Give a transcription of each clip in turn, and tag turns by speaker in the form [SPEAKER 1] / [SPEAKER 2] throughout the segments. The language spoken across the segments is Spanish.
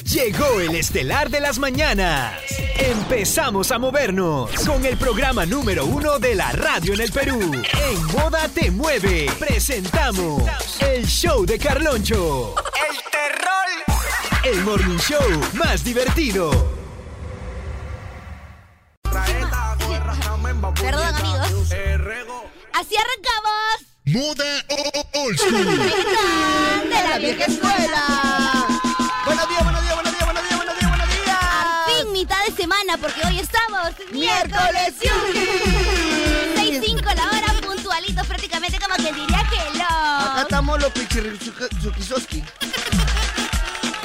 [SPEAKER 1] Llegó el estelar de las mañanas. Empezamos a movernos con el programa número uno de la radio en el Perú. En Moda Te Mueve, presentamos el show de Carloncho.
[SPEAKER 2] El terror.
[SPEAKER 1] El morning show más divertido.
[SPEAKER 2] Perdón,
[SPEAKER 3] amigos. Así arrancamos.
[SPEAKER 4] Moda o- o- Old School.
[SPEAKER 3] De la vieja escuela.
[SPEAKER 2] Buenos días, buenos días, buenos días, buenos días, buenos días, buenos días.
[SPEAKER 3] Fin mitad de semana porque hoy estamos miércoles y 5 la hora puntualitos prácticamente como que diría que
[SPEAKER 5] Acá
[SPEAKER 3] los
[SPEAKER 5] estamos los pichirrichuquisoski.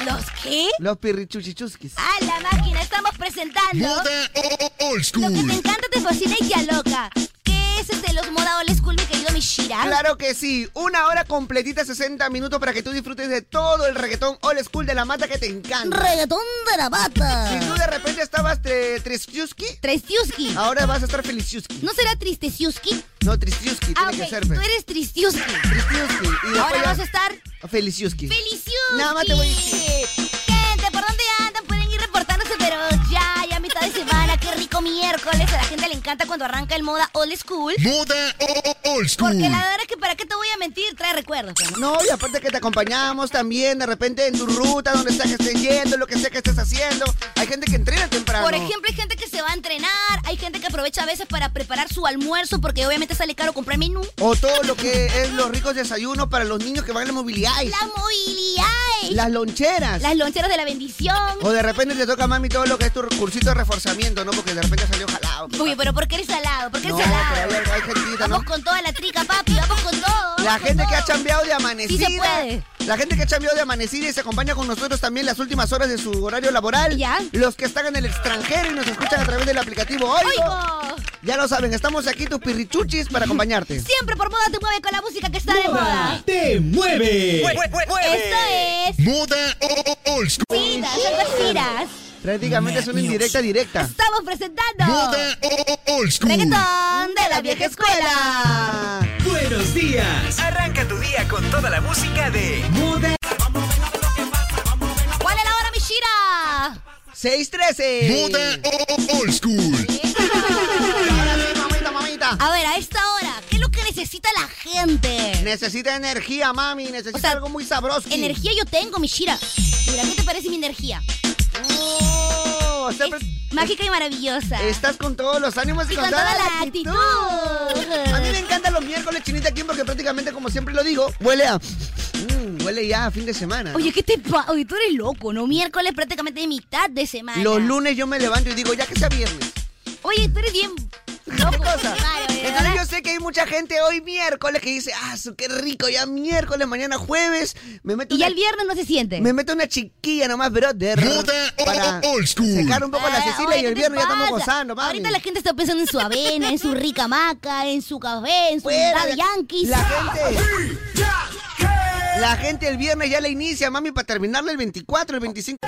[SPEAKER 3] los qué?
[SPEAKER 5] Los pirrichuchichuskis.
[SPEAKER 3] A la máquina estamos presentando
[SPEAKER 4] Moda o- o- Old
[SPEAKER 3] lo que
[SPEAKER 4] School.
[SPEAKER 3] te encanta te fascina y te aloca. ¿Qué es este los moda old school mi querido Mishira?
[SPEAKER 5] Claro que sí, una hora completita, 60 minutos para que tú disfrutes de todo el reggaetón old school de la mata que te encanta.
[SPEAKER 3] Reggaetón de la
[SPEAKER 5] Si tú
[SPEAKER 3] bata.
[SPEAKER 5] de repente estabas tre- tresyuski,
[SPEAKER 3] Trestiuski.
[SPEAKER 5] ahora vas a estar feliciuski.
[SPEAKER 3] ¿No será tristesiuski?
[SPEAKER 5] No, tristiuski,
[SPEAKER 3] Ah,
[SPEAKER 5] tiene que
[SPEAKER 3] ok.
[SPEAKER 5] ser.
[SPEAKER 3] Tú eres tristiuski.
[SPEAKER 5] Tristiuski. Y después
[SPEAKER 3] Ahora
[SPEAKER 5] ya-
[SPEAKER 3] vas a estar
[SPEAKER 5] Feliciuski.
[SPEAKER 3] Feliciuski.
[SPEAKER 5] Nada más te voy a decir.
[SPEAKER 3] Gente, ¿por dónde andan? Pueden ir reportándose, pero ya, ya mitad de semana. Qué rico miércoles. A la gente le encanta cuando arranca el moda old school.
[SPEAKER 4] Moda o- o- Old School.
[SPEAKER 3] Porque la verdad es que, ¿para qué te voy a mentir? Trae recuerdos. pues, ¿no?
[SPEAKER 5] No, y aparte que te acompañamos también de repente en tu ruta, donde sea que estés yendo, lo que sea que estés haciendo. Hay gente que entrena temprano.
[SPEAKER 3] Por ejemplo, hay gente que se va a entrenar, hay gente que aprovecha a veces para preparar su almuerzo porque obviamente sale caro comprar menú.
[SPEAKER 5] O todo lo que es los ricos desayunos para los niños que van a la movilidad.
[SPEAKER 3] Las movilidades,
[SPEAKER 5] Las loncheras.
[SPEAKER 3] las loncheras de la bendición.
[SPEAKER 5] O de repente te toca mami todo lo que es tu cursito de reforzamiento, ¿no? Porque de repente salió jalado.
[SPEAKER 3] Oye, pero ¿por qué eres salado? ¿Por qué
[SPEAKER 5] No,
[SPEAKER 3] eres salado?
[SPEAKER 5] pero hay- hay gentita,
[SPEAKER 3] Vamos
[SPEAKER 5] ¿no?
[SPEAKER 3] con toda la trica, papi, vamos con todo. vamos
[SPEAKER 5] La
[SPEAKER 3] con
[SPEAKER 5] gente que ha
[SPEAKER 3] todo.
[SPEAKER 5] chambeado de amanecida.
[SPEAKER 3] Sí se puede.
[SPEAKER 5] La gente que ha chambeado de amanecida y se acompaña con nosotros también las últimas horas de su horario laboral.
[SPEAKER 3] Ya.
[SPEAKER 5] Los que están en el extranjero y nos escuchan a través del aplicativo Oigo.
[SPEAKER 3] Oigo.
[SPEAKER 5] Ya lo saben, estamos aquí tus pirrichuchis para acompañarte.
[SPEAKER 3] Siempre por moda te mueve con la música que está de moda.
[SPEAKER 1] Te mueve.
[SPEAKER 3] Esto es.
[SPEAKER 4] Moda o- o- Old School.
[SPEAKER 3] Citas, algo citas.
[SPEAKER 5] Prácticamente es una indirecta directa.
[SPEAKER 3] Estamos presentando.
[SPEAKER 4] Moda o- o- Old School.
[SPEAKER 3] Reggaetón de la vieja escuela.
[SPEAKER 1] Buenos días. Arranca tu día con toda la música de Moda.
[SPEAKER 3] ¿Cuál es la hora, Mishira?
[SPEAKER 5] 613.
[SPEAKER 4] Moda o- o- Old School.
[SPEAKER 5] Ahora sí, mamita, mamita.
[SPEAKER 3] A ver, a esta hora, ¿qué es lo que necesita la gente?
[SPEAKER 5] Necesita energía, mami. Necesita
[SPEAKER 3] O sea,
[SPEAKER 5] algo muy sabroso.
[SPEAKER 3] Energía yo tengo, Mishira. Mira, ¿qué te parece mi energía?
[SPEAKER 5] Oh, está
[SPEAKER 3] Es
[SPEAKER 5] pres-
[SPEAKER 3] mágica y maravillosa.
[SPEAKER 5] Estás con todos los ánimos y,
[SPEAKER 3] Y con toda la actitud.
[SPEAKER 5] A mí me encantan los miércoles chinita aquí porque prácticamente, como siempre lo digo, huele a. Mm, huele ya a fin de semana.
[SPEAKER 3] Oye, ¿qué te pasa? Oye, tú eres loco, ¿no? Miércoles prácticamente mitad de semana.
[SPEAKER 5] Los lunes yo me levanto y digo, ya que sea viernes.
[SPEAKER 3] Oye, tú eres bien loco.
[SPEAKER 5] ¿Qué cosa?
[SPEAKER 3] raro, ¿eh? de
[SPEAKER 5] Entonces
[SPEAKER 3] verdad.
[SPEAKER 5] yo sé que hay mucha gente hoy miércoles que dice, ah, su, qué rico, ya miércoles, mañana jueves. Me meto,
[SPEAKER 3] Y ya
[SPEAKER 5] una,
[SPEAKER 3] el viernes no se siente.
[SPEAKER 5] me meto una chiquilla nomás, brother.
[SPEAKER 4] Moda o-
[SPEAKER 5] Para
[SPEAKER 4] o- Old School.
[SPEAKER 5] secar un poco la
[SPEAKER 3] Ah,
[SPEAKER 5] Cecilia
[SPEAKER 3] oye,
[SPEAKER 5] y el
[SPEAKER 3] ¿qué te
[SPEAKER 5] viernes ya estamos
[SPEAKER 3] pasa?
[SPEAKER 5] gozando, mami.
[SPEAKER 3] Ahorita la gente está pensando en su avena, en su rica maca, en su café, en su
[SPEAKER 5] Fuera
[SPEAKER 3] Daddy
[SPEAKER 5] la-
[SPEAKER 3] Yankees.
[SPEAKER 5] La gente. La gente el viernes ya la inicia, mami, para terminarla el 24, el 25.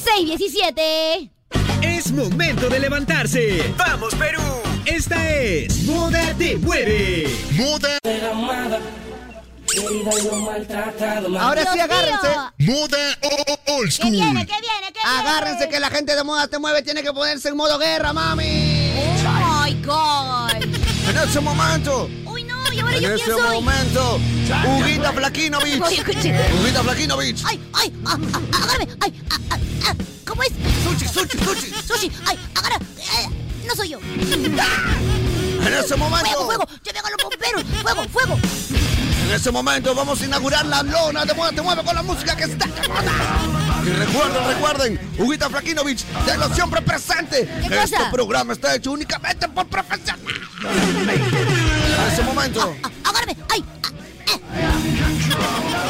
[SPEAKER 3] 617.
[SPEAKER 1] Es momento de levantarse. ¡Vamos, Perú! Esta es Moda Te Mueve.
[SPEAKER 4] Moda,
[SPEAKER 5] Ahora sí,
[SPEAKER 3] Dios mío.
[SPEAKER 5] agárrense.
[SPEAKER 4] moda o- o- Old
[SPEAKER 3] ¿Qué viene?
[SPEAKER 4] School.
[SPEAKER 3] ¿Qué viene? ¿Qué
[SPEAKER 5] Agárrense que
[SPEAKER 3] viene?
[SPEAKER 5] la gente de moda te mueve, tiene que ponerse en modo guerra, mami.
[SPEAKER 3] ¡Oh, my God!
[SPEAKER 5] En ese momento,
[SPEAKER 3] ¡Uy, no! ¿Y ahora yo quién soy?
[SPEAKER 5] momento, Huguita Flaquinovich.
[SPEAKER 3] Oye, escuche.
[SPEAKER 5] Huguita Flaquinovich.
[SPEAKER 3] ¡Ay, ay! ah, ah, ¡Agárrame! ¡Ay! ah, ah, ah. ¿Cómo es?
[SPEAKER 5] Sushi, sushi, sushi.
[SPEAKER 3] ¡Sushi! ¡Ay! ¡Agarra! Eh, ¡No soy yo!
[SPEAKER 5] ¡Ah! En ese
[SPEAKER 3] ¡Fuego, fuego! ¡Yo vengo a los bomberos! ¡Fuego, fuego!
[SPEAKER 5] en ese momento vamos a inaugurar la lona de moda te mueve con la música que está. Y recuerden, recuerden, Huguita Flaquinovich, tenlo siempre presente.
[SPEAKER 3] ¿Qué cosa?
[SPEAKER 5] Este programa está hecho únicamente por profesionales. En ese momento,
[SPEAKER 3] Ah, ¡Agárrame! ¡Ay! ah,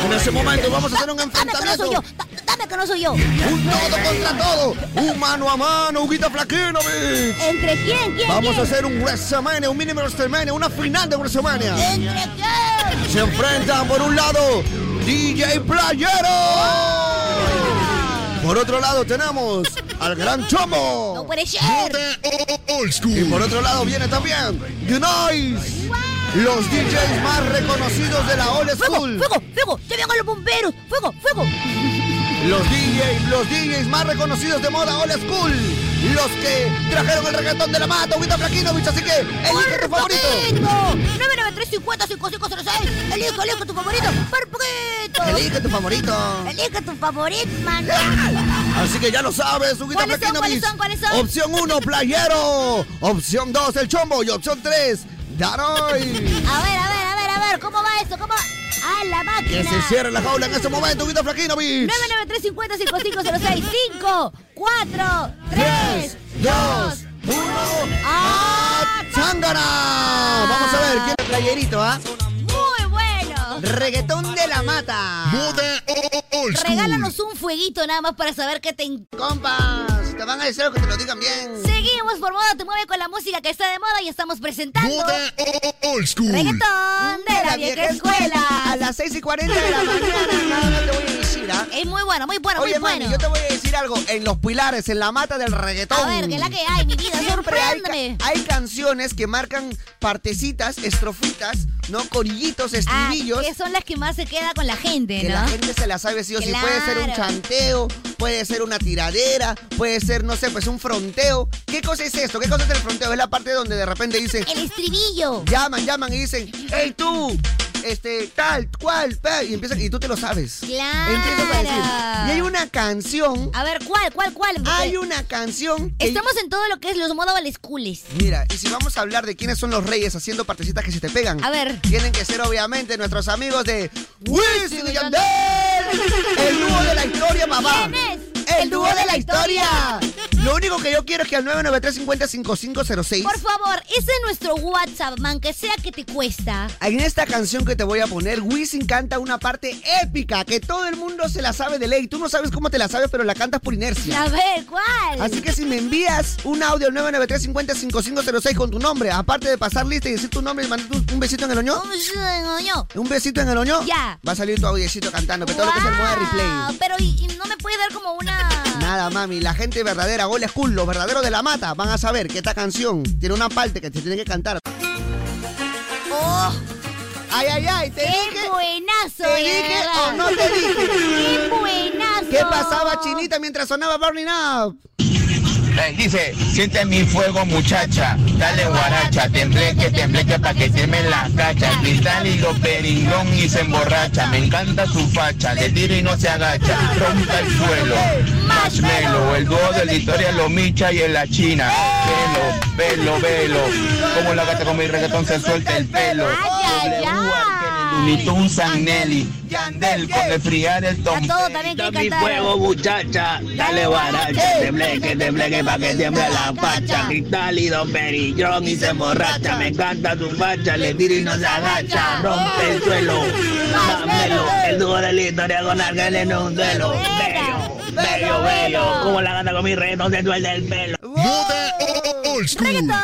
[SPEAKER 5] en ese momento vamos a hacer un
[SPEAKER 3] ¡Dame que no soy
[SPEAKER 5] enfrentamiento.
[SPEAKER 3] yo! da- ¡Dame que no soy yo!
[SPEAKER 5] Un todo contra todo. Un mano a mano, Huguita Flaquinovich.
[SPEAKER 3] ¿Entre quién? ¿Quién?
[SPEAKER 5] Vamos a
[SPEAKER 3] quién?
[SPEAKER 5] hacer un WrestleMania, un mini WrestleMania, una final de WrestleMania.
[SPEAKER 3] ¿Entre quién?
[SPEAKER 5] Se enfrentan por un lado DJ Playero. Por otro lado tenemos al Gran Chomo.
[SPEAKER 3] No puede ser.
[SPEAKER 4] Moda o- o- Old
[SPEAKER 5] Y
[SPEAKER 4] School.
[SPEAKER 5] por otro lado viene también The Noise. Los DJs más reconocidos de la old
[SPEAKER 3] ¡Fuego!
[SPEAKER 5] school.
[SPEAKER 3] ¡Fuego! ¡Fuego! ¡Ya vengan los bomberos! ¡Fuego! ¡Fuego!
[SPEAKER 5] Los DJs, los DJs más reconocidos de moda old school. Los que trajeron el reggaetón de la mata, Huguito Plaquinovich, así que elige tu favorito.
[SPEAKER 3] poquito! 993 5506 Elige, elige tu favorito. ¡Por poquito!
[SPEAKER 5] Elige tu favorito.
[SPEAKER 3] Elige tu favorito, man.
[SPEAKER 5] Así que ya lo sabes, Huguito
[SPEAKER 3] ¿Cuáles son,
[SPEAKER 5] Plaquinovich.
[SPEAKER 3] cuáles son, cuáles son?
[SPEAKER 5] Opción 1, playero. Opción 2, el chombo. Y opción 3, Daroy.
[SPEAKER 3] A ver, a ver, a ver, a ver. ¿Cómo va esto? ¿Cómo va? ¡A la máquina!
[SPEAKER 5] Que se cierre la jaula en este momento, Huguito Plaquinovich.
[SPEAKER 3] 993-50-5506 5, 4, 3,
[SPEAKER 5] 3, 2, 1. ¡A Tangana! Vamos a ver, ¿quién es playerito, ah?
[SPEAKER 3] Muy bueno.
[SPEAKER 5] Reggaetón de la mata.
[SPEAKER 6] Moda o- o- old school.
[SPEAKER 3] Regálanos un fueguito nada más para saber que te... en-
[SPEAKER 5] Compas, te van a decir algo que te lo digan bien.
[SPEAKER 3] Seguimos por Moda Te Mueve con la música que está de moda y estamos presentando...
[SPEAKER 6] Moda o- o- old school.
[SPEAKER 3] Reggaetón de la vieja
[SPEAKER 5] A
[SPEAKER 3] escuela.
[SPEAKER 5] las 6 y 40 de la mañana, nada más te voy a decir, ¿ah?
[SPEAKER 3] Es muy bueno, muy Eh, bueno,
[SPEAKER 5] Oye,
[SPEAKER 3] muy bueno.
[SPEAKER 5] mami, yo te voy a decir algo. En los pilares, en la mata del reggaetón.
[SPEAKER 3] A ver, que la que hay, mi vida,
[SPEAKER 5] Siempre hay, ca-
[SPEAKER 3] sorpréndeme.
[SPEAKER 5] hay canciones que marcan partecitas, estrofitas, ¿no? Corillitos,
[SPEAKER 3] Ah,
[SPEAKER 5] estribillos.
[SPEAKER 3] que son las que más se queda con la gente,
[SPEAKER 5] que
[SPEAKER 3] ¿no?
[SPEAKER 5] la gente se la sabe sí o sí. Puede ser un
[SPEAKER 3] Claro.
[SPEAKER 5] chanteo, puede ser una tiradera, puede ser, no sé, pues un fronteo. ¿Qué cosa es esto? ¿Qué cosa es el fronteo? Es la parte donde de repente dicen,
[SPEAKER 3] El estribillo.
[SPEAKER 5] llaman, llaman y dicen, hey tú, este, tal, cual, pa", y empiezan, y tú te lo sabes.
[SPEAKER 3] Claro.
[SPEAKER 5] Empiezas a decir. Y hay una canción,
[SPEAKER 3] A ver, ¿cuál, cuál, cuál? Porque
[SPEAKER 5] hay una canción. que-
[SPEAKER 3] Estamos en todo lo que es los Moda Old Schools.
[SPEAKER 5] Mira, y si vamos a hablar de quiénes son los reyes haciendo partecitas que se te pegan.
[SPEAKER 3] A ver.
[SPEAKER 5] Tienen que ser obviamente nuestros amigos de Wisin y Yandel. El dúo de la historia, mamá.
[SPEAKER 3] ¿Quién es?
[SPEAKER 5] El dúo de la historia. Lo único que yo quiero es que al 993-50-5506.
[SPEAKER 3] Por favor, ese es nuestro WhatsApp, man, que sea que te cuesta.
[SPEAKER 5] En esta canción que te voy a poner, Wisin canta una parte épica que todo el mundo se la sabe de ley. Tú no sabes cómo te la sabes, pero la cantas por inercia.
[SPEAKER 3] A ver, ¿cuál?
[SPEAKER 5] Así que si me envías un audio al 993-50-5506 con tu nombre, aparte de pasar lista y decir tu nombre y mandar tu- un besito en el oño,
[SPEAKER 3] Un sueño.
[SPEAKER 5] un besito en el oño,
[SPEAKER 3] Ya.
[SPEAKER 5] va a salir tu audiecito cantando, pero todo lo que se mueve
[SPEAKER 3] Guau,
[SPEAKER 5] replay.
[SPEAKER 3] Pero y, y no me puede dar como una.
[SPEAKER 5] Nada, mami, la gente verdadera, old school, los verdaderos de la mata, van a saber que esta canción tiene una parte que te tienen que cantar.
[SPEAKER 3] ¡Oh!
[SPEAKER 5] Ay, ay, ay, te
[SPEAKER 3] ¡Qué
[SPEAKER 5] dije,
[SPEAKER 3] buenazo!
[SPEAKER 5] te
[SPEAKER 3] eh,
[SPEAKER 5] dije
[SPEAKER 3] Edgar.
[SPEAKER 5] o no te dije.
[SPEAKER 3] ¡Qué buenazo!
[SPEAKER 5] ¿Qué pasaba, Chinita, mientras sonaba Burning Up?
[SPEAKER 4] Eh, Dice, siente mi fuego muchacha, dale guaracha, tembleque, tembleque pa' que queme la cacha, cristálido peringón y se emborracha, me encanta su facha, le tira y no se agacha, rompa el suelo, marshmallow, el dúo de la historia, lo micha y en la china, velo, velo, velo, como la gata con mi reggaetón se suelta el pelo,
[SPEAKER 3] Ay, ay, ay.
[SPEAKER 4] Nitun San Nelly, Yandel con el friar el
[SPEAKER 3] A
[SPEAKER 4] tombero.
[SPEAKER 3] todo también quiere
[SPEAKER 7] Mi
[SPEAKER 3] cantar.
[SPEAKER 7] fuego muchacha, dale guaracha,
[SPEAKER 3] Ey.
[SPEAKER 7] tembleque, tembleque pa' que tiemble la facha, cristálido perillón y se emborracha, me encanta tu facha, le tiro y no se agacha, Oh. rompe el suelo, dámelo, el dúo de la historia con Argel en un duelo, bello, bello, bello, como la gata con mi reto se suelta el pelo.
[SPEAKER 6] Moda o- o- old school.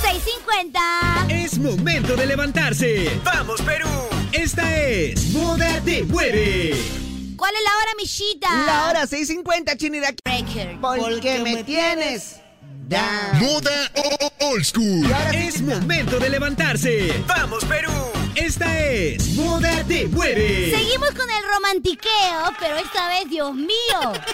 [SPEAKER 3] 650.
[SPEAKER 1] Es momento de levantarse. ¡Vamos, Perú! Esta es Moda Te Mueve.
[SPEAKER 3] ¿Cuál es la hora, Michita?
[SPEAKER 5] La hora 6.50, Chinita.
[SPEAKER 3] Breaker.
[SPEAKER 5] Porque me tienes down.
[SPEAKER 6] Moda o- o- old school.
[SPEAKER 5] Y ahora sí,
[SPEAKER 1] Es momento de levantarse. ¡Vamos, Perú! Esta es Moda Te Mueve.
[SPEAKER 3] Seguimos con el romantiqueo, pero esta vez, Dios mío.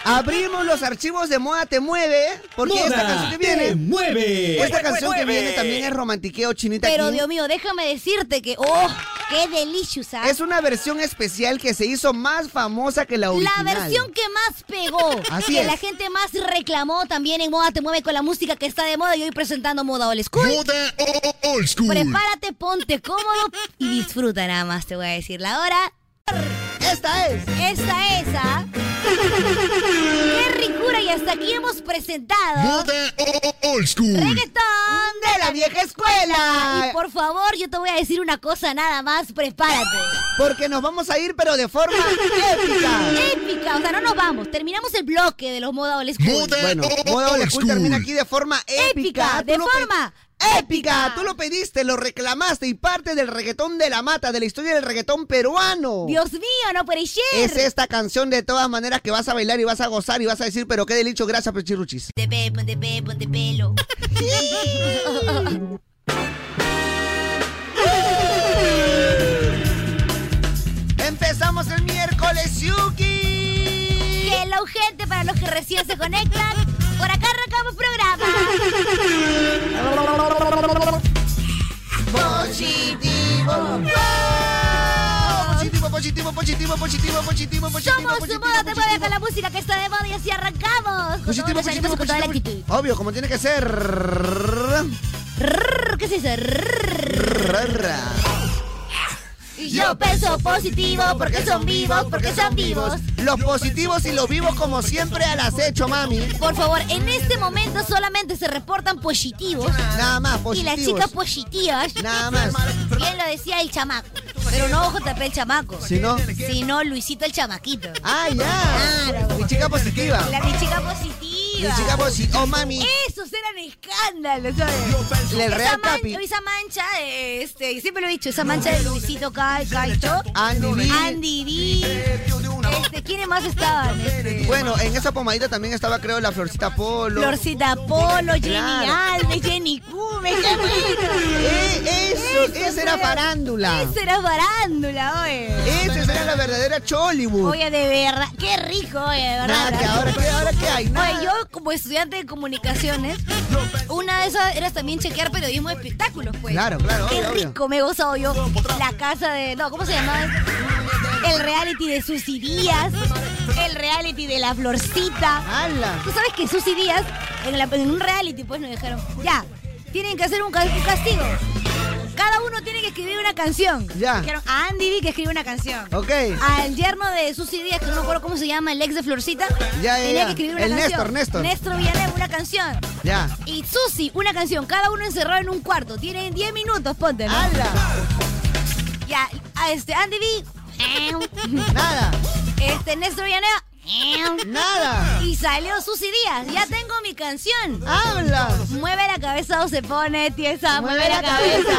[SPEAKER 5] Abrimos los archivos de Moda Te Mueve, porque esta canción que
[SPEAKER 1] Te
[SPEAKER 5] viene...
[SPEAKER 1] mueve.
[SPEAKER 5] Esta canción que viene también es romantiqueo, Chinita.
[SPEAKER 3] Pero
[SPEAKER 5] King.
[SPEAKER 3] Dios mío, déjame decirte que, oh, qué delicious, ¿ah?
[SPEAKER 5] Es una versión especial que se hizo más famosa que la
[SPEAKER 3] La
[SPEAKER 5] original.
[SPEAKER 3] versión que más pegó,
[SPEAKER 5] Así
[SPEAKER 3] que
[SPEAKER 5] es.
[SPEAKER 3] la gente más reclamó también en Moda Te Mueve con la música que está de moda y hoy presentando Moda Old School.
[SPEAKER 6] Moda o- o- old school.
[SPEAKER 3] Prepárate, ponte cómodo y disfruta nada más, te voy a decir la hora.
[SPEAKER 5] Esta es.
[SPEAKER 3] Esta, esa. ¡Qué ricura! Y hasta aquí hemos presentado
[SPEAKER 6] Moda o- o- old school.
[SPEAKER 3] Reggaetón
[SPEAKER 5] De la vieja escuela.
[SPEAKER 3] Y por favor, yo te voy a decir una cosa nada más, prepárate.
[SPEAKER 5] Porque nos vamos a ir, pero de forma épica.
[SPEAKER 3] Épica, o sea, no nos vamos. Terminamos el bloque de los Moda Old School.
[SPEAKER 6] Moda
[SPEAKER 5] Bueno,
[SPEAKER 6] o- o-
[SPEAKER 5] Moda Old
[SPEAKER 6] old
[SPEAKER 5] School termina
[SPEAKER 6] school.
[SPEAKER 5] aquí de forma épica.
[SPEAKER 3] Épica,
[SPEAKER 5] Tú
[SPEAKER 3] de
[SPEAKER 5] no pe-
[SPEAKER 3] forma
[SPEAKER 5] épica. Tú lo pediste, lo reclamaste y parte del reggaetón de la mata, de la historia del reggaetón peruano.
[SPEAKER 3] Dios mío, no puede ser.
[SPEAKER 5] Es esta canción de todas maneras que vas a bailar y vas a gozar y vas a decir, pero qué delicho, gracias, Pechirruchis.
[SPEAKER 3] Ponte pe, ponte pe, ponte pelo.
[SPEAKER 5] Empezamos el miércoles, Yuki.
[SPEAKER 3] Hello, gente, para los que recién se conectan. Por acá arrancamos programa.
[SPEAKER 5] Positivo. Positivo, positivo, positivo, positivo, positivo, positivo.
[SPEAKER 3] Somos su
[SPEAKER 5] positivo,
[SPEAKER 3] moda, te mueves
[SPEAKER 5] positivo.
[SPEAKER 3] con la música que está de moda y así arrancamos. Con
[SPEAKER 5] Positivo,
[SPEAKER 3] todos los
[SPEAKER 5] positivo,
[SPEAKER 3] ánimos y con toda la
[SPEAKER 5] positivo,
[SPEAKER 3] actitud.
[SPEAKER 5] positivo. Obvio, como tiene que ser.
[SPEAKER 3] Rrr, ¿Qué se dice? Rrr. Yo peso positivo porque son vivos, porque son vivos.
[SPEAKER 5] Los positivos y los vivos, como siempre, al acecho, mami.
[SPEAKER 3] Por favor, en este momento solamente se reportan positivos
[SPEAKER 5] Nada más,
[SPEAKER 3] y
[SPEAKER 5] positivos.
[SPEAKER 3] las chicas positivas.
[SPEAKER 5] Nada más.
[SPEAKER 3] Bien lo decía el chamaco. Pero no ojo tapé el chamaco.
[SPEAKER 5] Si no.
[SPEAKER 3] Sino Luisito el chamaquito.
[SPEAKER 5] Ah, ya.
[SPEAKER 3] Claro.
[SPEAKER 5] Mi chica positiva.
[SPEAKER 3] La mi chica
[SPEAKER 5] Mi
[SPEAKER 3] positiva.
[SPEAKER 5] chica positiva. Oh, mami.
[SPEAKER 3] Esos eran escándalos, ¿sabes?
[SPEAKER 5] El Real
[SPEAKER 3] esa, man-
[SPEAKER 5] Capi.
[SPEAKER 3] esa mancha, eh, este, siempre lo he dicho, esa mancha de Luisito Kai, Kaito,
[SPEAKER 5] Andy B.
[SPEAKER 3] Andy B. Este, ¿quiénes más estaban? Este,
[SPEAKER 5] Bueno, en esa pomadita también estaba, creo, la florcita polo.
[SPEAKER 3] Florcita Polo, Jenny
[SPEAKER 5] Claro.
[SPEAKER 3] Alves, Jenny Cume, qué bueno.
[SPEAKER 5] Eh, eso, esa era
[SPEAKER 3] fue-
[SPEAKER 5] farándula.
[SPEAKER 3] Eso era farándula, oye.
[SPEAKER 5] Esa era la verdadera Chollywood.
[SPEAKER 3] Oye, de verdad, qué rico, oye, de verdad.
[SPEAKER 5] Nada, que ahora, ¿qué, ahora qué hay? Nada.
[SPEAKER 3] Oye, yo como estudiante de comunicaciones, una de esas era también chequear periodismo de espectáculos, pues.
[SPEAKER 5] Claro, claro,
[SPEAKER 3] Qué
[SPEAKER 5] obvio, obvio.
[SPEAKER 3] rico, me he gozado yo. La casa de. No, ¿cómo se llamaba? El reality de Susy Díaz. El reality de la florcita.
[SPEAKER 5] ¡Hala!
[SPEAKER 3] Tú sabes que Susy Díaz, en, la- en un reality, pues nos dijeron, ya, tienen que hacer un, ca- un castigo. Cada uno tiene que escribir una canción.
[SPEAKER 5] Ya.
[SPEAKER 3] Dijeron a Andy B que escribe una canción
[SPEAKER 5] Ok.
[SPEAKER 3] al yerno de Susy Díaz, que no me acuerdo cómo se llama, el ex de Florcita,
[SPEAKER 5] Ya, ya,
[SPEAKER 3] tenía
[SPEAKER 5] ya.
[SPEAKER 3] que escribir una
[SPEAKER 5] El
[SPEAKER 3] canción.
[SPEAKER 5] Néstor, Néstor.
[SPEAKER 3] Villaleva, una canción.
[SPEAKER 5] Ya.
[SPEAKER 3] Y Susi, una canción, cada uno encerrado en un cuarto. Tienen 10 minutos, ponte, ¿no?
[SPEAKER 5] ¡Hala!
[SPEAKER 3] Ya, a este Andy B.
[SPEAKER 5] Nada.
[SPEAKER 3] este Néstor Villaneda.
[SPEAKER 5] Nada.
[SPEAKER 3] Y salió Susy Díaz, ya tengo mi canción.
[SPEAKER 5] ¡Habla!
[SPEAKER 3] Mueve la cabeza o se pone tiesa, mueve la cabeza.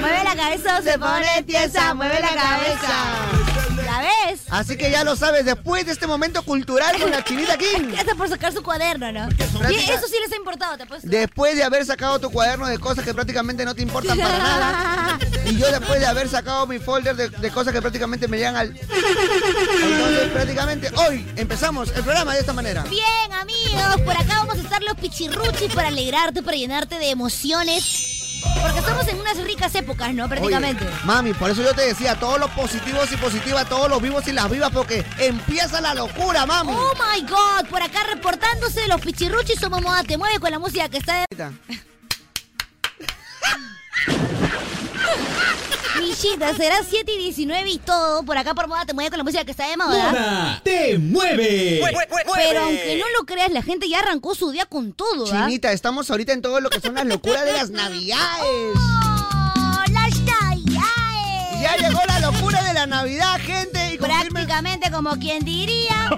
[SPEAKER 3] Mueve la cabeza o se pone tiesa, mueve la cabeza. ¿La ves?
[SPEAKER 5] Así que ya lo sabes, después de este momento cultural con la chinita King.
[SPEAKER 3] Hasta por sacar su cuaderno, ¿no? Y
[SPEAKER 5] prácticas-
[SPEAKER 3] eso sí les ha importado, te apuesto.
[SPEAKER 5] Después de haber sacado tu cuaderno de cosas que prácticamente no te importan para nada. Y yo después de haber sacado mi folder de, de cosas que prácticamente me llegan al... Entonces prácticamente hoy empezamos el programa de esta manera.
[SPEAKER 3] Bien, amigos, por acá vamos a estar los pichirruchis para alegrarte, para llenarte de emociones. Porque estamos en unas ricas épocas, ¿no? Prácticamente.
[SPEAKER 5] Oye, mami, por eso yo te decía, todos los positivos y positivas, todos los vivos y las vivas, porque empieza la locura, mami.
[SPEAKER 3] Oh my god, por acá reportándose los pichirruchis somos moda, te mueves con la música que está de. Millita, será 7 y 19 y todo. Por acá por moda te mueves con la música que está de moda.
[SPEAKER 1] Moda te mueve.
[SPEAKER 3] Pero aunque no lo creas, la gente ya arrancó su día con todo, ¿ah?
[SPEAKER 5] Chinita, estamos ahorita en todo lo que son las locuras de las navidades.
[SPEAKER 3] ¡Oh, las
[SPEAKER 5] Y
[SPEAKER 3] navidades!
[SPEAKER 5] Ya llegó la locura de la Navidad, gente. Y confirmen-
[SPEAKER 3] Prácticamente como quien diría.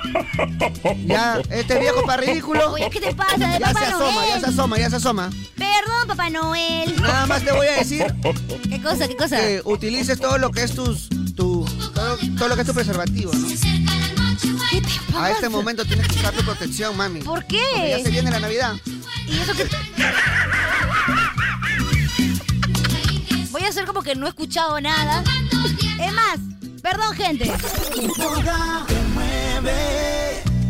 [SPEAKER 5] Ya, este viejo para ridículo.
[SPEAKER 3] Oye, ¿qué te pasa de
[SPEAKER 5] Ya
[SPEAKER 3] Papá
[SPEAKER 5] se asoma,
[SPEAKER 3] Noel?
[SPEAKER 5] ya se asoma, ya se asoma.
[SPEAKER 3] Perdón, Papá Noel.
[SPEAKER 5] Nada más te voy a decir
[SPEAKER 3] ¿Qué cosa, qué cosa?
[SPEAKER 5] que utilices todo lo que es tus. Tu, todo, todo lo que es tu preservativo, ¿no?
[SPEAKER 3] ¿Qué te pasa?
[SPEAKER 5] A este momento tienes que usar tu protección, mami.
[SPEAKER 3] ¿Por
[SPEAKER 5] Ya se
[SPEAKER 3] qué?
[SPEAKER 5] viene la Navidad.
[SPEAKER 3] ¿Y eso qué? Voy a hacer como que no he escuchado nada. Es más, perdón, gente.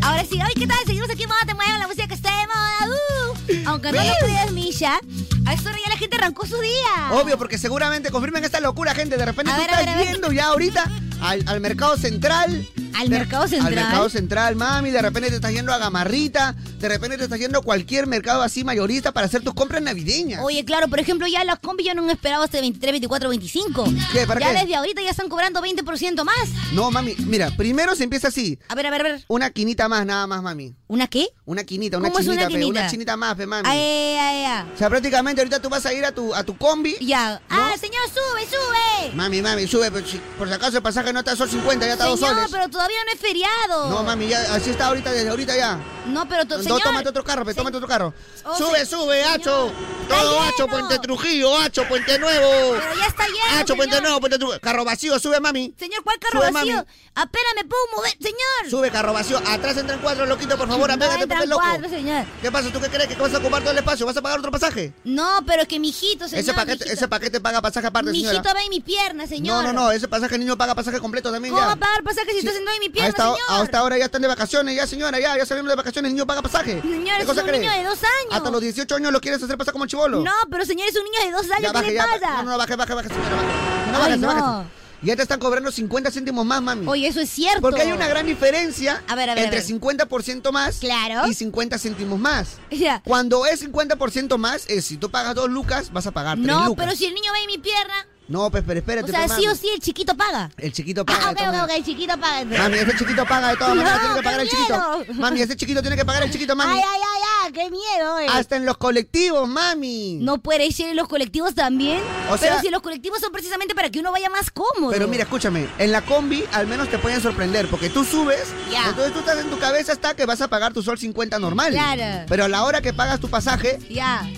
[SPEAKER 3] Ahora sí, ay, ¿qué tal? Seguimos aquí en Moda Te Mueve, la música que está de moda. Uh. Aunque no lo creas, Misha, a esta hora ya la gente arrancó su día.
[SPEAKER 5] Obvio, porque seguramente confirmen esta locura, gente. De repente
[SPEAKER 3] A
[SPEAKER 5] tú
[SPEAKER 3] ver, a
[SPEAKER 5] estás
[SPEAKER 3] ver, a ver.
[SPEAKER 5] yendo ya ahorita al, al mercado central.
[SPEAKER 3] ¿Al
[SPEAKER 5] De-
[SPEAKER 3] mercado central?
[SPEAKER 5] Al mercado central, mami. De repente te estás yendo a Gamarrita. De repente te estás yendo a cualquier mercado así mayorista para hacer tus compras navideñas.
[SPEAKER 3] Oye, claro, por ejemplo, ya las combi yo no han esperado hasta 23, 24, 25.
[SPEAKER 5] ¿Qué? ¿Para
[SPEAKER 3] ya
[SPEAKER 5] qué?
[SPEAKER 3] desde ahorita ya están cobrando 20% más.
[SPEAKER 5] No, mami, mira, primero se empieza así.
[SPEAKER 3] A ver, a ver, a ver.
[SPEAKER 5] Una quinita más, nada más, mami.
[SPEAKER 3] ¿Una qué?
[SPEAKER 5] Una quinita, una
[SPEAKER 3] ¿Cómo es
[SPEAKER 5] chinita,
[SPEAKER 3] una
[SPEAKER 5] pe,
[SPEAKER 3] quinita?
[SPEAKER 5] chinita más, pe, mami.
[SPEAKER 3] Ah, eh, ah, eh, ah.
[SPEAKER 5] O sea, prácticamente ahorita tú vas a ir a tu, a tu combi.
[SPEAKER 3] Ya. Ah, señor, sube, sube.
[SPEAKER 5] pues, Mami, mami, sube, pe, si- por si acaso el pasaje no está a sol 50, ya está a
[SPEAKER 3] Señor,
[SPEAKER 5] dos soles.
[SPEAKER 3] pero tu- todavía no es feriado.
[SPEAKER 5] No, mami, ya, así está ahorita, desde ahorita ya.
[SPEAKER 3] No, pero to-
[SPEAKER 5] No,
[SPEAKER 3] señor.
[SPEAKER 5] tómate otro carro, pe, tómate otro carro.
[SPEAKER 3] Oh,
[SPEAKER 5] sube,
[SPEAKER 3] se-
[SPEAKER 5] sube,
[SPEAKER 3] señor.
[SPEAKER 5] hacho.
[SPEAKER 3] Está
[SPEAKER 5] Todo
[SPEAKER 3] lleno.
[SPEAKER 5] hacho, Puente Trujillo, hacho, Puente Nuevo.
[SPEAKER 3] Pero ya está lleno,
[SPEAKER 5] Hacho, Puente
[SPEAKER 3] señor.
[SPEAKER 5] Nuevo, Puente Trujillo. Carro vacío, sube, mami.
[SPEAKER 3] Señor, ¿cuál carro
[SPEAKER 5] Sube,
[SPEAKER 3] vacío?
[SPEAKER 5] mami.
[SPEAKER 3] Apenas me puedo mover, señor.
[SPEAKER 5] Sube, carro vacío. Atrás entran cuatro, loquito, por favor, apégate,
[SPEAKER 3] entran
[SPEAKER 5] porque es loco.
[SPEAKER 3] cuatro, señor.
[SPEAKER 5] ¿Qué pasa? ¿Tú qué crees? ¿Que vas a ocupar todo el espacio? ¿Vas a pagar otro pasaje?
[SPEAKER 3] No, pero es que mijito, señor.
[SPEAKER 5] ese, paquete,
[SPEAKER 3] mijito.
[SPEAKER 5] ese paquete paga pasaje aparte, señora.
[SPEAKER 3] Mijito, ve en mi pierna,
[SPEAKER 5] No,
[SPEAKER 3] señor.
[SPEAKER 5] no, no, ese pasaje niño paga pasaje completo también
[SPEAKER 3] ¿Cómo
[SPEAKER 5] ya.
[SPEAKER 3] va a pagar pasaje si
[SPEAKER 5] Sí.
[SPEAKER 3] está sentado en mi
[SPEAKER 5] a
[SPEAKER 3] pierna,
[SPEAKER 5] esta,
[SPEAKER 3] señor?
[SPEAKER 5] a esta hora ya están de vacaciones, ya señora, ya, ya salieron de vacaciones, niño paga pasaje.
[SPEAKER 3] Señor,
[SPEAKER 5] ¿Qué
[SPEAKER 3] es
[SPEAKER 5] cosa
[SPEAKER 3] un
[SPEAKER 5] crees?
[SPEAKER 3] niño de dos años.
[SPEAKER 5] Hasta los 18 años lo quieres hacer pasar como chivolo.
[SPEAKER 3] No, pero señor, es un niño de dos años,
[SPEAKER 5] ya
[SPEAKER 3] ¿qué
[SPEAKER 5] baje,
[SPEAKER 3] le
[SPEAKER 5] ya baje.
[SPEAKER 3] pasa?
[SPEAKER 5] No, no, baje, baje, baje, señora, baje. No,
[SPEAKER 3] Ay,
[SPEAKER 5] bajes,
[SPEAKER 3] no.
[SPEAKER 5] Ya te están cobrando 50 céntimos más, mami.
[SPEAKER 3] Oye, eso es cierto.
[SPEAKER 5] Porque hay una gran diferencia
[SPEAKER 3] A ver, a ver, a
[SPEAKER 5] entre
[SPEAKER 3] ver.
[SPEAKER 5] 50% más
[SPEAKER 3] Claro.
[SPEAKER 5] y 50 céntimos más.
[SPEAKER 3] Ya.
[SPEAKER 5] Cuando es 50% más, es si tú pagas dos lucas, vas a pagar tres
[SPEAKER 3] No,
[SPEAKER 5] lucas.
[SPEAKER 3] pero si el niño ve en mi pierna,
[SPEAKER 5] No, pues, pero espérate.
[SPEAKER 3] o sea,
[SPEAKER 5] pues,
[SPEAKER 3] sí o
[SPEAKER 5] mami.
[SPEAKER 3] sí el chiquito paga.
[SPEAKER 5] El chiquito paga.
[SPEAKER 3] Ah,
[SPEAKER 5] de
[SPEAKER 3] ok,
[SPEAKER 5] todas
[SPEAKER 3] ok,
[SPEAKER 5] maneras.
[SPEAKER 3] ok, el chiquito paga.
[SPEAKER 5] Mami, ese chiquito paga de todas maneras,
[SPEAKER 3] No,
[SPEAKER 5] tiene que
[SPEAKER 3] qué
[SPEAKER 5] pagar el chiquito.
[SPEAKER 3] miedo.
[SPEAKER 5] Mami, ese chiquito tiene que pagar el chiquito, mami.
[SPEAKER 3] Ay, ay, ay, ay, qué miedo, eh.
[SPEAKER 5] Hasta en los colectivos, mami.
[SPEAKER 3] No puede ser en los colectivos también.
[SPEAKER 5] O sea-
[SPEAKER 3] pero si los colectivos son precisamente para que uno vaya más cómodo.
[SPEAKER 5] Pero mira, escúchame, en la combi al menos te pueden sorprender porque tú subes,
[SPEAKER 3] Ya.
[SPEAKER 5] entonces tú estás en tu cabeza está que vas a pagar tu sol 50 normal.
[SPEAKER 3] Claro.
[SPEAKER 5] Pero a la hora que pagas tu pasaje,
[SPEAKER 3] Ya.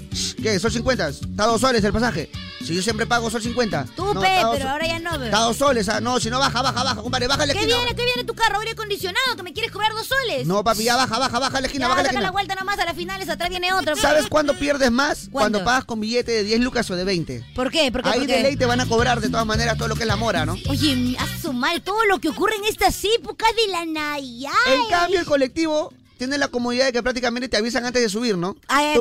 [SPEAKER 5] ¿qué? Sol 50, está dos soles el pasaje. Si yo siempre pago sol 50.
[SPEAKER 3] Tú,
[SPEAKER 5] No,
[SPEAKER 3] pe,
[SPEAKER 5] está dos
[SPEAKER 3] pero
[SPEAKER 5] so-
[SPEAKER 3] ahora ya no
[SPEAKER 5] Está
[SPEAKER 3] veo.
[SPEAKER 5] dos soles, ah, no, si no baja, baja, baja, compadre, baja la
[SPEAKER 3] ¿Qué
[SPEAKER 5] esquina.
[SPEAKER 3] viene? ¿Qué viene tu carro? Aire acondicionado, que me quieres cobrar dos soles.
[SPEAKER 5] No, papi, ya baja, baja, baja la esquina,
[SPEAKER 3] Ya,
[SPEAKER 5] baja la
[SPEAKER 3] saca
[SPEAKER 5] esquina.
[SPEAKER 3] la vuelta nomás, a las finales atrás viene otro.
[SPEAKER 5] ¿Sabes cuándo pierdes más?
[SPEAKER 3] ¿Cuándo?
[SPEAKER 5] Cuando pagas con billete de 10 lucas o de 20.
[SPEAKER 3] ¿Por qué? ¿Por qué?
[SPEAKER 5] Ahí
[SPEAKER 3] ¿Por
[SPEAKER 5] de
[SPEAKER 3] qué?
[SPEAKER 5] ley te van a cobrar de todas maneras todo lo que es la mora, ¿no?
[SPEAKER 3] Oye, a su madre, todo lo que ocurre en estas épocas de la Navidad.
[SPEAKER 5] En cambio, el colectivo tiene la comodidad de que prácticamente te avisan antes de subir, ¿no?
[SPEAKER 3] Ay,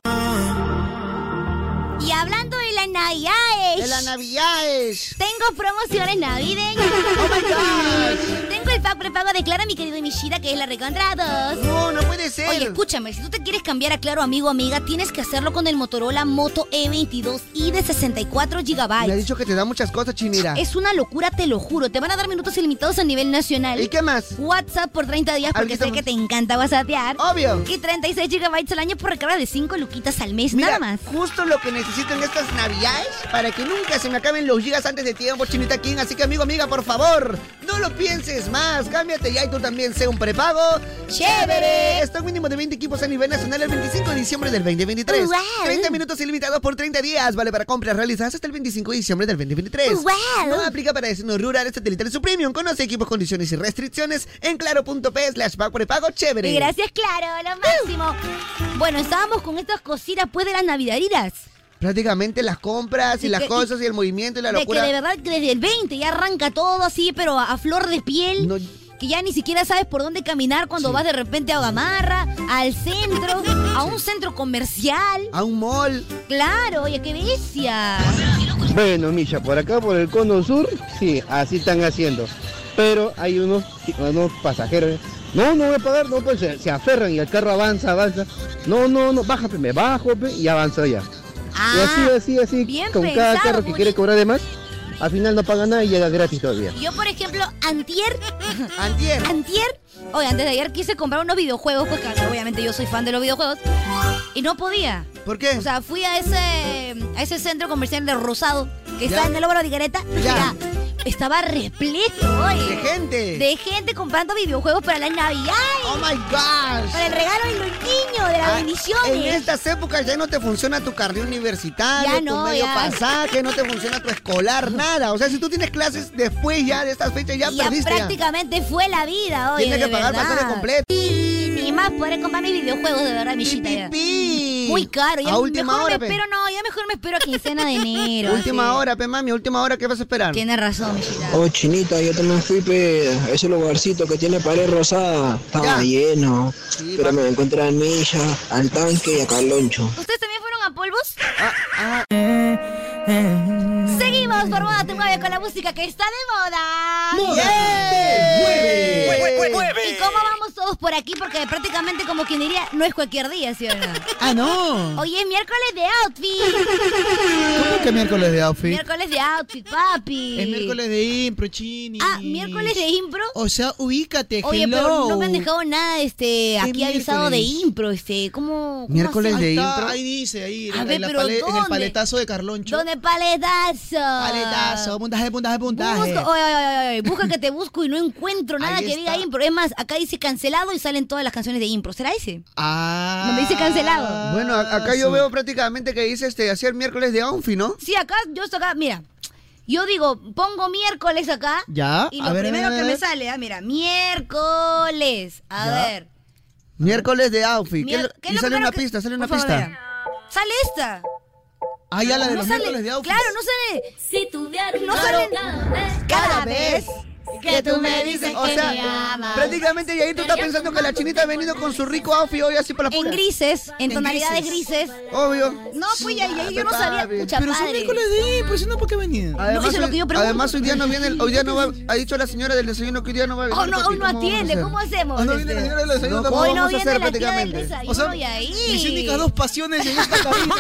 [SPEAKER 3] ay. Y hablando de la Navidad,
[SPEAKER 5] De las navidades.
[SPEAKER 3] tengo promociones navideñas.
[SPEAKER 5] ¡Oh, my gosh!
[SPEAKER 3] Tengo el pack prepago de Clara, mi querido Mishida, que es la recontra 2.
[SPEAKER 5] No, no puede ser.
[SPEAKER 3] Oye, escúchame, si tú te quieres cambiar a Claro, amigo amiga, tienes que hacerlo con el Motorola Moto E22 y de 64
[SPEAKER 5] Me ha
[SPEAKER 3] GB.
[SPEAKER 5] dicho que te da muchas cosas, chinira.
[SPEAKER 3] Es una locura, te lo juro. Te van a dar minutos ilimitados a nivel nacional.
[SPEAKER 5] ¿Y qué más?
[SPEAKER 3] WhatsApp por 30 días porque
[SPEAKER 5] Alguito
[SPEAKER 3] sé que
[SPEAKER 5] más.
[SPEAKER 3] te encanta whatsappear.
[SPEAKER 5] Obvio.
[SPEAKER 3] Y 36 GB al año por recarga de 5 luquitas al mes,
[SPEAKER 5] Mira,
[SPEAKER 3] nada más.
[SPEAKER 5] justo lo que necesitan estas navidades para que nunca se me acaben los gigas antes de tiempo, chinita King. Así que, amigo, amiga, por favor, no lo pienses más. Cámbiate ya y tú también sé un prepago.
[SPEAKER 3] ¡Chévere!
[SPEAKER 5] Stock mínimo de 20 equipos a nivel nacional el 25 de diciembre del 2023.
[SPEAKER 3] Wow.
[SPEAKER 5] 30 minutos ilimitados por 30 días. Vale para compras realizadas hasta el 25 de diciembre del 2023.
[SPEAKER 3] Wow.
[SPEAKER 5] No aplica para destinos rurales, satelitales o premium. Conoce equipos, condiciones y restricciones en claro.p slash pago prepago. Chévere.
[SPEAKER 3] Y gracias, Claro, lo máximo. Bueno, estábamos con estas cositas pues de las navidaditas.
[SPEAKER 5] Prácticamente las compras y
[SPEAKER 3] Y
[SPEAKER 5] Ah, las
[SPEAKER 3] que-
[SPEAKER 5] cosas y el movimiento y la
[SPEAKER 3] De que
[SPEAKER 5] locura.
[SPEAKER 3] de verdad que desde el 20 ya arranca todo así, pero a, a flor de piel.
[SPEAKER 5] No.
[SPEAKER 3] Que ya ni siquiera sabes por dónde caminar cuando vas de repente a Gamarra, al centro, a un centro comercial.
[SPEAKER 5] A un mall.
[SPEAKER 3] Claro, oye, qué bestia.
[SPEAKER 4] Bueno, Misha, por acá, por el cono sur, sí, así están haciendo. Pero hay unos, unos pasajeros. ¿eh? No, no voy a pagar, no, pues se, se aferran y el carro avanza, avanza. No, no, no, bájate, me bajo pe, y avanza ya. Y así,
[SPEAKER 3] Ah,
[SPEAKER 4] así, así,
[SPEAKER 3] bien
[SPEAKER 4] Este, con cada
[SPEAKER 3] pensado,
[SPEAKER 4] carro que quiere
[SPEAKER 3] bonito.
[SPEAKER 4] cobrar de más, al final no paga nada y llega gratis todavía.
[SPEAKER 3] yo por ejemplo, antier,
[SPEAKER 5] Antier.
[SPEAKER 3] antier, oye, antes de ayer quise comprar unos videojuegos, pues claro, obviamente yo soy fan de los videojuegos, y no podía.
[SPEAKER 5] ¿Por qué?
[SPEAKER 3] O sea, fui a ese, a ese centro comercial de Rosado, que
[SPEAKER 5] Ya.
[SPEAKER 3] está en el Óvalo de Gareta,
[SPEAKER 5] Ya.
[SPEAKER 3] ya. Estaba repleto, oye.
[SPEAKER 5] de gente.
[SPEAKER 3] de gente comprando videojuegos para la Navidad,
[SPEAKER 5] Oh my gosh.
[SPEAKER 3] para el regalo de los niños, de eh. las
[SPEAKER 5] Ah, En
[SPEAKER 3] bendiciones.
[SPEAKER 5] estas épocas ya no te funciona tu carril universitario,
[SPEAKER 3] Ya
[SPEAKER 5] tu
[SPEAKER 3] no,
[SPEAKER 5] medio
[SPEAKER 3] ya.
[SPEAKER 5] pasaje, no te funciona tu escolar, nada. O sea, si tú tienes clases después ya de estas fechas, ya
[SPEAKER 3] ya
[SPEAKER 5] perdiste. ya.
[SPEAKER 3] prácticamente fue la vida, oye.
[SPEAKER 5] Tienes que
[SPEAKER 3] de
[SPEAKER 5] pagar
[SPEAKER 3] verdad.
[SPEAKER 5] pasaje completo.
[SPEAKER 3] Ni más poder comprar mis videojuegos, de verdad, mi
[SPEAKER 5] Pi,
[SPEAKER 3] chita.
[SPEAKER 5] pi,
[SPEAKER 3] ya.
[SPEAKER 5] pi.
[SPEAKER 3] Muy caro, ya
[SPEAKER 5] A última
[SPEAKER 3] mejor
[SPEAKER 5] hora,
[SPEAKER 3] me
[SPEAKER 5] pe.
[SPEAKER 3] espero, no, ya mejor me espero a quincena de enero.
[SPEAKER 5] última
[SPEAKER 3] así.
[SPEAKER 5] hora, pe mami, última hora, ¿qué vas a esperar?
[SPEAKER 3] Tienes razón, mi chita.
[SPEAKER 8] Oh, chinita, yo también fui pe, a ese lugarcito que tiene pared rosada. Estaba
[SPEAKER 5] Ya.
[SPEAKER 8] lleno.
[SPEAKER 5] Sí,
[SPEAKER 8] pero
[SPEAKER 5] va.
[SPEAKER 8] me encontré a Milla, al tanque y a Carloncho.
[SPEAKER 3] ¿Ustedes también fueron a polvos?
[SPEAKER 5] Ah, ah,
[SPEAKER 9] ah.
[SPEAKER 3] Seguimos por Moda Te Mueve con la música que está de moda.
[SPEAKER 5] yeah.
[SPEAKER 1] Mueve.
[SPEAKER 3] ¿Y cómo va estamos todos por aquí porque prácticamente como quien diría, no es cualquier día, ¿sí o no?
[SPEAKER 9] Ah, no.
[SPEAKER 3] Hoy es miércoles de outfit.
[SPEAKER 9] ¿Cómo que miércoles de outfit?
[SPEAKER 3] Miércoles de outfit, papi.
[SPEAKER 9] Es miércoles de impro, chini.
[SPEAKER 3] Ah, miércoles de impro.
[SPEAKER 9] O sea, ubícate,
[SPEAKER 3] Oye,
[SPEAKER 9] hello.
[SPEAKER 3] pero no me han dejado nada, este, aquí
[SPEAKER 9] miércoles?
[SPEAKER 3] avisado de impro, este, ¿cómo? cómo
[SPEAKER 5] Miércoles
[SPEAKER 3] así?
[SPEAKER 5] de
[SPEAKER 9] Ahí está,
[SPEAKER 5] impro.
[SPEAKER 9] Ahí dice, ahí.
[SPEAKER 3] A
[SPEAKER 9] en,
[SPEAKER 3] ver,
[SPEAKER 9] la
[SPEAKER 3] pero
[SPEAKER 9] pale- en
[SPEAKER 3] ¿dónde?
[SPEAKER 9] el paletazo de Carloncho.
[SPEAKER 3] ¿Dónde paletazo?
[SPEAKER 9] Paletazo, puntaje, puntaje, puntaje.
[SPEAKER 3] Busco, oye, oye, oye, oye, busca que te busco y no encuentro nada
[SPEAKER 9] Ahí
[SPEAKER 3] que diga
[SPEAKER 9] está.
[SPEAKER 3] impro. Es más, acá dice cancelado y salen todas las canciones de impro. ¿Será ese?
[SPEAKER 9] Ah.
[SPEAKER 3] Donde dice cancelado.
[SPEAKER 5] Bueno, a- acá yo veo prácticamente que dice este hacer miércoles de onfi, ¿no?
[SPEAKER 3] Sí, acá, yo estoy acá, mira. Yo digo, pongo miércoles acá.
[SPEAKER 9] Ya,
[SPEAKER 3] Y
[SPEAKER 9] a
[SPEAKER 3] lo
[SPEAKER 9] ver, a
[SPEAKER 3] primero
[SPEAKER 9] ver, a
[SPEAKER 3] que me
[SPEAKER 9] ver.
[SPEAKER 3] sale, ah, mira, miércoles. Ah, A
[SPEAKER 9] Ya.
[SPEAKER 3] ver.
[SPEAKER 5] Miércoles de outfit. ¿Qué
[SPEAKER 3] mier-
[SPEAKER 5] es lo-
[SPEAKER 3] ¿qué es
[SPEAKER 5] y
[SPEAKER 3] lo
[SPEAKER 5] sale
[SPEAKER 3] primero
[SPEAKER 5] una
[SPEAKER 3] que-
[SPEAKER 5] pista, sale una
[SPEAKER 3] Por favor,
[SPEAKER 5] pista.
[SPEAKER 3] mira. Sale esta.
[SPEAKER 9] Ah, ya la de
[SPEAKER 3] no
[SPEAKER 9] los
[SPEAKER 3] sale.
[SPEAKER 9] miércoles de outfit.
[SPEAKER 3] Claro, no sale.
[SPEAKER 10] Si tuviera
[SPEAKER 3] No salen ¿eh? cada vez
[SPEAKER 10] que tú me dices
[SPEAKER 5] O sea, prácticamente Yair tú estás pensando que la chinita ha venido con su rico outfit hoy así para la
[SPEAKER 3] en
[SPEAKER 5] pura.
[SPEAKER 3] grises, en tonalidades grises.
[SPEAKER 5] Obvio.
[SPEAKER 3] No, pues ya, ya- yo no sabía.
[SPEAKER 5] papi.
[SPEAKER 3] Pucha,
[SPEAKER 9] Pero son
[SPEAKER 3] padre.
[SPEAKER 9] miércoles de impro,
[SPEAKER 5] pues
[SPEAKER 9] si no, ¿por qué venían?
[SPEAKER 3] eso es lo que yo pregunto.
[SPEAKER 5] además, hoy día no viene, el- hoy día no va, ha dicho la señora del desayuno que hoy día no va a venir.
[SPEAKER 3] Oh, no,
[SPEAKER 5] papi,
[SPEAKER 3] hoy no
[SPEAKER 5] ¿cómo vamos a
[SPEAKER 3] atiende.
[SPEAKER 5] hacer?
[SPEAKER 3] ¿Cómo hacemos?
[SPEAKER 9] Ah, no viene la
[SPEAKER 3] este?
[SPEAKER 9] señora del
[SPEAKER 5] No,
[SPEAKER 9] desayuno
[SPEAKER 5] ¿cómo
[SPEAKER 9] tampoco.
[SPEAKER 3] Hoy no
[SPEAKER 5] vamos a
[SPEAKER 3] viene
[SPEAKER 5] hacer
[SPEAKER 3] la tía del
[SPEAKER 5] prácticamente?
[SPEAKER 3] desayuno
[SPEAKER 9] O sea,
[SPEAKER 3] y ahí.
[SPEAKER 9] Vicente, las dos pasiones en esta cabina,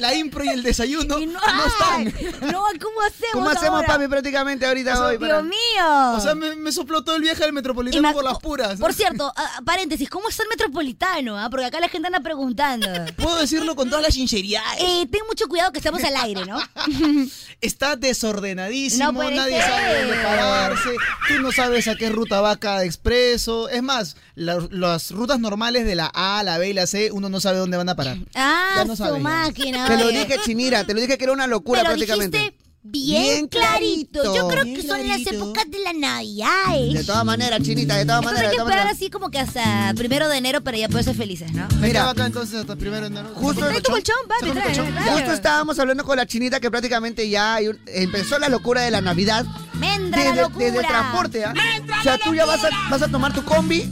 [SPEAKER 9] la impro y el desayuno,
[SPEAKER 3] Y
[SPEAKER 9] no,
[SPEAKER 3] no,
[SPEAKER 9] están.
[SPEAKER 3] ay, no, ¿cómo hacemos?
[SPEAKER 5] ¿Cómo hacemos,
[SPEAKER 3] ahora?
[SPEAKER 5] papi, prácticamente ahorita hoy? para-
[SPEAKER 3] Dios mío.
[SPEAKER 9] O sea, me, me sopló todo el viaje del
[SPEAKER 3] Y
[SPEAKER 9] Metropolitano
[SPEAKER 3] me-
[SPEAKER 9] por las puras.
[SPEAKER 3] Por cierto, a- a- paréntesis, ¿cómo está el metropolitano? ah? Porque acá la gente anda preguntando.
[SPEAKER 9] Puedo decirlo con toda la sinceridad.
[SPEAKER 3] Eh, ten mucho cuidado que estamos al aire, ¿no?
[SPEAKER 9] Está desordenadísimo,
[SPEAKER 3] No puede
[SPEAKER 9] nadie
[SPEAKER 3] ser.
[SPEAKER 9] sabe dónde pararse, tú no sabes a qué ruta va cada expreso. Es más, la- las rutas normales de la A, la B y la C, uno no sabe dónde van a parar.
[SPEAKER 3] Ah,
[SPEAKER 9] Ya no
[SPEAKER 3] su
[SPEAKER 9] sabía.
[SPEAKER 3] máquina.
[SPEAKER 5] Te lo
[SPEAKER 3] vaya.
[SPEAKER 5] dije, Chinira, te lo dije que era una locura
[SPEAKER 3] Pero
[SPEAKER 5] prácticamente.
[SPEAKER 3] dijiste bien,
[SPEAKER 5] Bien
[SPEAKER 3] clarito. Yo
[SPEAKER 5] clarito.
[SPEAKER 3] creo
[SPEAKER 9] Bien
[SPEAKER 3] que son las
[SPEAKER 9] clarito.
[SPEAKER 3] épocas de la Navidad. eh.
[SPEAKER 5] De todas maneras, Chinita, de todas
[SPEAKER 3] Entonces hay
[SPEAKER 5] maneras,
[SPEAKER 3] que
[SPEAKER 5] de todas
[SPEAKER 3] esperar
[SPEAKER 5] maneras.
[SPEAKER 3] así como que hasta primero de enero para ya poder ser felices, ¿no?
[SPEAKER 9] Me
[SPEAKER 5] Mira.
[SPEAKER 9] quedo acá entonces hasta primero de enero.
[SPEAKER 5] Justo,
[SPEAKER 3] Trae tu colchón, papi,
[SPEAKER 9] Saca mi
[SPEAKER 3] trae.
[SPEAKER 9] colchón.
[SPEAKER 3] claro.
[SPEAKER 5] justo estábamos hablando con la chinita que prácticamente ya hay un- empezó la locura de la Navidad.
[SPEAKER 3] Me entra la
[SPEAKER 5] Desde,
[SPEAKER 3] locura.
[SPEAKER 5] desde el transporte, ¿ah? O sea, tú ya vas a, vas a tomar tu combi.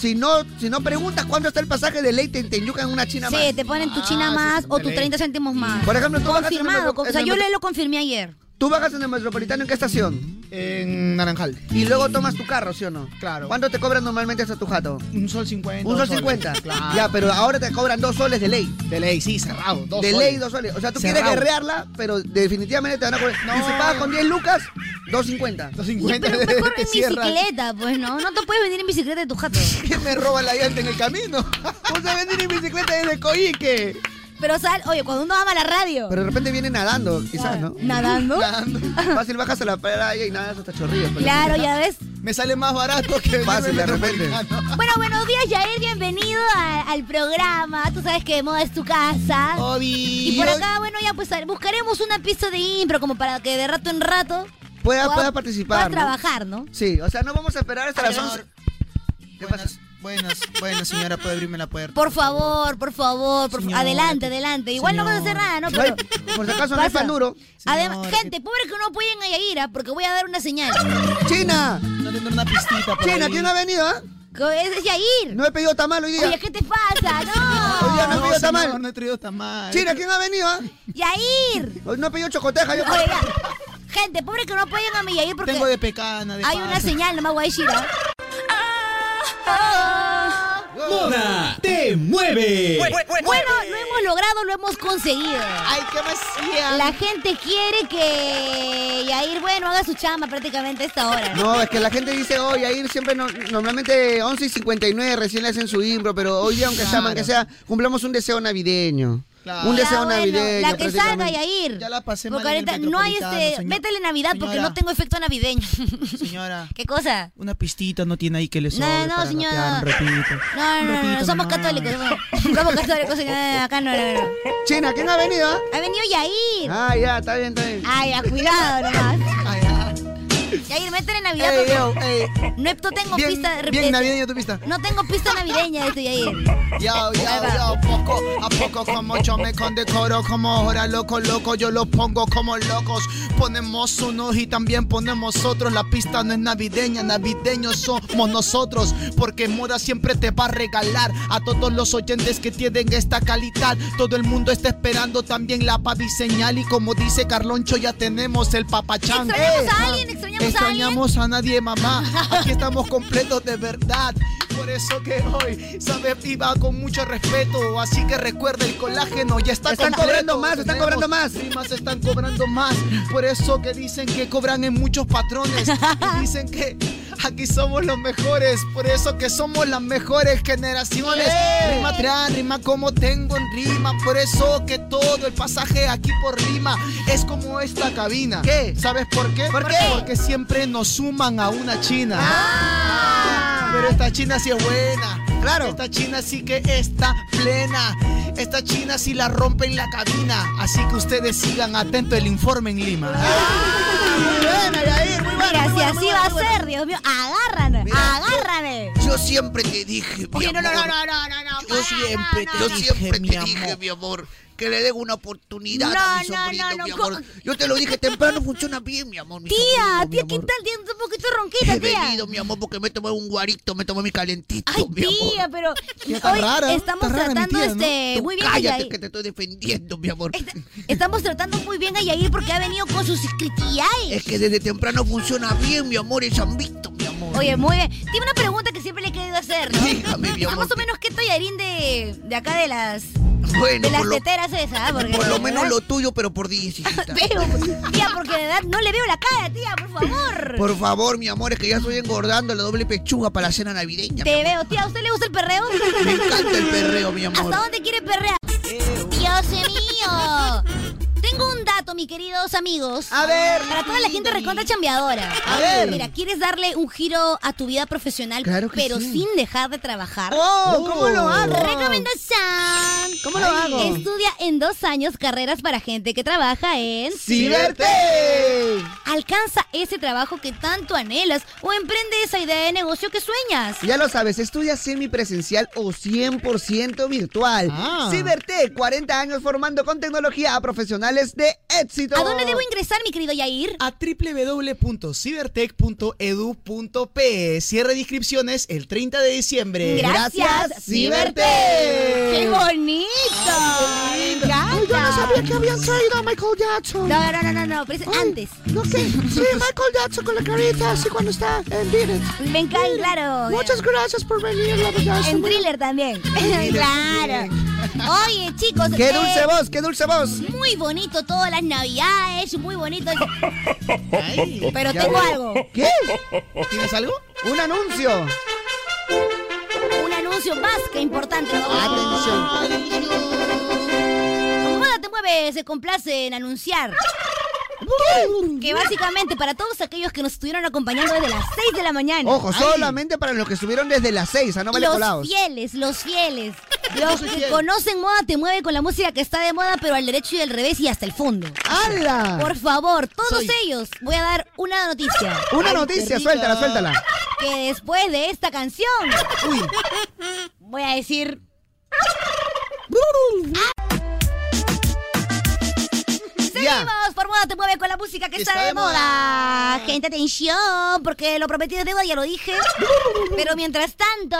[SPEAKER 5] Si no, si no preguntas cuándo está el pasaje de Leite en Tenyuca en una china más. Ah,
[SPEAKER 3] Sí, te ponen tu
[SPEAKER 9] Ah,
[SPEAKER 3] china más o tus 30 céntimos más.
[SPEAKER 5] Por ejemplo, tú bajas, en el
[SPEAKER 3] Confirmado.
[SPEAKER 5] metro-
[SPEAKER 3] O sea,
[SPEAKER 5] en
[SPEAKER 3] yo
[SPEAKER 5] el
[SPEAKER 3] le
[SPEAKER 5] metro-
[SPEAKER 3] lo confirmé ayer.
[SPEAKER 5] tú bajas en el Metropolitano, ¿en qué estación?
[SPEAKER 9] En Naranjal.
[SPEAKER 5] Y luego tomas tu carro, ¿sí o no?
[SPEAKER 9] Claro.
[SPEAKER 5] ¿Cuánto te cobran normalmente hasta tu jato?
[SPEAKER 9] Un sol 50.
[SPEAKER 5] Un
[SPEAKER 9] dos
[SPEAKER 5] sol
[SPEAKER 9] soles.
[SPEAKER 5] 50.
[SPEAKER 9] Claro.
[SPEAKER 5] Ya, pero ahora te cobran dos soles de ley.
[SPEAKER 9] De ley, sí, cerrado. Dos
[SPEAKER 5] de
[SPEAKER 9] soles.
[SPEAKER 5] ley, dos soles. O sea, tú
[SPEAKER 9] Cerrado.
[SPEAKER 5] quieres guerrearla, pero definitivamente te van a cobrar. Y si pagas con 10 lucas, 2.50.
[SPEAKER 9] Dos
[SPEAKER 3] Y,
[SPEAKER 9] cincuenta
[SPEAKER 3] pero
[SPEAKER 9] de-
[SPEAKER 3] mejor
[SPEAKER 9] te
[SPEAKER 3] en
[SPEAKER 9] cierran.
[SPEAKER 3] bicicleta, pues no. No te puedes venir en bicicleta de tu jato.
[SPEAKER 9] ¿Quién me roba la llanta en el camino?
[SPEAKER 5] Vos a venir en bicicleta desde Coique.
[SPEAKER 3] Pero sal, oye, cuando uno ama la radio.
[SPEAKER 5] Pero de repente viene nadando, quizás, ¿no?
[SPEAKER 3] Nadando.
[SPEAKER 9] Nadando.
[SPEAKER 5] Fácil bajas a la playa y nadas hasta chorrillos. pero-
[SPEAKER 3] Claro, ya ves.
[SPEAKER 9] Me sale más barato que
[SPEAKER 5] Fácil,
[SPEAKER 9] venirme
[SPEAKER 5] de
[SPEAKER 9] en
[SPEAKER 5] repente.
[SPEAKER 9] Metropolitano.
[SPEAKER 3] Bueno, buenos días, Jair. Bienvenido a- al programa. Tú sabes que de moda es tu casa.
[SPEAKER 9] Obi.
[SPEAKER 3] Y por acá, bueno, ya pues buscaremos una pista de impro como para que de rato en rato
[SPEAKER 5] Pueda,
[SPEAKER 3] pueda-
[SPEAKER 5] pueda participar.
[SPEAKER 3] pueda
[SPEAKER 5] ¿no?
[SPEAKER 3] trabajar, ¿no?
[SPEAKER 5] Sí, o sea, no vamos a esperar hasta las
[SPEAKER 9] Aló.
[SPEAKER 5] 11. ¿Qué pasa?
[SPEAKER 9] Buenas, buenas, buenas, pues, señora, puede abrirme la puerta.
[SPEAKER 3] Por favor, por favor, por fa-
[SPEAKER 9] Señora,
[SPEAKER 3] adelante,
[SPEAKER 9] que-
[SPEAKER 3] adelante. Igual no vas a hacer
[SPEAKER 9] señora.
[SPEAKER 3] nada, ¿no?
[SPEAKER 5] No hay-
[SPEAKER 3] Pero
[SPEAKER 5] por si acaso no hay
[SPEAKER 3] Pasa.
[SPEAKER 5] pan duro.
[SPEAKER 3] además,
[SPEAKER 9] Señora,
[SPEAKER 3] gente, pobre que no apoyen a Yaira porque voy a dar una señal.
[SPEAKER 5] ¡China!
[SPEAKER 9] No tendré una pistita por
[SPEAKER 5] ¡China!
[SPEAKER 9] ahí.
[SPEAKER 5] ¿Quién ha venido, ah?
[SPEAKER 3] Que Ese es Yair.
[SPEAKER 5] No he pedido tamal hoy día.
[SPEAKER 3] Oye, ¿qué te pasa?
[SPEAKER 5] Hoy día no he
[SPEAKER 3] No.
[SPEAKER 9] No,
[SPEAKER 5] pedido
[SPEAKER 9] señor,
[SPEAKER 5] tamal.
[SPEAKER 9] no he traído tamal.
[SPEAKER 5] ¡China! ¿Quién ha venido, ah?
[SPEAKER 3] Yair.
[SPEAKER 5] Hoy no he pedido chocoteja. Yo...
[SPEAKER 3] Oye, ya. Gente, pobre que no apoyen a mi Yair porque
[SPEAKER 9] Tengo de pecana, de
[SPEAKER 3] hay una
[SPEAKER 9] pasa.
[SPEAKER 3] señal, nomás voy a decir, ¿ah?
[SPEAKER 1] Moda te mueve.
[SPEAKER 3] Bueno, lo hemos logrado, lo hemos conseguido.
[SPEAKER 9] Ay, qué vacía.
[SPEAKER 3] La gente quiere que Yair, bueno, haga su chamba prácticamente a esta hora. ¿no?
[SPEAKER 5] No, es que la gente dice, hoy ahí siempre, no- normalmente 11 y 59 recién le hacen su impro, pero hoy día, aunque sea, aunque sea, cumplamos un deseo navideño.
[SPEAKER 9] Claro.
[SPEAKER 5] Un
[SPEAKER 3] Ya,
[SPEAKER 5] deseo
[SPEAKER 3] bueno,
[SPEAKER 5] navideño.
[SPEAKER 3] la que salga,
[SPEAKER 5] prácticamente.
[SPEAKER 3] Yair.
[SPEAKER 9] Ya la pasé
[SPEAKER 3] Porque
[SPEAKER 9] mal en el
[SPEAKER 3] ahorita no hay
[SPEAKER 9] Metropolitano,
[SPEAKER 3] este.
[SPEAKER 9] señor-
[SPEAKER 3] Métele Navidad porque
[SPEAKER 9] señora.
[SPEAKER 3] no tengo efecto navideño.
[SPEAKER 9] Señora,
[SPEAKER 3] ¿Qué cosa?
[SPEAKER 9] una pistita no tiene ahí que le
[SPEAKER 3] No,
[SPEAKER 9] sobre
[SPEAKER 3] no,
[SPEAKER 9] para
[SPEAKER 3] señora.
[SPEAKER 9] notear, repito.
[SPEAKER 3] No, no, no, no,
[SPEAKER 9] Repito,
[SPEAKER 3] somos
[SPEAKER 9] nomás.
[SPEAKER 3] católicos. somos- Somos católicos, señora, acá no, no, no.
[SPEAKER 5] China, ¿quién ha venido? ah?
[SPEAKER 3] Ha venido Yair.
[SPEAKER 5] Ah, ya, está bien, está bien.
[SPEAKER 3] Ay, ya, cuidado nomás.
[SPEAKER 9] Ay, ah.
[SPEAKER 3] Yair, métele Navidad
[SPEAKER 9] Ey,
[SPEAKER 3] porque
[SPEAKER 9] yo, ey.
[SPEAKER 3] no, no tengo
[SPEAKER 9] Bien,
[SPEAKER 3] pista de
[SPEAKER 9] bien
[SPEAKER 3] este,
[SPEAKER 9] navideña tu pista.
[SPEAKER 3] No tengo pista navideña de este Yair.
[SPEAKER 9] Yo, yo, yo, poco a poco como yo me condecoro como ahora loco, loco, yo los pongo como locos. Ponemos unos y también ponemos otros. La pista no es navideña, navideños somos nosotros. Porque moda siempre te va a regalar a todos los oyentes que tienen esta calidad. Todo el mundo está esperando también la paviseñal y como dice Carloncho ya tenemos el papachán. Eh,
[SPEAKER 3] Extrañamos a alguien, extrañamos extrañamos a alguien?
[SPEAKER 9] Extrañamos a nadie, mamá. Aquí estamos completos de verdad. Por eso que hoy, sabes, viva con mucho respeto. Así que recuerda, el colágeno ya está
[SPEAKER 5] Están cobrando más, están
[SPEAKER 9] Tenemos
[SPEAKER 5] cobrando más.
[SPEAKER 9] primas, están cobrando más. Por eso que dicen que cobran en muchos patrones. Y dicen que aquí somos los mejores. Por eso que somos las mejores generaciones.
[SPEAKER 5] ¡Eh!
[SPEAKER 9] Rima tras rima como tengo en rima. Por eso que todo el pasaje aquí por rima es como esta cabina. ¿Qué? ¿Sabes por qué? ¿Por qué? Porque siempre nos suman a una china. Pero esta china sí es buena. Ah. Claro. Esta china sí que está plena. Esta china sí la rompe en la cabina. Así que ustedes sigan atento el informe en Lima.
[SPEAKER 5] Ah, Muy buena, Yair, muy buena.
[SPEAKER 3] Mira,
[SPEAKER 5] muy
[SPEAKER 3] si
[SPEAKER 5] buena,
[SPEAKER 3] así
[SPEAKER 5] muy buena,
[SPEAKER 3] va a
[SPEAKER 5] muy buena.
[SPEAKER 3] ser, Dios mío, agárrame, agárrame.
[SPEAKER 11] Yo siempre te dije, mi
[SPEAKER 3] Oye, no, no, no,
[SPEAKER 11] amor,
[SPEAKER 3] no, no, no, no.
[SPEAKER 11] Yo siempre
[SPEAKER 3] no,
[SPEAKER 11] te
[SPEAKER 3] no,
[SPEAKER 11] dije, siempre te dije, mi amor, que le den una oportunidad a mi
[SPEAKER 3] No, no,
[SPEAKER 11] sobrino,
[SPEAKER 3] no, no,
[SPEAKER 11] mi
[SPEAKER 3] co-
[SPEAKER 11] amor. Yo te lo dije temprano, funciona bien, mi amor. mi
[SPEAKER 3] Tía,
[SPEAKER 11] sobrino, mi
[SPEAKER 3] tía, ¿qué
[SPEAKER 11] amor.
[SPEAKER 3] tal? Tía, un poquito
[SPEAKER 11] He
[SPEAKER 3] ronquita, tía.
[SPEAKER 11] venido, mi amor, porque me tomé un guarito, me tomé mi calentito,
[SPEAKER 3] Ay,
[SPEAKER 11] mi
[SPEAKER 3] tía,
[SPEAKER 11] amor.
[SPEAKER 3] pero
[SPEAKER 9] Tía, está
[SPEAKER 3] hoy
[SPEAKER 9] rara,
[SPEAKER 3] estamos
[SPEAKER 9] está rara mi
[SPEAKER 3] tratando
[SPEAKER 9] tía, ¿no?
[SPEAKER 3] este
[SPEAKER 11] Tú
[SPEAKER 3] muy bien a
[SPEAKER 11] cállate
[SPEAKER 3] Yair.
[SPEAKER 11] que te estoy defendiendo, mi amor.
[SPEAKER 3] Estamos tratando muy bien a Yair porque ha venido con sus critiay.
[SPEAKER 11] Es que desde temprano funciona bien, mi amor, es ambito, mi amor.
[SPEAKER 3] Oye, muy bien. Tiene una pregunta que siempre le he querido hacer, ¿no?
[SPEAKER 11] Dígame, mi amor.
[SPEAKER 3] Más o menos qué tallarín de, de acá de las
[SPEAKER 11] bueno,
[SPEAKER 3] de las
[SPEAKER 11] por lo,
[SPEAKER 3] teteras es esa, ¿ah? porque
[SPEAKER 11] por lo
[SPEAKER 3] de
[SPEAKER 11] menos
[SPEAKER 3] verdad-
[SPEAKER 11] lo tuyo, pero por 10, hijita.
[SPEAKER 3] Pero, tía, porque de verdad no le veo la cara, tía, por favor.
[SPEAKER 11] Por favor, mi amor, es que ya estoy engordando la doble pechuga para la cena navideña.
[SPEAKER 3] Te veo, tía, ¿a usted le gusta el perreo?
[SPEAKER 11] Me encanta el perreo, mi amor.
[SPEAKER 3] ¿Hasta dónde quiere perrear? Dios mío. Tengo un dato, mis queridos amigos.
[SPEAKER 5] A ver.
[SPEAKER 3] Para toda la gente recontra chambeadora.
[SPEAKER 5] A ver.
[SPEAKER 3] Mira, ¿quieres darle un giro a tu vida profesional,
[SPEAKER 5] Claro que
[SPEAKER 3] pero
[SPEAKER 5] sí.
[SPEAKER 3] sin dejar de trabajar?
[SPEAKER 5] Oh, ¿cómo lo hago?
[SPEAKER 3] Recomendación.
[SPEAKER 5] ¿Cómo lo hago?
[SPEAKER 3] Estudia en dos años carreras para gente que trabaja en...
[SPEAKER 5] ¡Ciberte!
[SPEAKER 3] Alcanza ese trabajo que tanto anhelas o emprende esa idea de negocio que sueñas.
[SPEAKER 5] Ya lo sabes, estudia semipresencial o 100% virtual.
[SPEAKER 9] Ah.
[SPEAKER 5] Ciberte, 40 años formando con tecnología a profesionales de éxito.
[SPEAKER 3] ¿A dónde debo ingresar, mi querido Yair?
[SPEAKER 9] a www.cibertech.edu.pe. Cierre de inscripciones el 30 de diciembre.
[SPEAKER 3] Gracias,
[SPEAKER 5] Gracias, Ciberte.
[SPEAKER 3] ¡Qué bonito! Ay, yo no sabía que habían traído a Michael Jackson. No, no, no, no, no, pero es antes.
[SPEAKER 5] No sé. Sí, Michael Jackson con la carita así cuando está en Direct.
[SPEAKER 3] Me encanta, claro.
[SPEAKER 5] Muchas gracias por venir, la verdad.
[SPEAKER 3] En thriller también. claro. Oye, chicos.
[SPEAKER 5] ¡Qué
[SPEAKER 3] eh,
[SPEAKER 5] dulce voz, qué dulce voz!
[SPEAKER 3] Muy bonito todas las navidades, muy bonito.
[SPEAKER 9] Ay,
[SPEAKER 3] Pero tengo algo.
[SPEAKER 5] ¿Qué?
[SPEAKER 9] ¿Tienes algo?
[SPEAKER 5] ¡Un anuncio!
[SPEAKER 3] Un anuncio más que importante.
[SPEAKER 5] Atención.
[SPEAKER 3] Moda te mueve, se complace en anunciar. Que básicamente para todos aquellos que nos estuvieron acompañando desde las 6 de la mañana.
[SPEAKER 5] Ojo, solamente para los que estuvieron desde las 6, ¿ah? no vale
[SPEAKER 3] los
[SPEAKER 5] colados.
[SPEAKER 3] fieles, los fieles. Los que conocen moda te mueve con la música que está de moda, pero al derecho y al revés y hasta el fondo.
[SPEAKER 5] ¡Hala!
[SPEAKER 3] Por favor, todos ellos, voy a dar una noticia.
[SPEAKER 5] Una noticia, suéltala, suéltala.
[SPEAKER 3] Que después de esta canción, voy a decir.
[SPEAKER 5] Ya.
[SPEAKER 3] Seguimos por moda te mueve con la música que
[SPEAKER 9] Que
[SPEAKER 3] está, de, moda. Gente, atención, porque lo prometido es deuda, ya lo dije. Pero mientras tanto,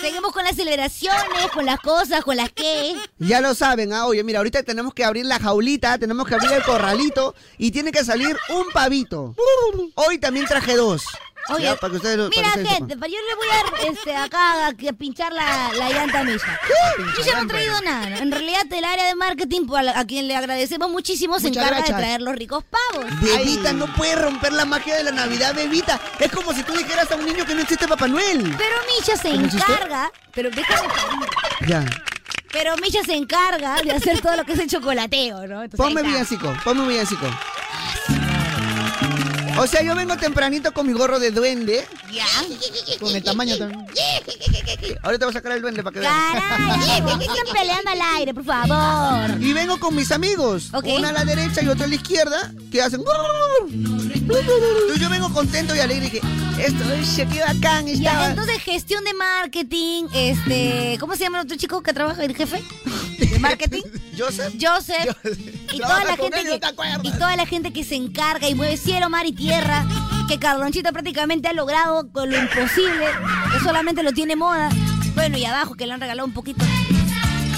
[SPEAKER 3] seguimos con las celebraciones, con las cosas, con las que.
[SPEAKER 5] Ya lo saben, ah, oye, mira, ahorita tenemos que abrir la jaulita, tenemos que abrir el corralito y tiene que salir un pavito. Hoy también traje dos.
[SPEAKER 3] Oye,
[SPEAKER 5] Ya, para que ustedes lo- para
[SPEAKER 3] mira
[SPEAKER 5] que ustedes
[SPEAKER 3] gente, pa- yo le voy a este, acá a que pinchar la, la llanta a Misha. Yo ya no he traído nada. En realidad, el área de marketing, por la- a quien le agradecemos muchísimo, se
[SPEAKER 9] Muchas
[SPEAKER 3] encarga
[SPEAKER 9] gracias.
[SPEAKER 3] de traer los ricos pavos.
[SPEAKER 5] Bebita, no puedes romper la magia de la Navidad, bebita. Es como si tú dijeras a un niño que no existe Papá Noel.
[SPEAKER 3] Pero Misha se encarga, pero déjame salir.
[SPEAKER 5] Ya.
[SPEAKER 3] Pero Misha se encarga de hacer todo lo que es el chocolateo, ¿no? Entonces,
[SPEAKER 5] Ponme
[SPEAKER 3] Pues ahí está.
[SPEAKER 5] villancico, ponme villancico. O sea, yo vengo tempranito con mi gorro de duende.
[SPEAKER 9] Con el tamaño también.
[SPEAKER 5] Ahorita voy a sacar el duende para que vean.
[SPEAKER 3] Caray, ¿por qué están peleando al aire, por favor?
[SPEAKER 5] Y vengo con mis amigos.
[SPEAKER 3] Ok.
[SPEAKER 5] Una a la derecha y otra a la izquierda. Que hacen. Y yo vengo contento y alegre. Y dije, esto es qué bacán
[SPEAKER 3] Ya,
[SPEAKER 5] estaba.
[SPEAKER 3] entonces gestión de marketing, este, ¿cómo se llama el otro chico que trabaja el jefe? ¿De marketing?
[SPEAKER 5] Joseph.
[SPEAKER 3] Joseph y toda
[SPEAKER 5] Trabaja
[SPEAKER 3] la
[SPEAKER 5] con
[SPEAKER 3] gente
[SPEAKER 5] él y no te acuerdas.
[SPEAKER 3] que, y toda la gente que se encarga y mueve cielo, mar y tierra, que Carlonchita prácticamente ha logrado con lo imposible, que solamente lo tiene moda. Bueno, y abajo que le han regalado un poquito.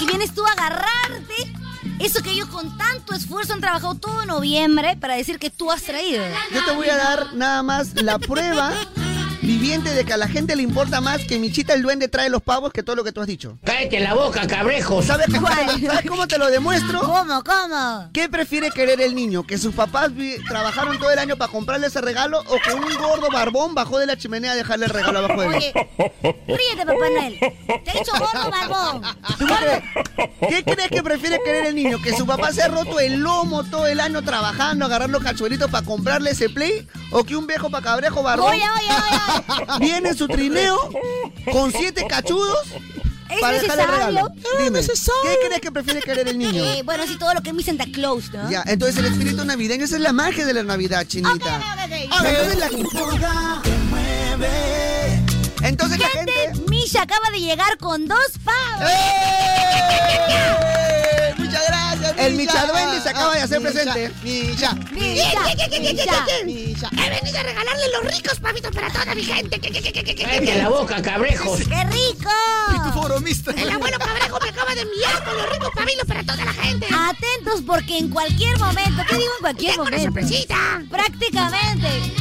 [SPEAKER 3] Y vienes tú a agarrarte Eso que ellos con tanto esfuerzo han trabajado todo noviembre para decir que tú has traído.
[SPEAKER 5] Yo te voy a dar nada más la prueba viviente de que a la gente le importa más que Michita el duende trae los pavos que todo lo que tú has dicho.
[SPEAKER 12] Cállate la boca, cabrejo.
[SPEAKER 5] ¿Sabes cómo, sabes cómo te lo demuestro?
[SPEAKER 3] ¿Cómo, cómo?
[SPEAKER 5] ¿Qué prefiere querer el niño? ¿Que sus papás vi- trabajaron todo el año para comprarle ese regalo o que un gordo barbón bajó de la chimenea a dejarle el regalo abajo de él?
[SPEAKER 3] Oye, ríete, Papá Noel. Te he dicho gordo, barbón.
[SPEAKER 5] ¿Qué crees que prefiere querer el niño? ¿Que su papá se ha roto el lomo todo el año trabajando, agarrar los cachuelitos para comprarle ese play? ¿O que un viejo pacabrejo barbón
[SPEAKER 3] Oye, oye,
[SPEAKER 5] viene en su trineo con siete cachudos
[SPEAKER 3] ¿Es
[SPEAKER 5] para dejarle el
[SPEAKER 3] necesario?
[SPEAKER 5] regalo? Dime, ¿qué crees que
[SPEAKER 3] prefiere
[SPEAKER 5] querer el niño?
[SPEAKER 3] Eh, bueno, sí, todo lo que es mi Santa Claus, ¿no?
[SPEAKER 5] Ya, entonces el espíritu navideño, esa es la magia de la Navidad, chinita.
[SPEAKER 3] ok.
[SPEAKER 5] Entonces la Entonces
[SPEAKER 3] la gente... Misha acaba de llegar con dos pavos.
[SPEAKER 5] ¡Eh! Muchas gracias, El
[SPEAKER 3] Misha.
[SPEAKER 5] Michaduende se acaba de hacer
[SPEAKER 3] Misha,
[SPEAKER 5] presente. Misha.
[SPEAKER 12] He venido a regalarle los ricos pavitos para toda mi gente. Cállate la boca, cabrejo.
[SPEAKER 3] ¡Qué rico!
[SPEAKER 12] El abuelo cabrejo me acaba de enviar con los ricos pavitos para toda la gente.
[SPEAKER 3] Atentos porque en cualquier momento, ¿qué digo en cualquier
[SPEAKER 12] Tengo una
[SPEAKER 3] momento?
[SPEAKER 12] sorpresita.
[SPEAKER 3] Prácticamente.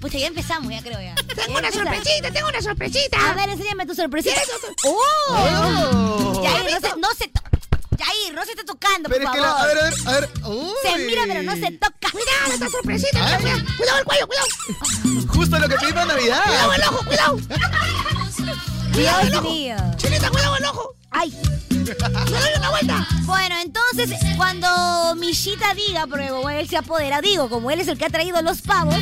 [SPEAKER 3] Pues ya empezamos, ya creo ya.
[SPEAKER 12] Tengo una sorpresita, tengo una sorpresita.
[SPEAKER 3] A ver, enséñame tu sorpresita.
[SPEAKER 12] Tienes dos-
[SPEAKER 3] ¡Oh!
[SPEAKER 12] Oh.
[SPEAKER 3] Yair, no se, no se to- Yair, no se está tocando,
[SPEAKER 12] Pero es
[SPEAKER 3] por
[SPEAKER 12] que
[SPEAKER 3] favor.
[SPEAKER 12] la- a ver, a ver,
[SPEAKER 5] a ver.
[SPEAKER 3] Se mira, pero no se toca.
[SPEAKER 12] Cuidado, esta sorpresita. Cuidado, cuidado el cuello, cuidado.
[SPEAKER 5] Justo lo que pedí para Navidad.
[SPEAKER 12] Cuidado el ojo, cuidado. Cuidado el
[SPEAKER 3] Dios
[SPEAKER 12] ojo.
[SPEAKER 3] mío.
[SPEAKER 12] Chinita, cuidado el ojo.
[SPEAKER 3] ¡Ay!
[SPEAKER 12] ¡Me doy una vuelta!
[SPEAKER 3] Bueno, entonces, cuando Mishita diga, porque como él se apodera, digo, como él es el que ha traído los pavos.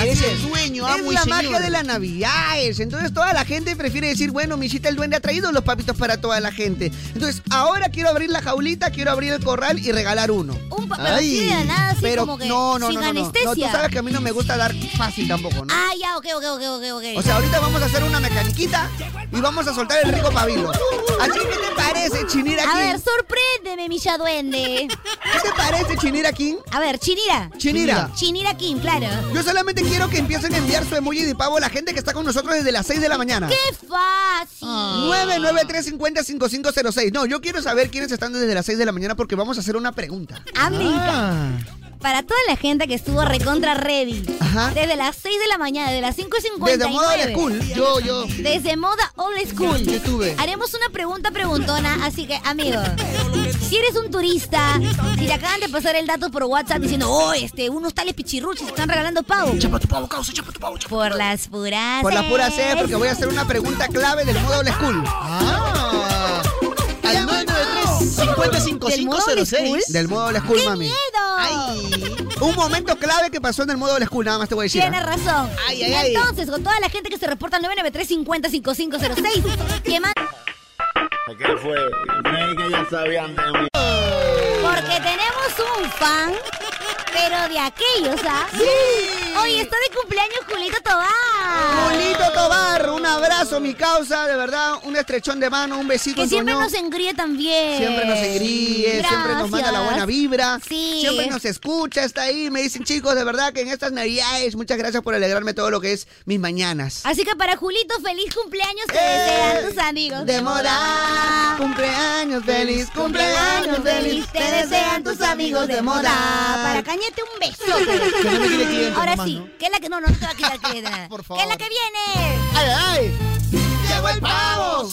[SPEAKER 5] Es el
[SPEAKER 3] sueño,
[SPEAKER 5] es la magia de las navidades. Entonces toda la gente prefiere decir, bueno, Michita el duende ha traído los papitos para toda la gente. Entonces, ahora quiero abrir la jaulita, quiero abrir el corral y regalar uno.
[SPEAKER 3] Un pa- pero así de la nada, así
[SPEAKER 5] pero
[SPEAKER 3] como que
[SPEAKER 5] no, no,
[SPEAKER 3] sin
[SPEAKER 5] no, no, no. No,
[SPEAKER 3] anestesia.
[SPEAKER 5] tú sabes que a mí no me gusta dar fácil tampoco, ¿no?
[SPEAKER 3] Ah, ya, ok, ok, ok, ok, ok.
[SPEAKER 5] O sea, ahorita vamos a hacer una mecaniquita y vamos a soltar el rico pabilo. Así que te parece, Chinira
[SPEAKER 3] A ver,
[SPEAKER 5] King?
[SPEAKER 3] sorpréndeme, Misha Duende.
[SPEAKER 5] ¿Qué te parece, Chinira King?
[SPEAKER 3] A ver, Chinira.
[SPEAKER 5] Chinira.
[SPEAKER 3] Chinira Kim, claro.
[SPEAKER 5] Yo solamente quiero que empiecen a enviar su emoji de pavo a la gente que está con nosotros desde las 6 de la mañana.
[SPEAKER 3] ¡Qué fácil!
[SPEAKER 5] 993505506. No, yo quiero saber quiénes están desde las 6 de la mañana porque vamos a hacer una pregunta.
[SPEAKER 3] Ah, me encanta. Para toda la gente que estuvo recontra ready. Desde las 6 de la mañana, desde las 5.59.
[SPEAKER 5] Desde moda old school. Yo, yo.
[SPEAKER 3] Desde moda old school.
[SPEAKER 5] Yo tuve.
[SPEAKER 3] Haremos una pregunta preguntona, así que, amigo. Si eres un turista, si te acaban de pasar el dato por WhatsApp diciendo, oh, este, unos tales pichirruches están regalando pavo. Chapa tu pavo, causa, chapa tu pavo, Por las puras.
[SPEAKER 5] Por la pura C, porque voy a hacer una pregunta clave del modo old school. Ah. Al 993-505506. Del modo old school, mami. Un momento clave que pasó en el modo old school, nada más te voy a decir.
[SPEAKER 3] Tienes
[SPEAKER 5] ¿ah?
[SPEAKER 3] razón.
[SPEAKER 5] Ay, ay, ay.
[SPEAKER 3] Entonces, con toda la gente que se reporta al 993-50-5506, que manda.
[SPEAKER 13] ¿Qué fue? Creí que ya sabían de mí.
[SPEAKER 3] Porque tenemos un fan, pero de aquellos, ¿ah?
[SPEAKER 5] ¡Sí!
[SPEAKER 3] Hoy está de cumpleaños Julito Tobar.
[SPEAKER 5] Julito Tobar, un abrazo, mi causa, de verdad, un estrechón de mano, un besito.
[SPEAKER 3] Que siempre
[SPEAKER 5] Antonio.
[SPEAKER 3] nos engríe también.
[SPEAKER 5] Siempre nos engríe, siempre nos manda la buena vibra,
[SPEAKER 3] Sí.
[SPEAKER 5] siempre nos escucha, está ahí, me dicen chicos, de verdad que en estas navidades, muchas gracias por alegrarme todo lo que es mis mañanas.
[SPEAKER 3] Así que para Julito, feliz cumpleaños que
[SPEAKER 5] ¡Eh!
[SPEAKER 3] desean tus amigos.
[SPEAKER 5] De moda, cumpleaños feliz, cumpleaños feliz, te desean tus amigos de moda.
[SPEAKER 3] Para Cañete un beso.
[SPEAKER 5] Que no me quede cliente
[SPEAKER 3] Ahora
[SPEAKER 5] nomás,
[SPEAKER 3] sí,
[SPEAKER 5] ¿no?
[SPEAKER 3] que es la que no, no, no te va a quitar cliente. Por favor. Que es la que viene.
[SPEAKER 5] ¡Ay, ay! ¡Llegó el pavo!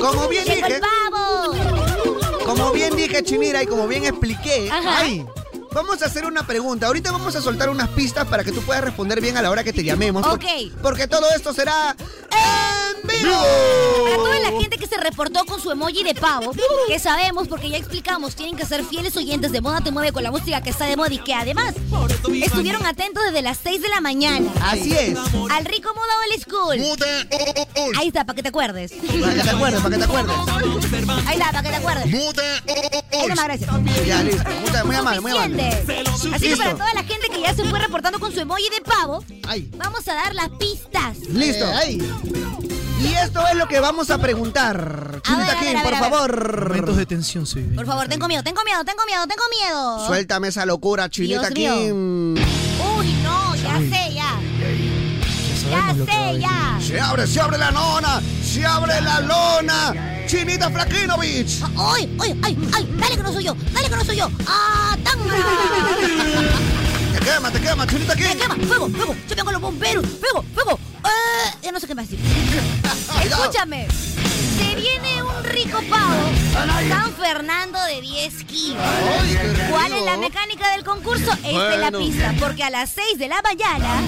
[SPEAKER 5] Como bien
[SPEAKER 3] Llegó
[SPEAKER 5] dije-
[SPEAKER 3] el pavo.
[SPEAKER 5] Como bien dije, Chinira, y como bien expliqué,
[SPEAKER 3] Ajá.
[SPEAKER 5] ay, vamos a hacer una pregunta. Ahorita vamos a soltar unas pistas para que tú puedas responder bien a la hora que te llamemos. por-
[SPEAKER 3] Ok.
[SPEAKER 5] Porque todo esto será en vivo.
[SPEAKER 3] Para toda la gente que se reportó con su emoji de pavo, que sabemos porque ya explicamos, tienen que ser fieles oyentes de Moda Te Mueve con la música que está de moda y que además estuvieron atentos desde las 6 de la mañana.
[SPEAKER 5] Así es.
[SPEAKER 3] Al rico Moda Old School. Ahí está, para que te acuerdes.
[SPEAKER 5] Para que te acuerdes, para que te acuerdes.
[SPEAKER 3] Ahí está, para que te acuerdes. Ahí nomás, gracias.
[SPEAKER 5] Ya, listo. Muchas- muy amable, muy amable.
[SPEAKER 3] Suficiente. Así que
[SPEAKER 5] Listo.
[SPEAKER 3] para toda la gente que ya se fue reportando con su emoji de pavo, vamos a dar las pistas. Eh,
[SPEAKER 5] Listo. Y esto es lo que vamos a preguntar. Chinita
[SPEAKER 3] ver, a
[SPEAKER 5] Kim,
[SPEAKER 3] ver, a
[SPEAKER 5] por
[SPEAKER 3] ver, a ver.
[SPEAKER 5] favor. Momentos de tensión, sí.
[SPEAKER 3] Por favor, tengo miedo, tengo miedo, tengo miedo, tengo miedo.
[SPEAKER 5] Suéltame esa locura, Chinita
[SPEAKER 3] Dios mío.
[SPEAKER 5] Kim.
[SPEAKER 3] Uy, no, ya sé, ya. Ya botella.
[SPEAKER 5] Se abre, se abre la lona, se abre la lona. Chinita Frakinovich.
[SPEAKER 3] ¡Ay, ay, ay! ¡Ay! ¡Dale que no soy yo! ¡Dale que no soy yo! ¡Ah, tanga!
[SPEAKER 5] Te quema, te quema, chinita aquí.
[SPEAKER 3] ¡Me quema! ¡Fuego, fuego! ¡Yo vengo a los bomberos! ¡Fuego, fuego! ¡Ah! Ya no sé qué más decir. Escúchame. Se viene un rico pavo. San Fernando de 10 kilos. ¿Cuál es la mecánica del concurso? Esta es la
[SPEAKER 5] Bueno.
[SPEAKER 3] pista. Porque a las 6 de la mañana...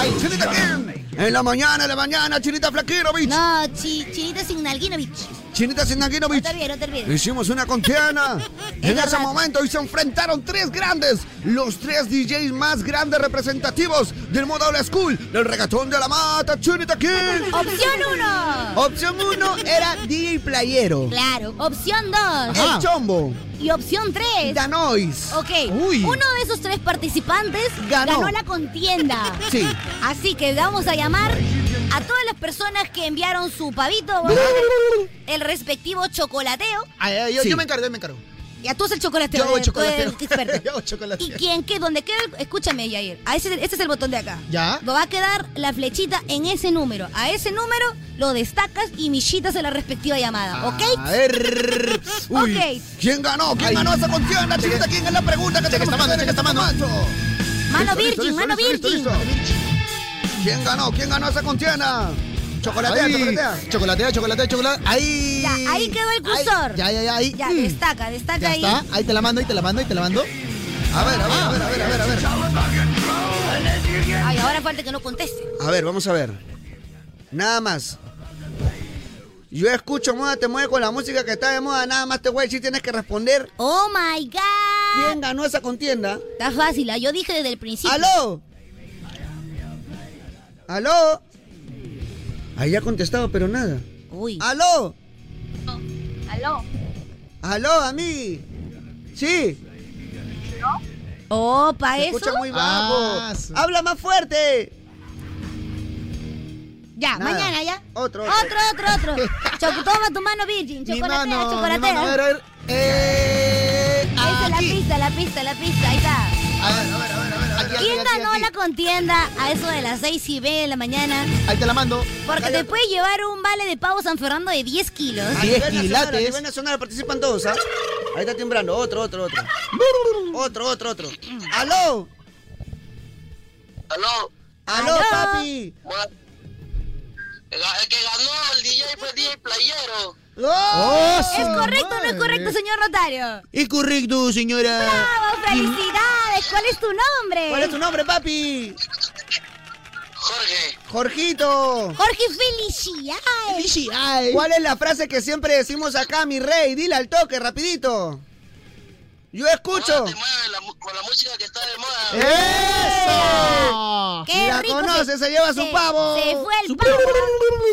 [SPEAKER 5] Ay, chinita aquí. En la mañana, en la mañana, chinita Frakinovich.
[SPEAKER 3] No, chi- chinita sin nalguinovich.
[SPEAKER 5] Chinita Sinaginovich.
[SPEAKER 3] No te olvides, no te olvides.
[SPEAKER 5] Hicimos una contienda. en ese momento y se enfrentaron tres grandes, los tres DJs más grandes representativos del modo old school, del regatón de la mata, Chinita King.
[SPEAKER 3] Opción 1.
[SPEAKER 14] Opción 1 era DJ Playero.
[SPEAKER 3] Claro. Opción 2.
[SPEAKER 14] El Chombo.
[SPEAKER 3] Y opción 3.
[SPEAKER 14] Danois.
[SPEAKER 3] Ok.
[SPEAKER 14] Uy.
[SPEAKER 3] Uno de esos tres participantes ganó,
[SPEAKER 14] Ganó.
[SPEAKER 3] la contienda.
[SPEAKER 14] Sí.
[SPEAKER 3] Así que vamos a llamar a todas las personas que enviaron su pavito vamos a hacer el respectivo chocolateo.
[SPEAKER 9] Ay, ay, yo,
[SPEAKER 3] Sí.
[SPEAKER 9] yo me encargo, yo me encargo.
[SPEAKER 3] Ya tú haces el chocolateo.
[SPEAKER 9] Yo hago
[SPEAKER 3] eh, tú eres
[SPEAKER 9] chocolateo.
[SPEAKER 3] experto.
[SPEAKER 9] Yo hago chocolateo.
[SPEAKER 3] Y quien que donde queda, el- escúchame Yair, a ese, este es el botón de acá.
[SPEAKER 9] ¿Ya?
[SPEAKER 3] Va a quedar la flechita en ese número. A ese número lo destacas y millitas en la respectiva llamada, ¿ok?
[SPEAKER 5] A ver. Uy.
[SPEAKER 3] Ok.
[SPEAKER 5] ¿Quién ganó? ¿Quién ganó esa contienda, Chinita King? Es la pregunta que tenemos que hacer en este momento.
[SPEAKER 3] Mano
[SPEAKER 5] Listo,
[SPEAKER 3] virgen,
[SPEAKER 5] listo,
[SPEAKER 3] mano
[SPEAKER 5] listo,
[SPEAKER 3] virgen.
[SPEAKER 5] listo, listo. ¿Quién ganó? ¿Quién ganó esa contienda? Chocolatea,
[SPEAKER 9] Ay,
[SPEAKER 5] chocolatea.
[SPEAKER 9] Chocolatea, chocolatea, chocolatea. Ahí.
[SPEAKER 3] Ya, ahí quedó el
[SPEAKER 9] Ahí,
[SPEAKER 3] cursor.
[SPEAKER 9] ya, ya, ya, ahí.
[SPEAKER 3] Ya,
[SPEAKER 9] Mm.
[SPEAKER 3] destaca, destaca
[SPEAKER 9] Ya
[SPEAKER 3] ahí.
[SPEAKER 9] está. Ahí te la mando, ahí te la mando, ahí te la mando.
[SPEAKER 5] A ver, a ver, a ver, a ver, a ver, a ver.
[SPEAKER 3] Ay, ahora falta que no conteste.
[SPEAKER 5] A ver, vamos a ver. Nada más. Yo escucho moda, te mueve con la música que está de moda, nada más te voy a decir, tienes que responder.
[SPEAKER 3] Oh my god.
[SPEAKER 5] ¿Quién ganó esa contienda?
[SPEAKER 3] Está fácil, ah, yo dije desde el principio.
[SPEAKER 5] ¡Aló! ¡Aló! Ahí ha contestado, pero nada.
[SPEAKER 3] Uy.
[SPEAKER 5] ¡Aló!
[SPEAKER 15] Aló.
[SPEAKER 5] ¡Aló, a mí! ¡Sí!
[SPEAKER 3] Oh, pa
[SPEAKER 5] Se
[SPEAKER 3] eso.
[SPEAKER 5] escucha muy bajo.
[SPEAKER 9] Ah, su-
[SPEAKER 5] ¡Habla más fuerte!
[SPEAKER 3] Ya,
[SPEAKER 5] Nada.
[SPEAKER 3] mañana ya.
[SPEAKER 5] Otro, otro.
[SPEAKER 3] Otro, otro, otro. Choco, toma tu mano virgen,
[SPEAKER 9] Mi
[SPEAKER 3] chocolatea,
[SPEAKER 9] mano, mi
[SPEAKER 3] chocolatea.
[SPEAKER 9] mano. A ver, a ver. Eh,
[SPEAKER 3] Esa es la
[SPEAKER 9] aquí.
[SPEAKER 3] pista, la pista, la pista, ahí está.
[SPEAKER 9] A ver, a ver, a ver, a ver, aquí, aquí,
[SPEAKER 3] ¿Quién
[SPEAKER 9] aquí,
[SPEAKER 3] ganó
[SPEAKER 9] aquí.
[SPEAKER 3] la contienda a eso de las 6 y media de la mañana?
[SPEAKER 9] Ahí te la mando.
[SPEAKER 3] Porque te puede llevar un vale de pavo San Fernando de 10 kilos.
[SPEAKER 5] A
[SPEAKER 9] Diez
[SPEAKER 5] nivel nacional, a
[SPEAKER 9] quilates.
[SPEAKER 5] nivel nacional participan todos, ¿ah? Ahí está timbrando. Otro, otro, otro. Otro, otro, otro. ¡Aló!
[SPEAKER 4] Aló,
[SPEAKER 5] ¡Aló,
[SPEAKER 3] Aló.
[SPEAKER 5] papi!
[SPEAKER 4] Bueno, el que ganó el DJ fue el DJ Playero.
[SPEAKER 5] ¡Oh!
[SPEAKER 3] ¿Es correcto o no es correcto, señor notario?
[SPEAKER 9] Es correcto, señora.
[SPEAKER 3] ¡Vamos, felicidades! ¿Cuál es tu nombre?
[SPEAKER 5] ¿Cuál es tu nombre, papi?
[SPEAKER 4] Jorge,
[SPEAKER 5] Jorgito.
[SPEAKER 3] Jorge Felicidades.
[SPEAKER 9] Lishi, ay.
[SPEAKER 5] ¿Cuál es la frase que siempre decimos acá, mi rey? Dile al toque, rapidito. Yo escucho. ¡Eh!
[SPEAKER 4] ahora te mueve la mu- con la música que está de moda.
[SPEAKER 5] ¡Eso!
[SPEAKER 3] Eh, ¡Qué
[SPEAKER 5] La
[SPEAKER 3] rico!
[SPEAKER 5] conoce, se lleva su pavo.
[SPEAKER 3] Se fue el pavo.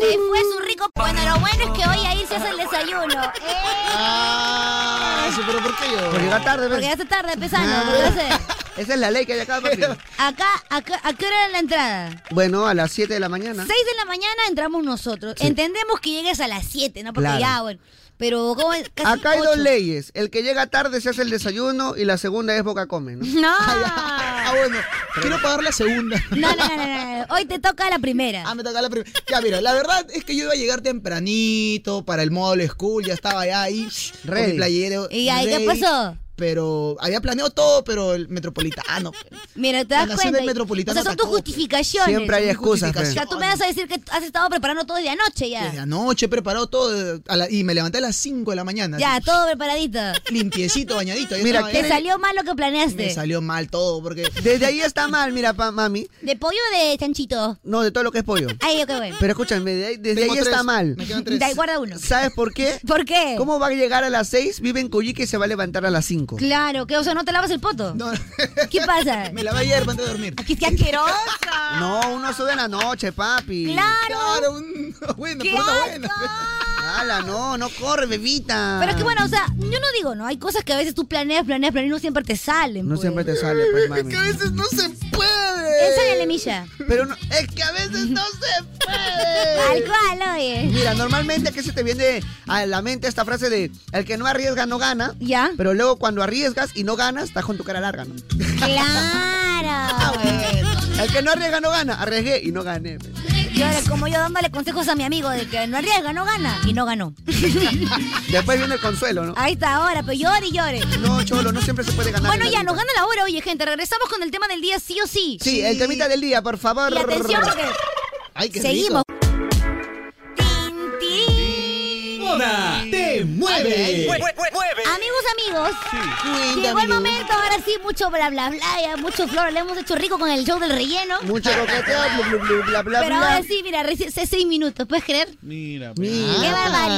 [SPEAKER 3] Se fue su rico. Bueno, lo bueno es que hoy ahí se hace el desayuno. ¡Eh!
[SPEAKER 9] Ah, sí, pero ¿por qué yo?
[SPEAKER 5] Por llegar tarde,
[SPEAKER 3] Porque
[SPEAKER 5] ¿ves?
[SPEAKER 3] ya está tarde, pesano. ¿qué vas a hacer?
[SPEAKER 5] Esa es la ley que hay acá, papi.
[SPEAKER 3] Acá, acá, ¿a qué hora era la entrada?
[SPEAKER 5] Bueno, a las 7 de la mañana.
[SPEAKER 3] 6 de la mañana entramos nosotros. Entendemos que llegues a las 7, ¿no? Porque
[SPEAKER 5] Claro.
[SPEAKER 3] ya, bueno. Pero ¿cómo es? Casi
[SPEAKER 5] Acá hay dos
[SPEAKER 3] ocho.
[SPEAKER 5] leyes. El que llega tarde se hace el desayuno y la segunda es boca come, ¿no?
[SPEAKER 3] No.
[SPEAKER 9] Ah, bueno. Quiero pagar la segunda.
[SPEAKER 3] No, no, no, no, no. Hoy te toca la primera.
[SPEAKER 9] Ah, me toca la primera. Ya, mira, la verdad es que yo iba a llegar tempranito para el módulo school, ya estaba ya ahí, shh, con
[SPEAKER 5] Ready.
[SPEAKER 9] mi playero.
[SPEAKER 3] ¿Y ahí qué
[SPEAKER 9] ready,
[SPEAKER 3] pasó?
[SPEAKER 9] Pero había planeado todo, pero el metropolitano.
[SPEAKER 3] Mira, te
[SPEAKER 9] La
[SPEAKER 3] das
[SPEAKER 9] nación
[SPEAKER 3] cuenta.
[SPEAKER 9] del metropolitano
[SPEAKER 3] o sea, son tus
[SPEAKER 9] atacó, pues.
[SPEAKER 3] justificaciones.
[SPEAKER 5] Siempre hay excusas,
[SPEAKER 3] O sea, tú me vas a decir que ah, has estado preparando todo de anoche ya.
[SPEAKER 9] Desde anoche he preparado todo eh, a la- y me levanté a las 5 de la mañana.
[SPEAKER 3] Ya,
[SPEAKER 9] así,
[SPEAKER 3] todo preparadito.
[SPEAKER 9] Limpiecito, bañadito. ya
[SPEAKER 5] Mira,
[SPEAKER 9] estaba
[SPEAKER 3] Te
[SPEAKER 9] ya.
[SPEAKER 3] salió mal lo que planeaste.
[SPEAKER 9] Me salió mal todo porque...
[SPEAKER 5] Desde ahí está mal, mira, pa- mami.
[SPEAKER 3] ¿De pollo o de chanchito?
[SPEAKER 5] No, de todo lo que es pollo.
[SPEAKER 3] Ay, ok, bueno.
[SPEAKER 5] Pero escúchame, de ahí- desde
[SPEAKER 9] Tengo
[SPEAKER 5] ahí está
[SPEAKER 9] tres,
[SPEAKER 5] mal.
[SPEAKER 9] Me quedan tres.
[SPEAKER 3] Da, guarda uno.
[SPEAKER 5] ¿Sabes por qué?
[SPEAKER 3] ¿Por qué?
[SPEAKER 5] ¿Cómo va a llegar a las 6? Vive en Coyique y se va a levantar a las 5.
[SPEAKER 3] Claro, que, o sea, no te lavas el poto.
[SPEAKER 9] No, no.
[SPEAKER 3] ¿Qué pasa?
[SPEAKER 9] Me lavé ayer antes de dormir.
[SPEAKER 3] Aquí qué asquerosa.
[SPEAKER 5] No, uno sube en la noche, papi.
[SPEAKER 3] Claro.
[SPEAKER 9] Claro, un- bueno,
[SPEAKER 3] ¡Qué
[SPEAKER 9] pero una buena.
[SPEAKER 3] asco!
[SPEAKER 5] Ala, no, no corre, bebita.
[SPEAKER 3] Pero es que bueno, o sea, yo no digo, ¿no? Hay cosas que a veces tú planeas, planeas, planeas y no siempre te salen.
[SPEAKER 5] No
[SPEAKER 3] pues.
[SPEAKER 5] siempre te sale, pues, mami.
[SPEAKER 9] Que a veces no se puede.
[SPEAKER 3] Enséñale, Misha.
[SPEAKER 5] Pero no- eh, es que a veces no se
[SPEAKER 3] Tal
[SPEAKER 5] puede.
[SPEAKER 3] cual, oye.
[SPEAKER 5] Mira, normalmente que se te viene a la mente esta frase de el que no arriesga no gana.
[SPEAKER 3] ¿Ya?
[SPEAKER 5] Pero luego cuando arriesgas y no ganas, estás con tu cara larga, ¿no?
[SPEAKER 3] Claro.
[SPEAKER 5] El que Ah, no arriesga no gana. Arriesgué y no gané. pues.
[SPEAKER 3] Yo era como yo dándole consejos a mi amigo de que no arriesga, no gana. Y no ganó.
[SPEAKER 5] Después viene el consuelo, ¿no?
[SPEAKER 3] Ahí está ahora, pero llore y llore.
[SPEAKER 5] No, Cholo, no siempre se puede ganar.
[SPEAKER 3] Bueno,
[SPEAKER 5] en la
[SPEAKER 3] ya, nos gana la hora, oye, gente. Regresamos con el tema del día, sí o sí.
[SPEAKER 5] Sí, el temita del día, por favor.
[SPEAKER 3] Y atención, porque-
[SPEAKER 5] Ay, qué
[SPEAKER 3] Seguimos.
[SPEAKER 5] rico.
[SPEAKER 1] Moda te mueve.
[SPEAKER 3] Amigos, amigos. Llegó el
[SPEAKER 1] amigo.
[SPEAKER 3] momento, ahora sí, mucho bla bla bla, ya mucho flor, le hemos hecho rico con el show del relleno.
[SPEAKER 5] Mucho coqueteo, bla, bla, bla, bla, bla,
[SPEAKER 3] Pero
[SPEAKER 5] bla.
[SPEAKER 3] ahora sí, mira, recién hace seis minutos, ¿puedes creer?
[SPEAKER 5] Mira,
[SPEAKER 3] ¡Qué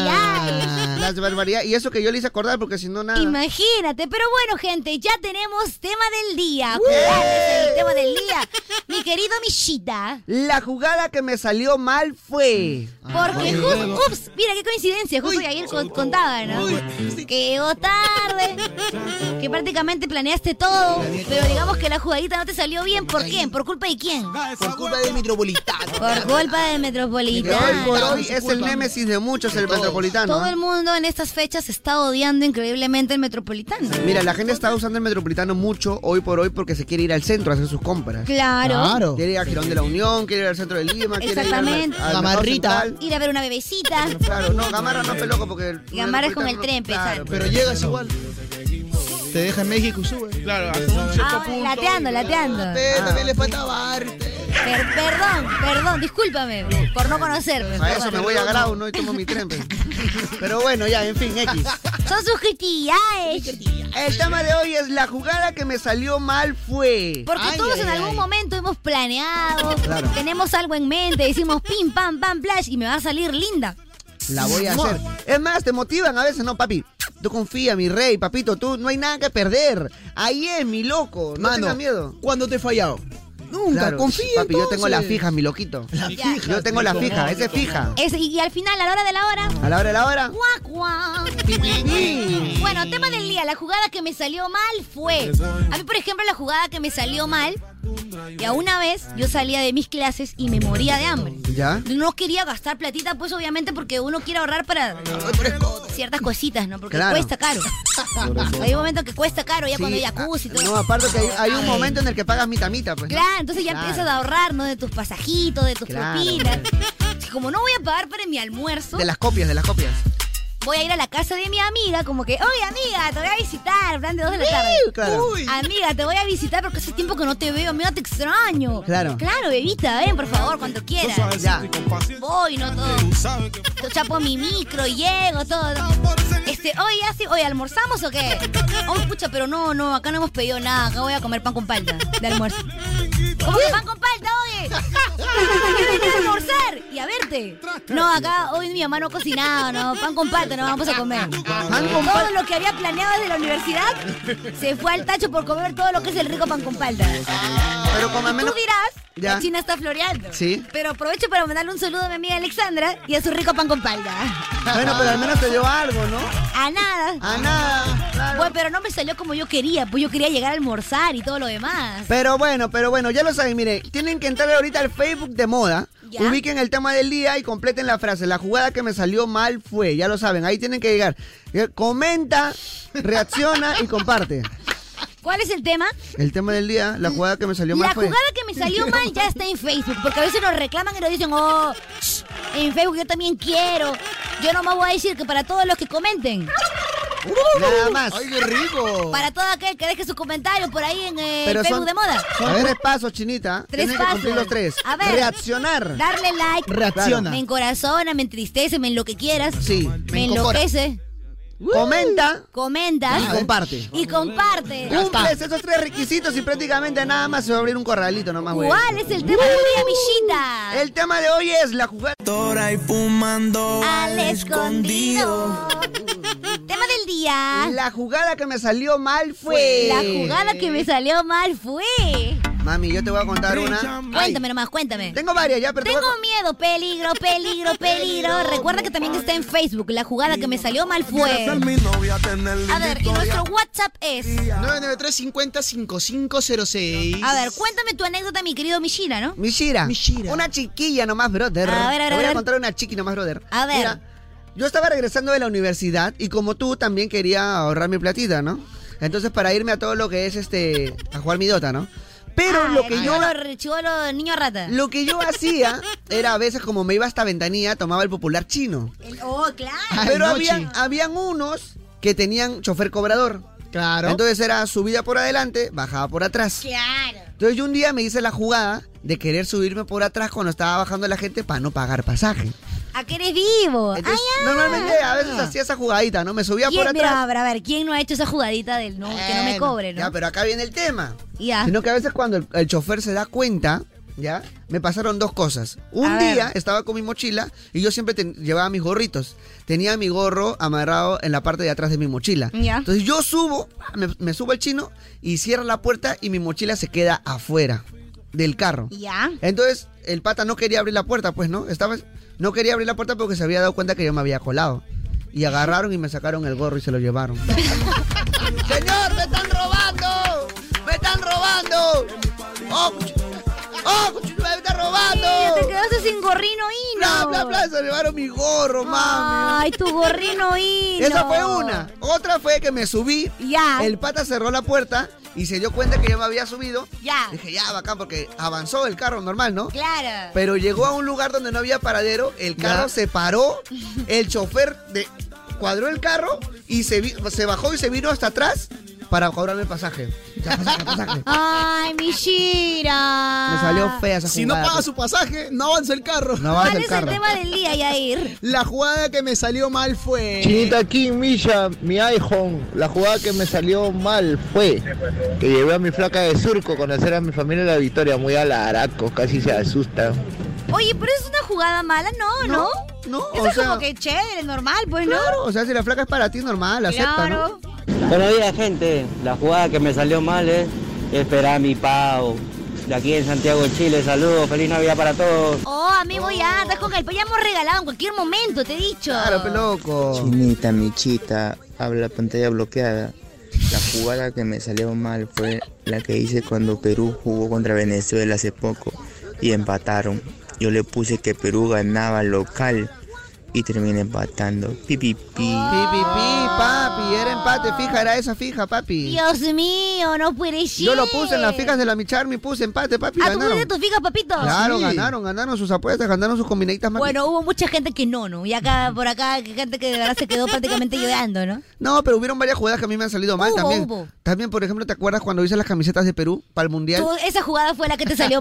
[SPEAKER 3] barbaridad!
[SPEAKER 5] Las barbaridades. Y eso que yo le hice acordar, porque si no, nada.
[SPEAKER 3] Imagínate, pero bueno, gente, ya tenemos tema del día. ¿Cuál es el tema del día? Mi querido Mishita.
[SPEAKER 5] La jugada que me salió mal fue.
[SPEAKER 3] Mm.
[SPEAKER 5] Ah,
[SPEAKER 3] Porque justo, ups, mira qué coincidencia, justo que ayer con- contaba, ¿no? Que llegó tarde, que prácticamente planeaste todo, pero digamos que la jugadita no te salió bien, ¿por quién? ¿Por culpa de quién?
[SPEAKER 16] Por culpa del metropolitano.
[SPEAKER 3] Por culpa del
[SPEAKER 5] Que hoy por
[SPEAKER 3] metropolitano.
[SPEAKER 5] hoy es el némesis de muchos, el metropolitano. ¿ah?
[SPEAKER 3] Todo el mundo en estas fechas está odiando increíblemente el metropolitano.
[SPEAKER 5] Mira, la gente está usando el metropolitano mucho hoy por hoy porque se quiere ir al centro a hacer sus compras.
[SPEAKER 3] Claro. Claro.
[SPEAKER 5] Quiere ir al Girón de la Unión, quiere ir al centro de Lima, quiere ir al-
[SPEAKER 3] Exactamente.
[SPEAKER 5] al mercado central.
[SPEAKER 3] Ir a ver una bebecita.
[SPEAKER 5] Claro, no, Gamarra no peloco porque. el
[SPEAKER 3] Gamarra es con el tren, pesado.
[SPEAKER 16] Pero llegas igual. Te deja en México y sube. Claro, hasta un
[SPEAKER 3] Ah, lateando, lateando.
[SPEAKER 16] Ah, también le faltaba arte.
[SPEAKER 3] Per- perdón, perdón, discúlpame por no conocerme.
[SPEAKER 5] A eso me voy a Grau,
[SPEAKER 3] grabar.
[SPEAKER 5] ¿no? Y tomo mi tren. pe. Pero bueno, ya, en fin, X.
[SPEAKER 3] Son sus criticidades.
[SPEAKER 5] El tema de hoy es la jugada que me salió mal fue.
[SPEAKER 3] Porque todos en algún momento hemos planeado, tenemos algo en mente, decimos pim, pam, pam, flash y me va a salir linda.
[SPEAKER 5] La voy a hacer. Es más, te motivan a veces, no, papi. Tú confía, mi rey, papito, tú no hay nada que perder. Ahí es, mi loco. No
[SPEAKER 16] Mano,
[SPEAKER 5] tengas miedo.
[SPEAKER 16] ¿Cuándo te he fallado? Nunca,
[SPEAKER 5] Claro,
[SPEAKER 16] confía
[SPEAKER 5] Papi, yo tengo la
[SPEAKER 16] entonces.
[SPEAKER 5] fija, mi loquito.
[SPEAKER 3] Ya. fija,
[SPEAKER 5] Yo tengo la
[SPEAKER 16] mi
[SPEAKER 5] fija,
[SPEAKER 16] comando,
[SPEAKER 5] esa es
[SPEAKER 16] mi
[SPEAKER 5] fija.
[SPEAKER 3] Es- y, y al final, a la hora de la hora.
[SPEAKER 5] A la hora de la hora.
[SPEAKER 3] Guac, guac.
[SPEAKER 5] Sí.
[SPEAKER 3] Bueno, tema del día. La jugada que me salió mal fue. A mí, por ejemplo, la jugada que me salió mal. Y a una vez yo salía de mis clases y me moría de hambre.
[SPEAKER 5] ¿Ya?
[SPEAKER 3] No quería gastar platita, pues obviamente porque uno quiere ahorrar para ciertas cositas, ¿no? Porque
[SPEAKER 5] Claro.
[SPEAKER 3] cuesta caro. hay un momento que cuesta caro ya
[SPEAKER 5] Sí, ah,
[SPEAKER 3] cuando hay jacuzzi y todo.
[SPEAKER 5] No, aparte que hay, hay un momento en el que pagas mitamita, pues. ¿no?
[SPEAKER 3] Claro, entonces ya
[SPEAKER 5] Claro.
[SPEAKER 3] empiezas a ahorrar, ¿no? De tus pasajitos, de tus
[SPEAKER 5] Claro. pues.
[SPEAKER 3] propinas. Y Como no voy a pagar para mi almuerzo,
[SPEAKER 5] De las copias, de las copias.
[SPEAKER 3] voy a ir a la casa de mi amiga, como que, oye amiga, te voy a visitar, plan de dos de la tarde.
[SPEAKER 5] claro.
[SPEAKER 3] Uy. Amiga, te voy a visitar porque hace tiempo que no te veo, amiga, te extraño.
[SPEAKER 5] Claro.
[SPEAKER 3] Claro, bebita, ven por favor, cuando quieras.
[SPEAKER 5] Ya.
[SPEAKER 3] Voy, no todo. Yo chapo mi micro, llego, todo. Este, hoy así, hoy almorzamos o qué? Oh, pucha, pero no, no, acá no hemos pedido nada, acá voy a comer pan con palta de almuerzo. ¿Cómo que pan con palta, oye? Yo venía a almorzar y a verte. No, acá hoy mi mamá no cocinaba, no, pan con palta, no vamos a comer. Todo lo que había planeado desde la universidad se fue al tacho por comer todo lo que es el rico pan con palta.
[SPEAKER 5] Pero come
[SPEAKER 3] Tú
[SPEAKER 5] menos.
[SPEAKER 3] dirás,
[SPEAKER 5] Ya.
[SPEAKER 3] la China está floreando.
[SPEAKER 5] Sí.
[SPEAKER 3] Pero aprovecho para mandarle un saludo a mi amiga Alexandra y a su rico pan con palta.
[SPEAKER 5] Bueno, pero al menos te dio algo, ¿no?
[SPEAKER 3] A nada.
[SPEAKER 5] A nada.
[SPEAKER 3] Bueno, pero no me salió como yo quería, pues yo quería llegar a almorzar y todo lo demás.
[SPEAKER 5] Pero bueno, pero bueno, ya lo saben, mire, tienen que entrar ahorita al Facebook de moda,
[SPEAKER 3] Ya.
[SPEAKER 5] ubiquen el tema del día y completen la frase. La jugada que me salió mal fue, ya lo saben, ahí tienen que llegar. Eh, Comenta, reacciona y comparte.
[SPEAKER 3] ¿Cuál es el tema?
[SPEAKER 5] El tema del día, la jugada que me salió pues.
[SPEAKER 3] La
[SPEAKER 5] mal fue.
[SPEAKER 3] jugada que me salió mal ya está en Facebook, porque a veces nos reclaman y nos dicen, oh, shh, en Facebook yo también quiero. Yo no me voy a decir que para todos los que comenten.
[SPEAKER 5] Nada más.
[SPEAKER 16] Ay, qué rico.
[SPEAKER 3] ¡Uh! Para todo aquel que deje su comentario por ahí en eh,
[SPEAKER 5] Pero
[SPEAKER 3] el
[SPEAKER 5] son,
[SPEAKER 3] Facebook de moda.
[SPEAKER 5] son tres pasos, chinita.
[SPEAKER 3] Tres
[SPEAKER 5] tienen que
[SPEAKER 3] pasos.
[SPEAKER 5] cumplir los tres.
[SPEAKER 3] A ver.
[SPEAKER 5] Reaccionar.
[SPEAKER 3] Darle like.
[SPEAKER 5] Reacciona.
[SPEAKER 3] Me encorazona, me entristece, me lo que quieras.
[SPEAKER 5] Sí.
[SPEAKER 3] Me enloquece.
[SPEAKER 5] Comenta.
[SPEAKER 3] Comenta.
[SPEAKER 5] Y comparte.
[SPEAKER 3] Y comparte.
[SPEAKER 5] Cumples esos tres requisitos y prácticamente nada más se va a abrir un corralito nomás, güey. Uh.
[SPEAKER 3] ¿Cuál es el tema del día, Michita?
[SPEAKER 5] El tema de hoy es la jugada.
[SPEAKER 16] Tora y fumando
[SPEAKER 3] Al escondido. Tema del día.
[SPEAKER 5] La jugada que me salió mal fue.
[SPEAKER 3] La jugada que me salió mal fue.
[SPEAKER 5] Mami, yo te voy a contar una.
[SPEAKER 3] Cuéntame nomás, cuéntame.
[SPEAKER 5] Tengo varias ya, pero te voy
[SPEAKER 3] Tengo miedo, peligro, peligro, peligro. Recuerda que también está en Facebook. La jugada que me salió mal fue. A ver, y nuestro WhatsApp es.
[SPEAKER 16] 993 50 5506.
[SPEAKER 3] A ver, cuéntame tu anécdota, mi querido Michira, ¿no?
[SPEAKER 5] Mishira.
[SPEAKER 16] Mishira.
[SPEAKER 5] Una chiquilla nomás, brother.
[SPEAKER 3] A ver, a ver,
[SPEAKER 5] Te voy
[SPEAKER 3] a
[SPEAKER 5] a,
[SPEAKER 3] ver.
[SPEAKER 5] contar una chiqui nomás, brother.
[SPEAKER 3] A ver.
[SPEAKER 5] Mira, yo estaba regresando de la universidad y como tú también quería ahorrar mi platita, ¿no? Entonces para irme a todo lo que es este a jugar mi Dota, ¿no? Pero
[SPEAKER 3] Ah,
[SPEAKER 5] lo que yo
[SPEAKER 3] Chivolo, chivolo, niño rata.
[SPEAKER 5] lo que yo hacía era a veces como me iba hasta ventanilla, tomaba el popular chino.
[SPEAKER 3] El- Oh, claro.
[SPEAKER 5] Pero habían, habían unos que tenían chofer cobrador. Claro. Entonces era subida por adelante, bajada por atrás.
[SPEAKER 3] Claro.
[SPEAKER 5] Entonces yo un día me hice la jugada de querer subirme por atrás cuando estaba bajando la gente para no pagar pasaje.
[SPEAKER 3] ¿A que eres vivo? ah.
[SPEAKER 5] Entonces, normalmente a veces hacía esa jugadita, ¿no? Me subía
[SPEAKER 3] ¿Quién,
[SPEAKER 5] por atrás.
[SPEAKER 3] mira, a ver, a ver, ¿quién no ha hecho esa jugadita del no, que no me
[SPEAKER 5] Bueno,
[SPEAKER 3] cobre, no?
[SPEAKER 5] Ya, pero acá viene el tema.
[SPEAKER 3] Ya.
[SPEAKER 5] Sino que a veces cuando el, el chofer se da cuenta, ¿ya? Me pasaron dos cosas. Un
[SPEAKER 3] A ver.
[SPEAKER 5] día estaba con mi mochila y yo siempre ten- llevaba mis gorritos. Tenía mi gorro amarrado en la parte de atrás de mi mochila.
[SPEAKER 3] Ya.
[SPEAKER 5] Entonces yo subo, me, me subo al chino y cierra la puerta y mi mochila se queda afuera del carro.
[SPEAKER 3] Ya.
[SPEAKER 5] Entonces, el pata no quería abrir la puerta, pues, ¿no? Estaba, no quería abrir la puerta porque se había dado cuenta que yo me había colado. Y agarraron y me sacaron el gorro y se lo llevaron. ¡Señor, me están robando! ¡Me están robando! ¡Oh, cuch- oh cuch- me están robando!
[SPEAKER 3] Sí, te quedaste sin gorrino hino.
[SPEAKER 5] Bla, bla, bla, se llevaron mi
[SPEAKER 3] Ah.
[SPEAKER 5] gorro, mami.
[SPEAKER 3] Ay, tu gorrino hino.
[SPEAKER 5] Esa fue una. Otra fue que me subí.
[SPEAKER 3] Ya.
[SPEAKER 5] El pata cerró la puerta y se dio cuenta que yo me había subido.
[SPEAKER 3] Ya.
[SPEAKER 5] Dije, ya, bacán, porque avanzó el carro normal, ¿no?
[SPEAKER 3] Claro.
[SPEAKER 5] Pero llegó a un lugar donde no había paradero, el carro se paró, el chofer de, cuadró el carro y se, vi- se bajó y se vino hasta atrás para cobrarme el pasaje. Ya, pasaje, pasaje.
[SPEAKER 3] Ay, mi Shira.
[SPEAKER 5] Me salió fea esa
[SPEAKER 9] Si no
[SPEAKER 5] jugada,
[SPEAKER 9] paga
[SPEAKER 5] pues.
[SPEAKER 9] su pasaje, no avanza el carro.
[SPEAKER 5] No avanza el
[SPEAKER 3] carro. tema del día, Yair?
[SPEAKER 9] La jugada que me salió mal fue...
[SPEAKER 4] Chinita aquí, Misha, mi iPhone. La jugada que me salió mal fue que llevé a mi flaca de surco a conocer a mi familia en la victoria, muy a la Araco, casi se asusta.
[SPEAKER 3] Oye, pero es una jugada mala, ¿no? No.
[SPEAKER 5] No,
[SPEAKER 3] Eso
[SPEAKER 5] o
[SPEAKER 3] es como
[SPEAKER 5] sea-
[SPEAKER 3] que chévere, normal, pues, ¿no?
[SPEAKER 5] Claro, o sea, si la flaca es para ti, normal, acepta, ¿no?
[SPEAKER 3] Claro.
[SPEAKER 17] Buenos días, gente. La jugada que me salió mal es esperar a mi pavo. De aquí en Santiago, Chile. Saludos, feliz Navidad para todos.
[SPEAKER 3] Oh, amigo, ya, estás con el ya hemos regalado en cualquier momento, te he dicho. Claro,
[SPEAKER 5] loco.
[SPEAKER 18] Chinita, michita, habla pantalla bloqueada. La jugada que me salió mal fue la que hice cuando Perú jugó contra Venezuela hace poco y empataron. Yo le puse que Perú ganaba local y terminé empatando. Pi, pi, pi.
[SPEAKER 5] Pi, pi, pi, papi, era empate, fija, era esa fija, papi.
[SPEAKER 3] Dios mío, no puede ser.
[SPEAKER 5] Yo lo puse en las fijas de la Micharmi, puse empate, papi,
[SPEAKER 3] Ah, tú
[SPEAKER 5] ganaron.
[SPEAKER 3] pusiste tus fijas, papito.
[SPEAKER 5] Claro, ganaron, ganaron sus apuestas, ganaron sus combinaditas más.
[SPEAKER 3] Bueno, hubo mucha gente que no, ¿no? Y acá, por acá, que gente que de verdad se quedó prácticamente llorando, ¿no?
[SPEAKER 5] No, pero hubieron varias jugadas que a mí me han salido mal
[SPEAKER 3] Hubo,
[SPEAKER 5] también.
[SPEAKER 3] hubo.
[SPEAKER 5] También, por ejemplo, ¿te acuerdas cuando hice las camisetas de Perú para el Mundial?
[SPEAKER 3] Tú- esa jugada fue la que te salió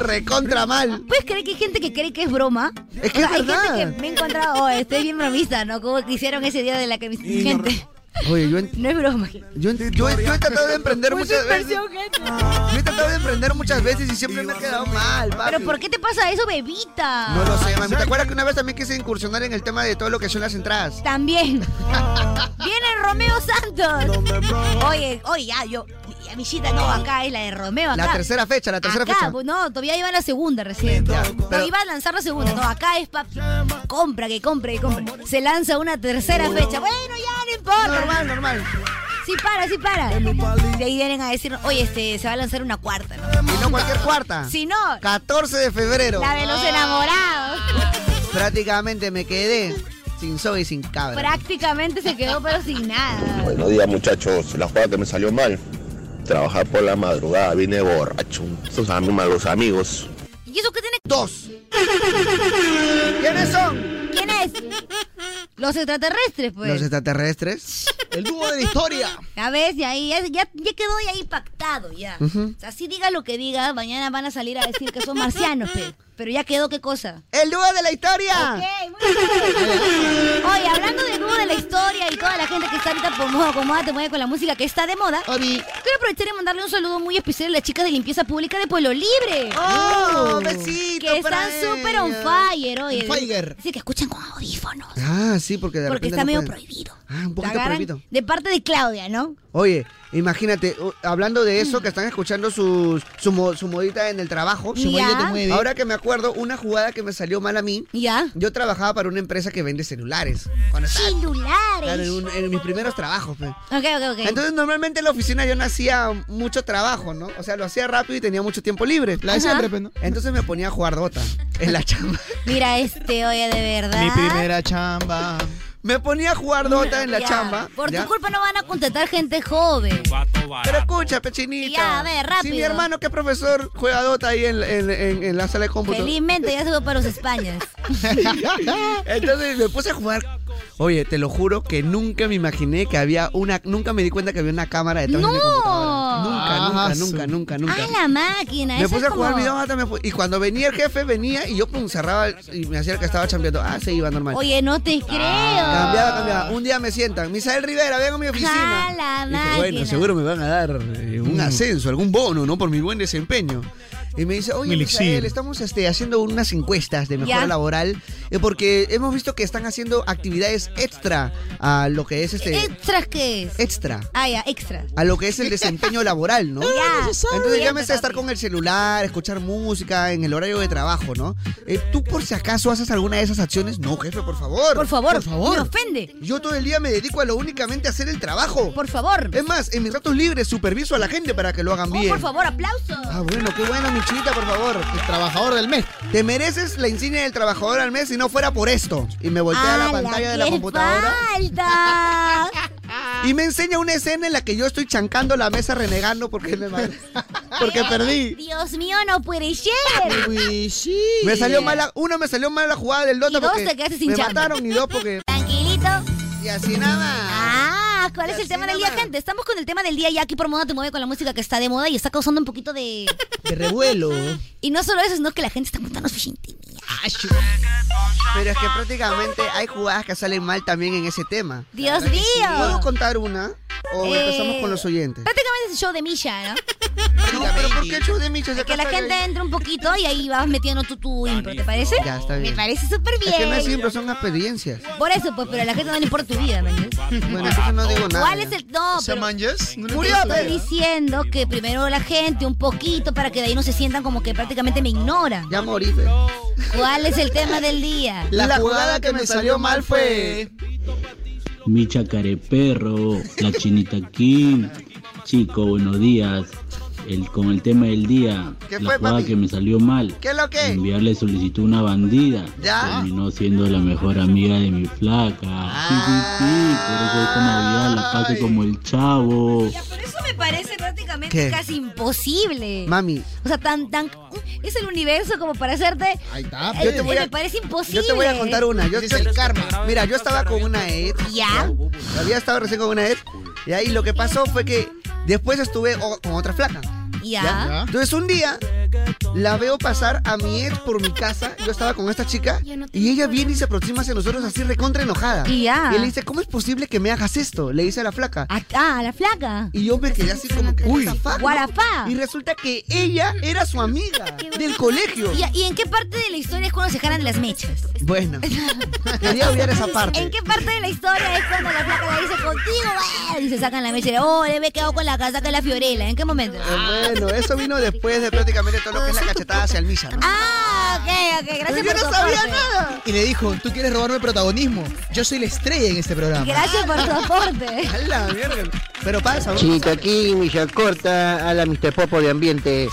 [SPEAKER 5] Recontra mal.
[SPEAKER 3] ¿Puedes creer que hay gente que cree que es broma?
[SPEAKER 5] Es que
[SPEAKER 3] O sea,
[SPEAKER 5] es
[SPEAKER 3] hay
[SPEAKER 5] verdad.
[SPEAKER 3] gente que me he encontrado, oh, estoy bien bromista, ¿no? Como que hicieron ese día de la que gente.
[SPEAKER 5] Oye, yo, en-
[SPEAKER 3] No es broma.
[SPEAKER 5] yo, en- yo he- yo he tratado de emprender
[SPEAKER 3] Mucha
[SPEAKER 5] muchas veces.
[SPEAKER 3] inversión, Pues gente.
[SPEAKER 5] Yo he tratado de emprender muchas veces y siempre me he quedado mal, papi.
[SPEAKER 3] Pero ¿por qué te pasa eso, bebita?
[SPEAKER 5] No lo sé, mami. ¿Te acuerdas que una vez también quise incursionar en el tema de todo lo que son las entradas?
[SPEAKER 3] También. Viene Romeo Santos. Oye, oye, ya, yo. Ya, Michita, no, acá es la de Romeo. Acá.
[SPEAKER 5] La tercera fecha, la tercera
[SPEAKER 3] acá,
[SPEAKER 5] fecha.
[SPEAKER 3] pues, no, todavía iba a la segunda recién. No, iba a lanzar la segunda. No, acá es papi. Compra, que compra, que compra. Se lanza una tercera fecha. Bueno, ya, no importa.
[SPEAKER 5] Normal, normal.
[SPEAKER 3] Sí para, sí para. De ahí vienen a decir, oye, este, se va a lanzar una cuarta, ¿no?
[SPEAKER 5] Y no cualquier cuarta.
[SPEAKER 3] Si no,
[SPEAKER 5] 14 de febrero.
[SPEAKER 3] la de los enamorados.
[SPEAKER 5] Prácticamente me quedé sin soga y sin cabra.
[SPEAKER 3] Prácticamente se quedó, pero sin nada.
[SPEAKER 19] Buenos días muchachos, la jugada que me salió mal. Trabajar por la madrugada, vine borracho. Sus am- malos amigos.
[SPEAKER 3] ¿Y eso qué tiene?
[SPEAKER 5] Dos. ¿Quiénes son?
[SPEAKER 3] ¿Quién es? Los extraterrestres, pues.
[SPEAKER 5] Los extraterrestres.
[SPEAKER 3] El dúo de la historia. Ya ves, ya, ahí, ya, ya, ya quedó ya ahí pactado, ya.
[SPEAKER 5] Ujú.
[SPEAKER 3] O sea, si diga lo que diga, mañana van a salir a decir que son marcianos, pe. Pero ya quedó qué cosa.
[SPEAKER 5] ¡El dúo de la historia!
[SPEAKER 3] Ok, muy bien. Oye, hablando del dúo de la historia y toda la gente que está ahorita por moda, con moda, te mueve con la música que está de moda, quiero aprovechar y mandarle un saludo muy especial a las chicas de limpieza pública de Pueblo Libre. Uh,
[SPEAKER 5] ¡Oh, besito
[SPEAKER 3] Que
[SPEAKER 5] para
[SPEAKER 3] están súper on
[SPEAKER 5] ellas.
[SPEAKER 3] fire, oye.
[SPEAKER 5] On fire.
[SPEAKER 3] Dice que escuchan con audífonos.
[SPEAKER 5] Ah, sí, porque de
[SPEAKER 3] Porque
[SPEAKER 5] repente
[SPEAKER 3] está
[SPEAKER 5] no
[SPEAKER 3] medio
[SPEAKER 5] pueden.
[SPEAKER 3] prohibido.
[SPEAKER 5] Ah, un poquito
[SPEAKER 3] Te agarran
[SPEAKER 5] prohibido.
[SPEAKER 3] De parte de Claudia, ¿no?
[SPEAKER 5] Oye, imagínate, u- hablando de eso, que están escuchando sus, su, mo- su modita en el trabajo.
[SPEAKER 3] Su modita Ya. te mueve.
[SPEAKER 5] Ahora que me acuerdo, una jugada que me salió mal a mí.
[SPEAKER 3] Ya.
[SPEAKER 5] Yo trabajaba para una empresa que vende celulares. Claro, en,
[SPEAKER 3] Celulares.
[SPEAKER 5] un- en mis primeros trabajos. pues. pe.
[SPEAKER 3] Ok, ok, ok.
[SPEAKER 5] Entonces, normalmente en la oficina yo no hacía mucho trabajo, ¿no? O sea, lo hacía rápido y tenía mucho tiempo libre. La
[SPEAKER 3] de siempre, pe,
[SPEAKER 5] ¿no? Entonces me ponía a jugar Dota en la chamba.
[SPEAKER 3] Mira este, oye, de verdad.
[SPEAKER 5] primera chamba. me ponía a jugar Dota en la
[SPEAKER 3] Ya,
[SPEAKER 5] chamba.
[SPEAKER 3] Por
[SPEAKER 5] ¿ya?
[SPEAKER 3] tu culpa no van a contratar gente joven.
[SPEAKER 5] Pero escucha, pechinita.
[SPEAKER 3] Ya, a ver,
[SPEAKER 5] Si
[SPEAKER 3] rápido.
[SPEAKER 5] mi hermano que es profesor juega Dota ahí en, en- en- en la sala de cómputo.
[SPEAKER 3] Felizmente ya se fue para los Españas.
[SPEAKER 5] Entonces me puse a jugar. Oye, te lo juro que nunca me imaginé que había una. Nunca me di cuenta que había una cámara detrás de mi computadora. Nunca,
[SPEAKER 3] Ah,
[SPEAKER 5] nunca,
[SPEAKER 3] su-
[SPEAKER 5] nunca, nunca, nunca.
[SPEAKER 3] A la máquina.
[SPEAKER 5] Me
[SPEAKER 3] eso
[SPEAKER 5] puse
[SPEAKER 3] es
[SPEAKER 5] a jugar
[SPEAKER 3] como-
[SPEAKER 5] video hasta me fu- Y cuando venía el jefe, venía y yo pum, cerraba el- y me hacía el que estaba chambeando. Ah, se iba normal. Ah,
[SPEAKER 3] Oye, no te creo.
[SPEAKER 5] Cambiaba, cambiaba. Un día me sientan. Misael Rivera, ven a mi oficina.
[SPEAKER 3] A la
[SPEAKER 5] Dije, bueno,
[SPEAKER 3] máquina.
[SPEAKER 5] seguro me van a dar eh, un ascenso, algún bono, ¿no? Por mi buen desempeño. Y me dice, oye,
[SPEAKER 16] El
[SPEAKER 5] Misael,
[SPEAKER 16] exil.
[SPEAKER 5] estamos este, haciendo unas encuestas de mejora
[SPEAKER 16] Ya.
[SPEAKER 5] laboral eh, porque hemos visto que están haciendo actividades extra a lo que es este...
[SPEAKER 3] ¿Extras qué es?
[SPEAKER 5] Extra
[SPEAKER 3] Ah, ya, extra.
[SPEAKER 5] a lo que es el desempeño laboral, ¿no? Entonces ya me sé estar con el celular, escuchar música en el horario de trabajo, ¿no? Eh, ¿Tú por si acaso haces alguna de esas acciones? No, jefe, por favor. Por favor, por favor.
[SPEAKER 3] me ofende.
[SPEAKER 5] Yo todo el día me dedico a lo únicamente a hacer el trabajo. Por favor. Oh, Es más, en mis ratos libres superviso a la gente para que lo hagan bien.
[SPEAKER 3] Oh, Por favor, aplauso.
[SPEAKER 5] Ah, bueno, qué bueno, mi chinita, por favor. El trabajador del mes. Te mereces la insignia del trabajador al mes si no fuera por esto. Y me voltea a la pantalla de la
[SPEAKER 3] ¿qué
[SPEAKER 5] computadora.
[SPEAKER 3] Falta.
[SPEAKER 5] Y me enseña una escena en la que yo estoy chancando la mesa renegando porque me mal- porque perdí.
[SPEAKER 3] Dios mío, no puede ser.
[SPEAKER 5] Me salió mala, uno me salió mala jugada del Dota
[SPEAKER 3] Y dos,
[SPEAKER 5] porque
[SPEAKER 3] te quedaste sin
[SPEAKER 5] me
[SPEAKER 3] chamba.
[SPEAKER 5] mataron y dos porque
[SPEAKER 3] Tranquilito.
[SPEAKER 5] Y así nada
[SPEAKER 3] Ah, ¿cuál es el tema del día, gente? Estamos con el tema del día ya aquí por Moda Te Mueve con la música que está de moda y está causando un poquito de...
[SPEAKER 5] de revuelo.
[SPEAKER 3] Y no solo eso, sino que la gente está contando su intimidad.
[SPEAKER 5] Pero es que prácticamente hay jugadas que salen mal también en ese tema.
[SPEAKER 3] Dios
[SPEAKER 5] Claro que
[SPEAKER 3] mío.
[SPEAKER 5] sí. ¿Puedo contar una o
[SPEAKER 3] Eh,
[SPEAKER 5] empezamos con los oyentes?
[SPEAKER 3] Prácticamente es el show de Misha, ¿no?
[SPEAKER 5] pero ¿por qué el show de Misha?
[SPEAKER 3] Que la gente entre un poquito y ahí vas metiendo tú tu impro, ¿te parece?
[SPEAKER 5] Ya, está bien.
[SPEAKER 3] Me parece súper
[SPEAKER 5] Es que no
[SPEAKER 3] bien.
[SPEAKER 5] es siempre son experiencias.
[SPEAKER 3] Por eso, pues, pero a la gente no le importa tu vida, ¿me entiendes?
[SPEAKER 5] Bueno, entonces no digo nada.
[SPEAKER 3] ¿Cuál
[SPEAKER 5] ya.
[SPEAKER 3] es el no?
[SPEAKER 5] sea,
[SPEAKER 3] pero-
[SPEAKER 5] manches, no le
[SPEAKER 3] Te
[SPEAKER 5] importa
[SPEAKER 3] estoy
[SPEAKER 5] nada.
[SPEAKER 3] diciendo que primero la gente un poquito para que de ahí no se sientan como que prácticamente me ignoran.
[SPEAKER 5] Ya morí, fe.
[SPEAKER 3] ¿Cuál es el tema del día?
[SPEAKER 5] La La jugada jugada que que me me salió salió mal fue-
[SPEAKER 7] Mi chacareperro, la chinita Kim. Chico, buenos días. El, con el tema del día,
[SPEAKER 5] ¿Qué
[SPEAKER 7] la
[SPEAKER 5] fue,
[SPEAKER 7] jugada
[SPEAKER 5] papi?
[SPEAKER 7] que me salió mal.
[SPEAKER 5] ¿Qué es lo que?
[SPEAKER 7] Enviarle solicitud a una bandida.
[SPEAKER 5] Ya.
[SPEAKER 7] Terminó siendo la mejor amiga de mi flaca. Sí, sí, sí. Por eso esta Navidad la pase como el chavo.
[SPEAKER 3] Por eso me parece prácticamente
[SPEAKER 7] ¿Qué?
[SPEAKER 3] casi imposible.
[SPEAKER 5] Mami.
[SPEAKER 3] O sea, tan, tan. Es el universo como para hacerte.
[SPEAKER 5] Ahí está.
[SPEAKER 3] Eh, me parece imposible. ¿eh?
[SPEAKER 5] Yo te voy a contar una. Yo
[SPEAKER 3] Dice
[SPEAKER 5] yo-
[SPEAKER 3] el karma.
[SPEAKER 5] Mira, yo estaba con una ex.
[SPEAKER 3] Ya.
[SPEAKER 5] Había estado recién con una ex. Y ahí lo que pasó fue que después estuve o- con otra flaca.
[SPEAKER 3] Ya.
[SPEAKER 5] Entonces un día la veo pasar a mi ex por mi casa. Yo estaba con esta chica. Y ella viene y se aproxima hacia nosotros así recontra enojada.
[SPEAKER 3] Y ya.
[SPEAKER 5] Y le dice, ¿cómo es posible que me hagas esto? Le dice a la flaca.
[SPEAKER 3] Ah, la flaca.
[SPEAKER 5] Y yo me quedé así como que. Uy.
[SPEAKER 3] Guarapá.
[SPEAKER 5] Y resulta que ella era su amiga del colegio.
[SPEAKER 3] ¿Y, y en qué parte de la historia es cuando se ganan las mechas?
[SPEAKER 5] Bueno, quería obviar esa parte.
[SPEAKER 3] ¿En qué parte de la historia es cuando la flaca le dice contigo, güey? Y se sacan la mecha y le, oh, le me he quedado con la casaca de la Fiorella. ¿En qué momento?
[SPEAKER 5] Eh, Bueno, eso vino después de prácticamente todo lo que es la cachetada hacia el Misha, ¿no?
[SPEAKER 3] Ah, ok, ok. Gracias
[SPEAKER 5] Yo
[SPEAKER 3] por
[SPEAKER 5] no
[SPEAKER 3] tu
[SPEAKER 5] sabía
[SPEAKER 3] aporte.
[SPEAKER 5] nada.
[SPEAKER 16] Y le dijo, tú quieres robarme protagonismo. Yo soy la estrella en este programa.
[SPEAKER 3] Gracias por tu aporte.
[SPEAKER 5] la mierda. Pero pasa, ¿no?
[SPEAKER 4] Chica aquí, milla corta, a la Mr. Popo de ambiente.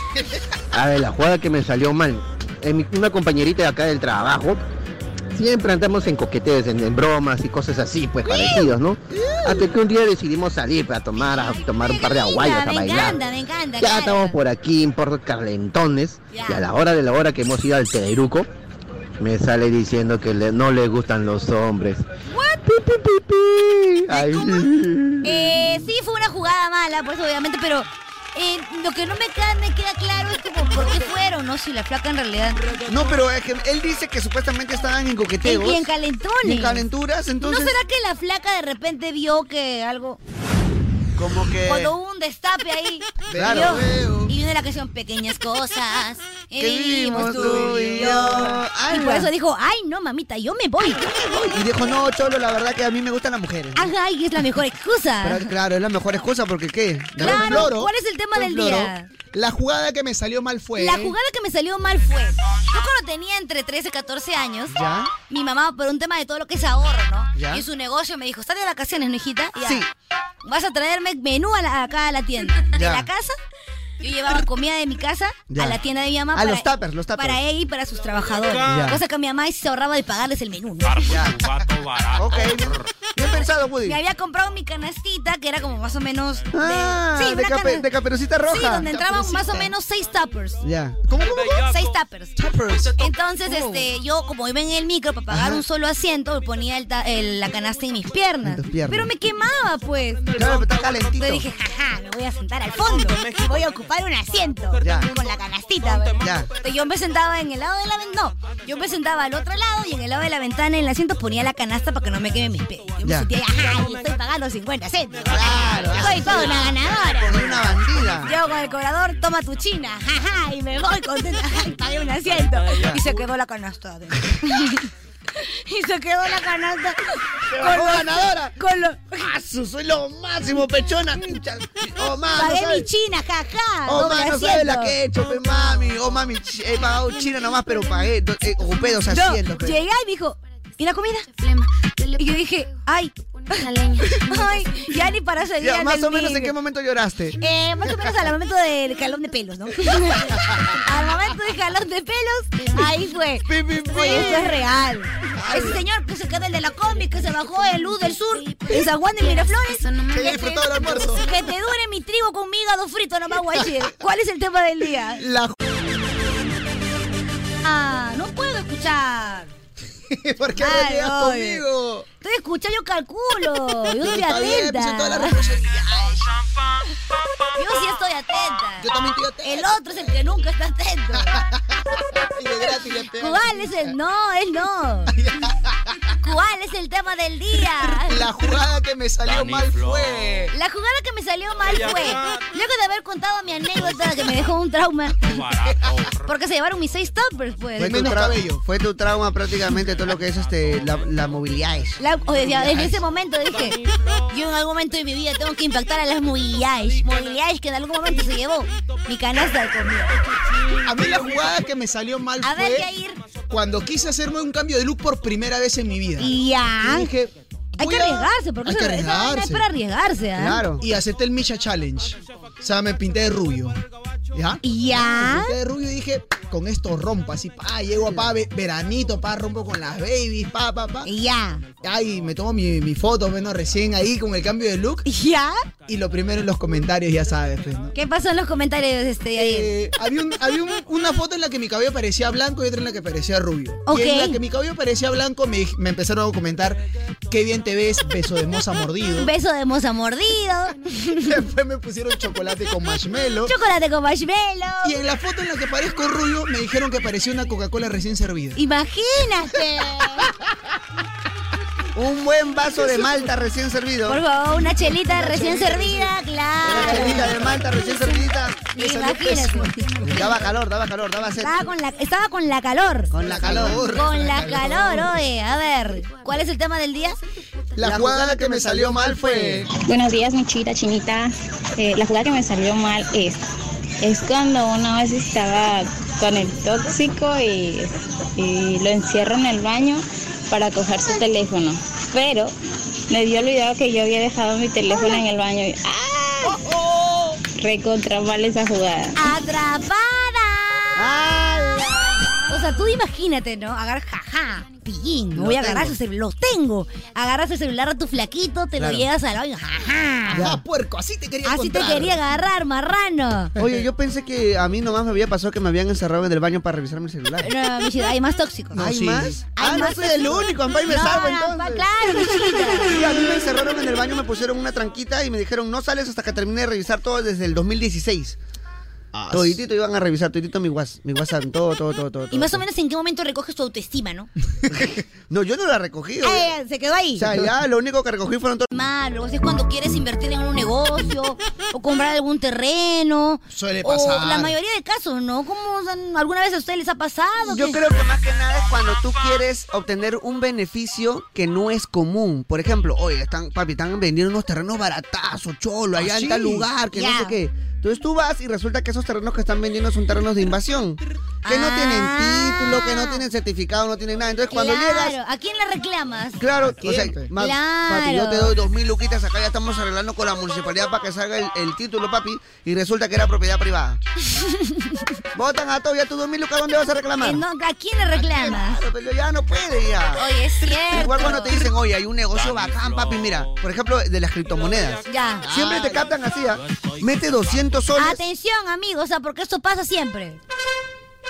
[SPEAKER 4] A ver, la jugada que me salió mal. En mi- una compañerita de acá del trabajo, siempre andamos en coqueteos, en, en bromas y cosas así, pues parecidos, ¿no? Hasta que un día decidimos salir para tomar, a tomar un par de aguayas, a
[SPEAKER 3] me
[SPEAKER 4] bailar.
[SPEAKER 3] encanta, me encanta.
[SPEAKER 4] Ya
[SPEAKER 3] claro.
[SPEAKER 4] estamos por aquí en Puerto Carlentones y a la hora de la hora que hemos ido al Tederuco, me sale diciendo que le- no le gustan los hombres. Pi, pi, pi, pi. Ay,
[SPEAKER 3] Eh, sí, fue una jugada mala, pues obviamente, pero eh, lo que no me queda, me queda claro es como por qué fueron, ¿no? Si la flaca en realidad.
[SPEAKER 5] No, pero es que él dice que supuestamente estaban en coqueteos.
[SPEAKER 3] Y en calentones.
[SPEAKER 5] Y en calenturas, entonces.
[SPEAKER 3] ¿No será que la flaca de repente vio que algo.
[SPEAKER 5] Como que.
[SPEAKER 3] Cuando hubo un destape ahí.
[SPEAKER 5] Claro.
[SPEAKER 3] vio, Y viene la canción Pequeñas Cosas. Que vivimos tú y yo. Y por
[SPEAKER 5] Ala.
[SPEAKER 3] eso dijo, ay no, mamita, yo me voy.
[SPEAKER 5] Y dijo, no, Cholo, la verdad que a mí me gustan las mujeres.
[SPEAKER 3] Ajá, y es la mejor excusa.
[SPEAKER 5] Pero, claro, es la mejor excusa porque ¿qué?
[SPEAKER 3] Claro, ¿cuál es el tema del día?
[SPEAKER 16] La jugada que me salió mal fue.
[SPEAKER 3] La jugada que me salió mal fue, yo cuando tenía entre 13 y 14 años,
[SPEAKER 16] Ya.
[SPEAKER 3] mi mamá por un tema de todo lo que es ahorro, ¿no?
[SPEAKER 16] Ya.
[SPEAKER 3] Y su negocio me dijo, ¿estás de vacaciones, no, hijita? Sí. Vas a traerme menú a la- acá a la tienda. ¿De
[SPEAKER 5] Ya.
[SPEAKER 3] la casa? Yo llevaba comida de mi casa
[SPEAKER 5] Ya.
[SPEAKER 3] a la tienda de mi mamá.
[SPEAKER 5] Ah, los tuppers, los tuppers.
[SPEAKER 3] Para ella y para sus trabajadores.
[SPEAKER 5] Ya.
[SPEAKER 3] Cosa que mi mamá se ahorraba de pagarles el menú. ¿no?
[SPEAKER 5] Ok, bien, bien pensado, Woody.
[SPEAKER 3] Me había comprado mi canastita, que era como más o menos. De,
[SPEAKER 5] Ah, de
[SPEAKER 3] una
[SPEAKER 5] cape-
[SPEAKER 3] cana-
[SPEAKER 5] de caperucita roja.
[SPEAKER 3] Sí, donde entraban más o
[SPEAKER 5] Caperucita.
[SPEAKER 3] menos seis tuppers.
[SPEAKER 5] Ya.
[SPEAKER 3] Seis tuppers. Entonces,
[SPEAKER 5] Oh.
[SPEAKER 3] este, yo como iba en el micro para pagar un solo asiento, ponía el ta- el- la canasta en mis piernas.
[SPEAKER 5] tus piernas.
[SPEAKER 3] Pero me quemaba, pues.
[SPEAKER 5] Claro, pero está calentito.
[SPEAKER 3] Entonces dije, jaja, me voy a sentar al fondo. Voy a ocupar un asiento
[SPEAKER 5] Ya.
[SPEAKER 3] con la canastita. ¿verdad?
[SPEAKER 5] Ya.
[SPEAKER 3] Entonces, Yo me sentaba en el lado de la ventana. No, yo me sentaba al otro lado y en el lado de la ventana en el asiento ponía la canasta para que no me queme mis pies. Yo me
[SPEAKER 5] Ya.
[SPEAKER 3] sentía, ajá, yo estoy pagando 50 centos. Soy toda una ganadora.
[SPEAKER 5] una bandida.
[SPEAKER 3] Yo con el cobrador, toma tu china, jaja, y me voy contenta, y pagué un asiento. Y se quedó la canasta. Y se quedó la canasta.
[SPEAKER 5] bajó
[SPEAKER 3] los-
[SPEAKER 5] ganadora.
[SPEAKER 3] Con los...
[SPEAKER 5] ¡Asu! Soy lo máximo, pechona. Oh, mami.
[SPEAKER 3] Pagué
[SPEAKER 5] no sabe-
[SPEAKER 3] mi china, jaja.
[SPEAKER 5] Oh,
[SPEAKER 3] doble
[SPEAKER 5] mami, no sabes la
[SPEAKER 3] asiento.
[SPEAKER 5] que he hecho, pe, mami. Oh, mami, ch- he pagado China nomás, pero pagué, do- eh, ocupé dos
[SPEAKER 3] Yo
[SPEAKER 5] asientos. pe.
[SPEAKER 3] llegué y me dijo, ¿y la comida? Y yo dije, ay, ay, ya ni para salir
[SPEAKER 5] Ya, más
[SPEAKER 3] del
[SPEAKER 5] o menos,
[SPEAKER 3] micro.
[SPEAKER 5] ¿en qué momento lloraste?
[SPEAKER 3] Eh, más o menos al momento del jalón de pelos, ¿no? al momento del jalón de pelos, ahí fue. Oye, esto es real. Ese señor que se quedó el de la combi, que se bajó el luz del sur, en San Juan de Miraflores.
[SPEAKER 5] Que ya disfrutaba el almuerzo.
[SPEAKER 3] Que te dure mi trigo con mi hígado frito nomás, guachir. ¿Cuál es el tema del día?
[SPEAKER 5] La
[SPEAKER 3] Ah, no puedo escuchar.
[SPEAKER 5] ¿Por qué no
[SPEAKER 3] Ay,
[SPEAKER 5] llegas
[SPEAKER 3] oye.
[SPEAKER 5] conmigo?
[SPEAKER 3] Estoy escuchando, yo calculo. Yo estoy
[SPEAKER 5] Está bien, pues, en todas las
[SPEAKER 3] atenta. Yo sí estoy atenta. Yo también estoy atenta. El otro es el que nunca está atento. ¿Cuál es el no? Él no. ¿Cuál es el tema del día?
[SPEAKER 9] La jugada que me salió
[SPEAKER 3] Dani
[SPEAKER 9] mal
[SPEAKER 3] Flor.
[SPEAKER 9] fue.
[SPEAKER 3] La jugada que me salió mal
[SPEAKER 9] Ella
[SPEAKER 3] fue,
[SPEAKER 9] acá.
[SPEAKER 3] luego de haber contado mi anécdota que me dejó un trauma, porque se llevaron mis seis toppers, pues.
[SPEAKER 5] Fue tu, trauma, fue tu trauma prácticamente todo lo que es este, la, la movilidad.
[SPEAKER 3] La- o sea, en ese momento dije, yo en algún momento de mi vida tengo que impactar a las movilidades, movilidades que en algún momento se llevó mi canasta de comida.
[SPEAKER 9] A mí la jugada que me salió mal
[SPEAKER 3] A
[SPEAKER 9] fue
[SPEAKER 3] ver, Yair.
[SPEAKER 9] cuando quise hacerme un cambio de look por primera vez en mi vida.
[SPEAKER 3] Y ya.
[SPEAKER 9] Y dije,
[SPEAKER 3] Hay
[SPEAKER 9] voy
[SPEAKER 3] que
[SPEAKER 9] a-
[SPEAKER 3] arriesgarse, porque
[SPEAKER 9] hay
[SPEAKER 3] eso
[SPEAKER 9] que
[SPEAKER 3] esa vaina es
[SPEAKER 9] arriesgarse.
[SPEAKER 3] para arriesgarse, ¿ah?
[SPEAKER 9] Y acepté el Misha Challenge. O sea, me pinté de rubio. ¿Ya?
[SPEAKER 3] Ya.
[SPEAKER 9] Me pinté de rubio y dije, con esto rompo así, pa, llego a pa, ve- veranito, pa, rompo con las babies, pa, pa, pa.
[SPEAKER 3] Ya.
[SPEAKER 9] Ay, me tomo mi, mi foto, menos recién ahí con el cambio de look.
[SPEAKER 3] Ya.
[SPEAKER 9] Y lo primero en los comentarios, ya sabes, pues, ¿no?
[SPEAKER 3] ¿Qué pasó en los comentarios de este Yair?
[SPEAKER 9] Eh, había un- había un- una foto en la que mi cabello parecía blanco y otra en la que parecía rubio.
[SPEAKER 3] Ok.
[SPEAKER 9] Y en la que mi cabello parecía blanco me, me empezaron a comentar, qué bien te ves, beso de moza mordido.
[SPEAKER 3] Beso de moza mordido.
[SPEAKER 9] Después me pusieron chocolate con marshmallow.
[SPEAKER 3] Chocolate con marshmallow.
[SPEAKER 9] Y en la foto en la que parezco rubio me dijeron que parecía una Coca-Cola recién servida.
[SPEAKER 3] Imagínate.
[SPEAKER 5] Un buen vaso de malta recién servido.
[SPEAKER 3] Por favor, una chelita recién servida,
[SPEAKER 5] Una
[SPEAKER 3] claro.
[SPEAKER 5] chelita de malta recién servidita.
[SPEAKER 3] Me salió pésimo.
[SPEAKER 5] Daba calor, daba calor, daba sed.
[SPEAKER 3] Estaba con la, estaba con la calor.
[SPEAKER 5] Con la calor.
[SPEAKER 3] Con la calor, oye. A ver, ¿cuál es el tema del día?
[SPEAKER 9] La, jugada que me salió mal fue...
[SPEAKER 20] Buenos días, Michita, Chinita. Eh, la jugada que me salió mal es, es cuando una vez estaba con el tóxico y, y lo encierro en el baño para coger su teléfono. Pero me había olvidado que yo había dejado mi teléfono en el baño. Y, ¡Ah! Recontra mal esa jugada.
[SPEAKER 3] ¡Atrapada! O sea, tú imagínate, ¿no? Agarrar, jaja, pillín, me voy a
[SPEAKER 9] Lo
[SPEAKER 3] agarrar
[SPEAKER 9] tengo.
[SPEAKER 3] su celular. Los tengo. Agarras el celular a tu flaquito, te
[SPEAKER 5] Claro.
[SPEAKER 3] lo llevas al baño, jaja.
[SPEAKER 9] Ah, puerco, así te quería
[SPEAKER 3] Así te
[SPEAKER 9] encontrar.
[SPEAKER 3] quería agarrar, marrano.
[SPEAKER 5] Oye, yo pensé que a mí nomás me había pasado que me habían encerrado en el baño para revisar mi celular.
[SPEAKER 3] No, mi ciudad hay más tóxico.
[SPEAKER 5] ¿Hay más?
[SPEAKER 3] Hay
[SPEAKER 5] ah, no
[SPEAKER 3] más
[SPEAKER 5] soy el
[SPEAKER 3] tóxico.
[SPEAKER 5] único, Ampay me
[SPEAKER 3] No,
[SPEAKER 5] salvo
[SPEAKER 3] no,
[SPEAKER 5] entonces.
[SPEAKER 3] Ampay, claro, mijita.
[SPEAKER 5] Sí, a mí me encerraron en el baño, me pusieron una tranquita y me dijeron, no sales hasta que termine de revisar todo desde el 2016. Toditito iban a revisar, toditito mi WhatsApp, mi WhatsApp, todo, todo, todo, todo.
[SPEAKER 3] Y más o
[SPEAKER 5] todo.
[SPEAKER 3] menos en qué momento recoges tu autoestima, ¿no?
[SPEAKER 5] No, yo no la recogí. oye.
[SPEAKER 3] Eh, se quedó ahí.
[SPEAKER 5] O sea, ya lo único que recogí fueron todos.
[SPEAKER 3] Malo, o sea, es cuando quieres invertir en un negocio o comprar algún terreno.
[SPEAKER 9] Suele
[SPEAKER 3] O
[SPEAKER 9] pasar.
[SPEAKER 3] la mayoría de casos, ¿no? ¿Cómo o sea, alguna vez a ustedes les ha pasado?
[SPEAKER 5] Yo
[SPEAKER 3] que-
[SPEAKER 5] creo que más que nada es cuando tú quieres obtener un beneficio que no es común. Por ejemplo, oye, están, papi, están vendiendo unos terrenos baratazos, cholo, allá
[SPEAKER 9] Ah,
[SPEAKER 5] en
[SPEAKER 9] sí.
[SPEAKER 5] tal lugar, que
[SPEAKER 3] Ya.
[SPEAKER 5] no sé qué. Entonces tú vas y resulta que esos terrenos que están vendiendo son terrenos de invasión. Que no tienen título, que no tienen certificado, no tienen nada. Entonces cuando
[SPEAKER 3] Ah. claro,
[SPEAKER 5] llegas...
[SPEAKER 3] ¿a quién le reclamas?
[SPEAKER 5] Claro, o sea, ma- papi, yo te doy
[SPEAKER 3] Claro.
[SPEAKER 5] dos mil luquitas, acá ya estamos arreglando con la municipalidad para que salga el, el título, papi, y resulta que era propiedad privada. Votan a todos, ya tus dos mil lucas, ¿dónde vas a reclamar?
[SPEAKER 3] Eh, no, ¿A quién le reclamas?
[SPEAKER 5] Claro, pero ya no puede ya.
[SPEAKER 3] Oye, es cierto.
[SPEAKER 5] Igual cuando te dicen, oye, hay un negocio bacán, papi, mira, por ejemplo, de las criptomonedas.
[SPEAKER 3] Ya. Ah,
[SPEAKER 5] Siempre te captan así, ¿ah? mete 200 soles,
[SPEAKER 3] Atención, amigos, o sea, porque esto pasa siempre.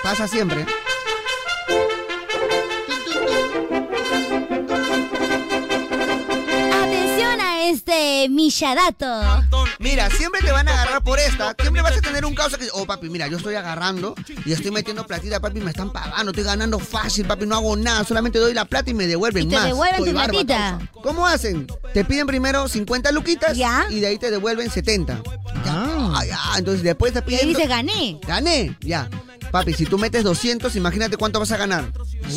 [SPEAKER 5] pasa siempre.
[SPEAKER 3] Atención a este Milladato.
[SPEAKER 5] Mira, siempre te van a agarrar por esta. Siempre vas a tener un caso que, oh papi, mira, yo estoy agarrando y estoy metiendo platita, papi, me están pagando, estoy ganando fácil, papi, no hago nada, solamente doy la plata y me devuelven
[SPEAKER 3] Y te
[SPEAKER 5] más.
[SPEAKER 3] devuelven
[SPEAKER 5] Soy
[SPEAKER 3] tu
[SPEAKER 5] barba,
[SPEAKER 3] platita.
[SPEAKER 5] causa. ¿Cómo hacen? Te piden primero 50 luquitas y de ahí te devuelven 70. Ah, ya, entonces después te piden.
[SPEAKER 3] Y dices, gané.
[SPEAKER 5] Gané, ya. Papi, si tú metes 200, imagínate cuánto vas a ganar.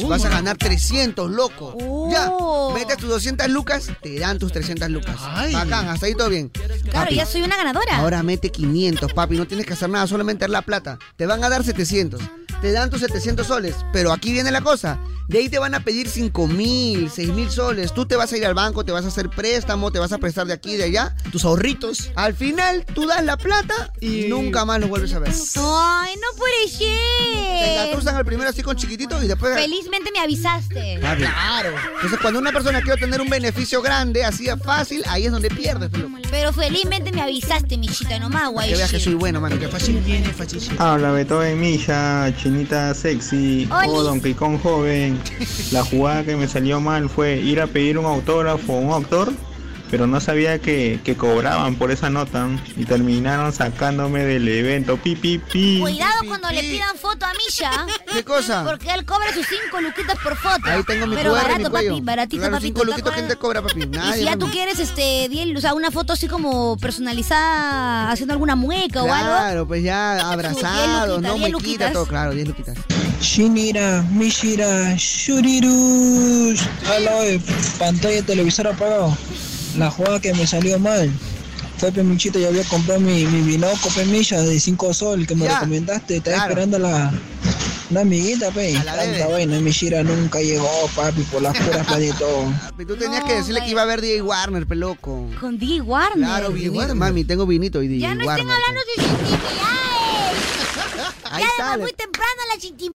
[SPEAKER 5] Vas a ganar 300, loco. Ya,
[SPEAKER 3] Uh.
[SPEAKER 5] metes tus 200 lucas, te dan tus 300 lucas. Bacán, hasta ahí todo bien.
[SPEAKER 3] Claro,
[SPEAKER 5] Papi,
[SPEAKER 3] ya soy una ganadora.
[SPEAKER 5] Ahora mete 500, papi, no tienes que hacer nada, solamente dar la plata. Te van a dar 700. Te dan tus 700 soles, pero aquí viene la cosa. De ahí te van a pedir 5 mil, 6 mil soles. Tú te vas a ir al banco, te vas a hacer préstamo, te vas a prestar de aquí y de allá. Tus ahorritos. Al final, tú das la plata y nunca más los vuelves a ver.
[SPEAKER 3] Ay, no puede
[SPEAKER 5] Te
[SPEAKER 3] ser.
[SPEAKER 5] engatusan al primero así con chiquitito y después...
[SPEAKER 3] Felizmente me avisaste.
[SPEAKER 5] Claro. Entonces, cuando una persona quiere obtener un beneficio grande, así de fácil, ahí es donde pierdes. pero-
[SPEAKER 3] Pero felizmente me avisaste, michita, nomás, guay.
[SPEAKER 5] Que veas que soy bueno, mano. Que fácil viene, fácil.
[SPEAKER 21] Háblame todo en milla, chinita sexy,
[SPEAKER 3] Olis.
[SPEAKER 21] o Don Picón joven. La jugada que me salió mal fue ir a pedir un autógrafo a un autor, pero no sabía que, que cobraban por esa nota y terminaron sacándome del evento. Pi, pi, pi.
[SPEAKER 3] Cuidado cuando le pidan foto a Misha.
[SPEAKER 5] ¿Qué cosa?
[SPEAKER 3] Porque él cobra sus 5 luquitas por foto.
[SPEAKER 5] Ahí tengo mi
[SPEAKER 3] Pero
[SPEAKER 5] QR,
[SPEAKER 3] barato,
[SPEAKER 5] mi cuello.
[SPEAKER 3] papi, baratito,
[SPEAKER 5] Claro,
[SPEAKER 3] papi.
[SPEAKER 5] cinco
[SPEAKER 3] tú te
[SPEAKER 5] luquitos, ¿quién te cobra, papi?
[SPEAKER 3] Y si
[SPEAKER 5] Nadie,
[SPEAKER 3] ya tú
[SPEAKER 5] mami.
[SPEAKER 3] quieres, este, bien, o sea, una foto así como personalizada, haciendo alguna mueca o algo.
[SPEAKER 5] Claro, pues ya abrazados,
[SPEAKER 3] luquitas,
[SPEAKER 5] no
[SPEAKER 3] diez
[SPEAKER 5] me quita
[SPEAKER 3] luquitas.
[SPEAKER 5] todo, claro, 10 luquitas.
[SPEAKER 8] Shinira, Mishira, Shurirush. Aloe, pantalla, televisor apagado. La jugada que me salió mal. Fue Pemichito, yo había comprado mi, mi binoco Pemilla de 5 sol que me
[SPEAKER 5] Ya.
[SPEAKER 8] recomendaste. Estaba
[SPEAKER 5] Claro.
[SPEAKER 8] esperando la, una amiguita, pe.
[SPEAKER 5] la
[SPEAKER 8] Tanta
[SPEAKER 5] bebé.
[SPEAKER 8] vaina, Mishira nunca llegó, papi, por las puras planetón.
[SPEAKER 5] Papi, tú tenías que decirle que iba a ver DJ Warner, peloco.
[SPEAKER 3] Con DJ Warner.
[SPEAKER 5] Claro, vinito, mami, tengo vinito y DJ
[SPEAKER 3] Ya no
[SPEAKER 5] Warner.
[SPEAKER 3] estén hablando de intimidades.
[SPEAKER 5] Ahí
[SPEAKER 3] ya además
[SPEAKER 5] sale.
[SPEAKER 3] muy temprano la chintim...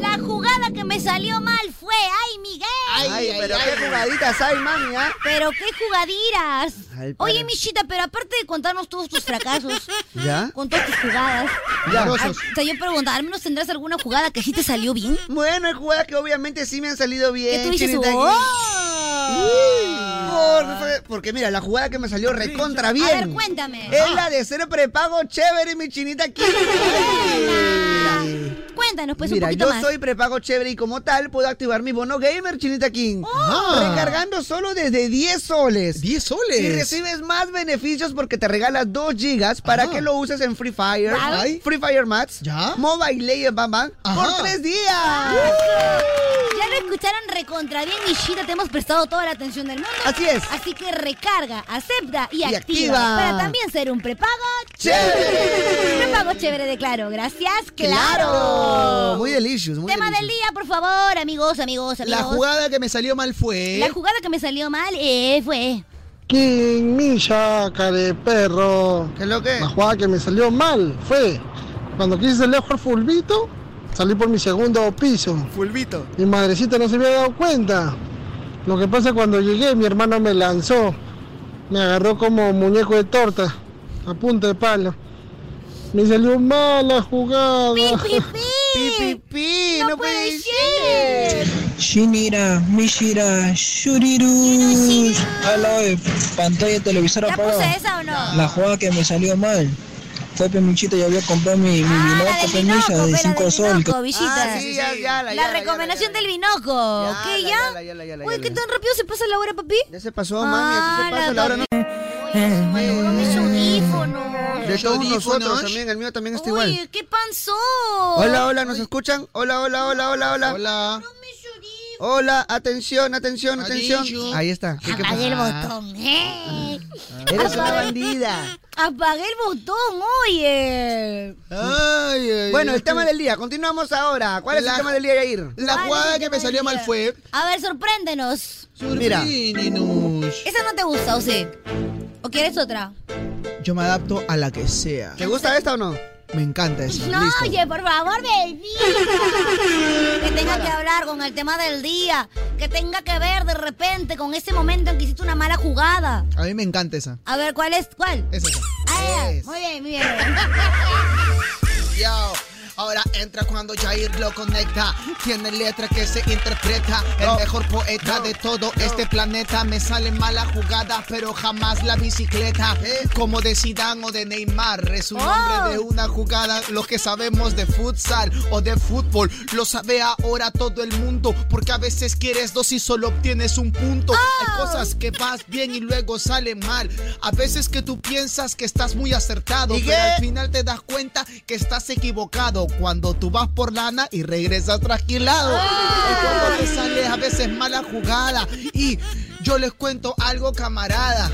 [SPEAKER 3] La jugada que me salió mal fue, ay, Miguel.
[SPEAKER 5] Ay, pero qué jugaditas hay, mami, ¿ah?
[SPEAKER 3] Pero qué jugadiras.
[SPEAKER 5] Ay, para.
[SPEAKER 3] Oye, Michita, pero aparte de contarnos todos tus fracasos,
[SPEAKER 5] ¿Ya?
[SPEAKER 3] con todas tus jugadas.
[SPEAKER 5] Ya.
[SPEAKER 3] ah, O sea, yo pregunto, al menos tendrás alguna jugada que sí te salió bien.
[SPEAKER 5] Bueno, hay jugadas que obviamente sí me han salido bien.
[SPEAKER 3] Que tú dices,
[SPEAKER 5] chinita.
[SPEAKER 3] ¡oh!
[SPEAKER 5] Por fe- Porque mira, la jugada que me salió recontra
[SPEAKER 3] A
[SPEAKER 5] bien.
[SPEAKER 3] ver, cuéntame.
[SPEAKER 5] Es la de ser prepago chévere, mi chinita aquí.
[SPEAKER 3] Cuéntanos, pues,
[SPEAKER 5] Mira,
[SPEAKER 3] un poquito
[SPEAKER 5] yo
[SPEAKER 3] más.
[SPEAKER 5] soy prepago chévere y como tal puedo activar mi bono gamer, Chinita King.
[SPEAKER 3] Ah.
[SPEAKER 5] Recargando solo desde 10 soles. 10 soles. Y recibes más beneficios porque te regalas 2 gigas para que lo uses en Free Fire,
[SPEAKER 11] Ajá.
[SPEAKER 5] Free Fire Max, Mobile Legends Bam Bam, por 3 días.
[SPEAKER 3] Ya lo escucharon recontra bien, Michita. Te hemos prestado toda la atención del mundo.
[SPEAKER 5] Así es.
[SPEAKER 3] Así que recarga, acepta y,
[SPEAKER 5] Y
[SPEAKER 3] activa,
[SPEAKER 5] activa.
[SPEAKER 3] Para también ser un prepago
[SPEAKER 5] ¡Chévere!
[SPEAKER 3] Prepago chévere, declaro. Gracias,
[SPEAKER 5] Claro.
[SPEAKER 3] claro.
[SPEAKER 5] Muy delicious, muy
[SPEAKER 3] Tema del día, por favor, amigos, amigos, amigos.
[SPEAKER 9] La jugada que me salió mal fue.
[SPEAKER 3] La jugada que me salió mal eh, fue.
[SPEAKER 4] King Misha, care perro.
[SPEAKER 5] ¿Qué lo que?
[SPEAKER 4] La jugada que me salió mal fue cuando quise salir a jugar fulbito, salí por mi segundo piso.
[SPEAKER 9] Fulbito.
[SPEAKER 4] Mi madrecita no se había dado cuenta. Lo que pasa cuando llegué, mi hermano me lanzó. Me agarró como muñeco de torta, a punta de palo. Me salió mala jugada.
[SPEAKER 5] no, puede
[SPEAKER 3] ser.
[SPEAKER 8] Shinira, Mishira, Shurirush. Aloe, pantalla, televisor apagado.
[SPEAKER 3] puse esa o no?
[SPEAKER 8] La jugada que me salió mal. Fue Pemichito, yo había comprado mi, mi
[SPEAKER 3] Ah,
[SPEAKER 8] binoco Pemilla de 5 sol. que-
[SPEAKER 3] Binoco, Villita. la recomendación del binoco. ¿Qué ya? Uy, ¿qué tan rápido se pasa la hora, papi? Ah,
[SPEAKER 5] Ya se pasó, mami, así se pasa la hora. No... De todos nosotros también, el mío también está igual.
[SPEAKER 3] Oye, ¿qué pasó?
[SPEAKER 5] Hola, hola, ¿nos escuchan? Hola, hola, hola, hola, hola. Hola. Hola, atención, atención, atención. Ahí está. ¿Qué, qué
[SPEAKER 3] Apague el
[SPEAKER 5] pasa? Ah,
[SPEAKER 3] botón. ¿eh?
[SPEAKER 5] Eres una
[SPEAKER 3] Apague-
[SPEAKER 5] bandida.
[SPEAKER 3] Apagué el botón, oye.
[SPEAKER 5] Bueno, el tema del día, continuamos ahora. ¿Cuál es el tema del día, Yair?
[SPEAKER 9] La jugada que me salió mal fue.
[SPEAKER 3] A ver, sorpréndenos.
[SPEAKER 5] Mira.
[SPEAKER 3] ¿Esa no te gusta o sí? ¿O quieres otra?
[SPEAKER 9] Yo me adapto a la que sea.
[SPEAKER 5] ¿Te gusta esta o no?
[SPEAKER 9] Me encanta eso.
[SPEAKER 3] No, oye, por favor, bebita. Que tenga que hablar con el tema del día. Que tenga que ver de repente con ese momento en que hiciste una mala jugada.
[SPEAKER 9] A mí me encanta esa.
[SPEAKER 3] A ver, ¿cuál es? ¿Cuál?
[SPEAKER 9] Esa. esa.
[SPEAKER 3] Ah, ya. Muy bien, muy bien.
[SPEAKER 9] Yo. Ahora entra cuando Jair lo conecta. Tiene letra que se interpreta. El mejor poeta de todo este planeta. Me sale mala jugada, pero jamás la bicicleta. Como de Zidane o de Neymar. Es un nombre de una jugada. Lo que sabemos de futsal o de fútbol. Lo sabe ahora todo el mundo. Porque a veces quieres dos y solo obtienes un punto. Hay cosas que vas bien y luego salen mal. A veces que tú piensas que estás muy acertado.
[SPEAKER 5] ¿Y
[SPEAKER 9] Pero
[SPEAKER 5] qué?
[SPEAKER 9] al final te das cuenta que estás equivocado cuando tú vas por lana y regresas trasquilado.
[SPEAKER 3] Ah.
[SPEAKER 9] Y cuando te sales a veces mala jugada. Y yo les cuento algo, camarada.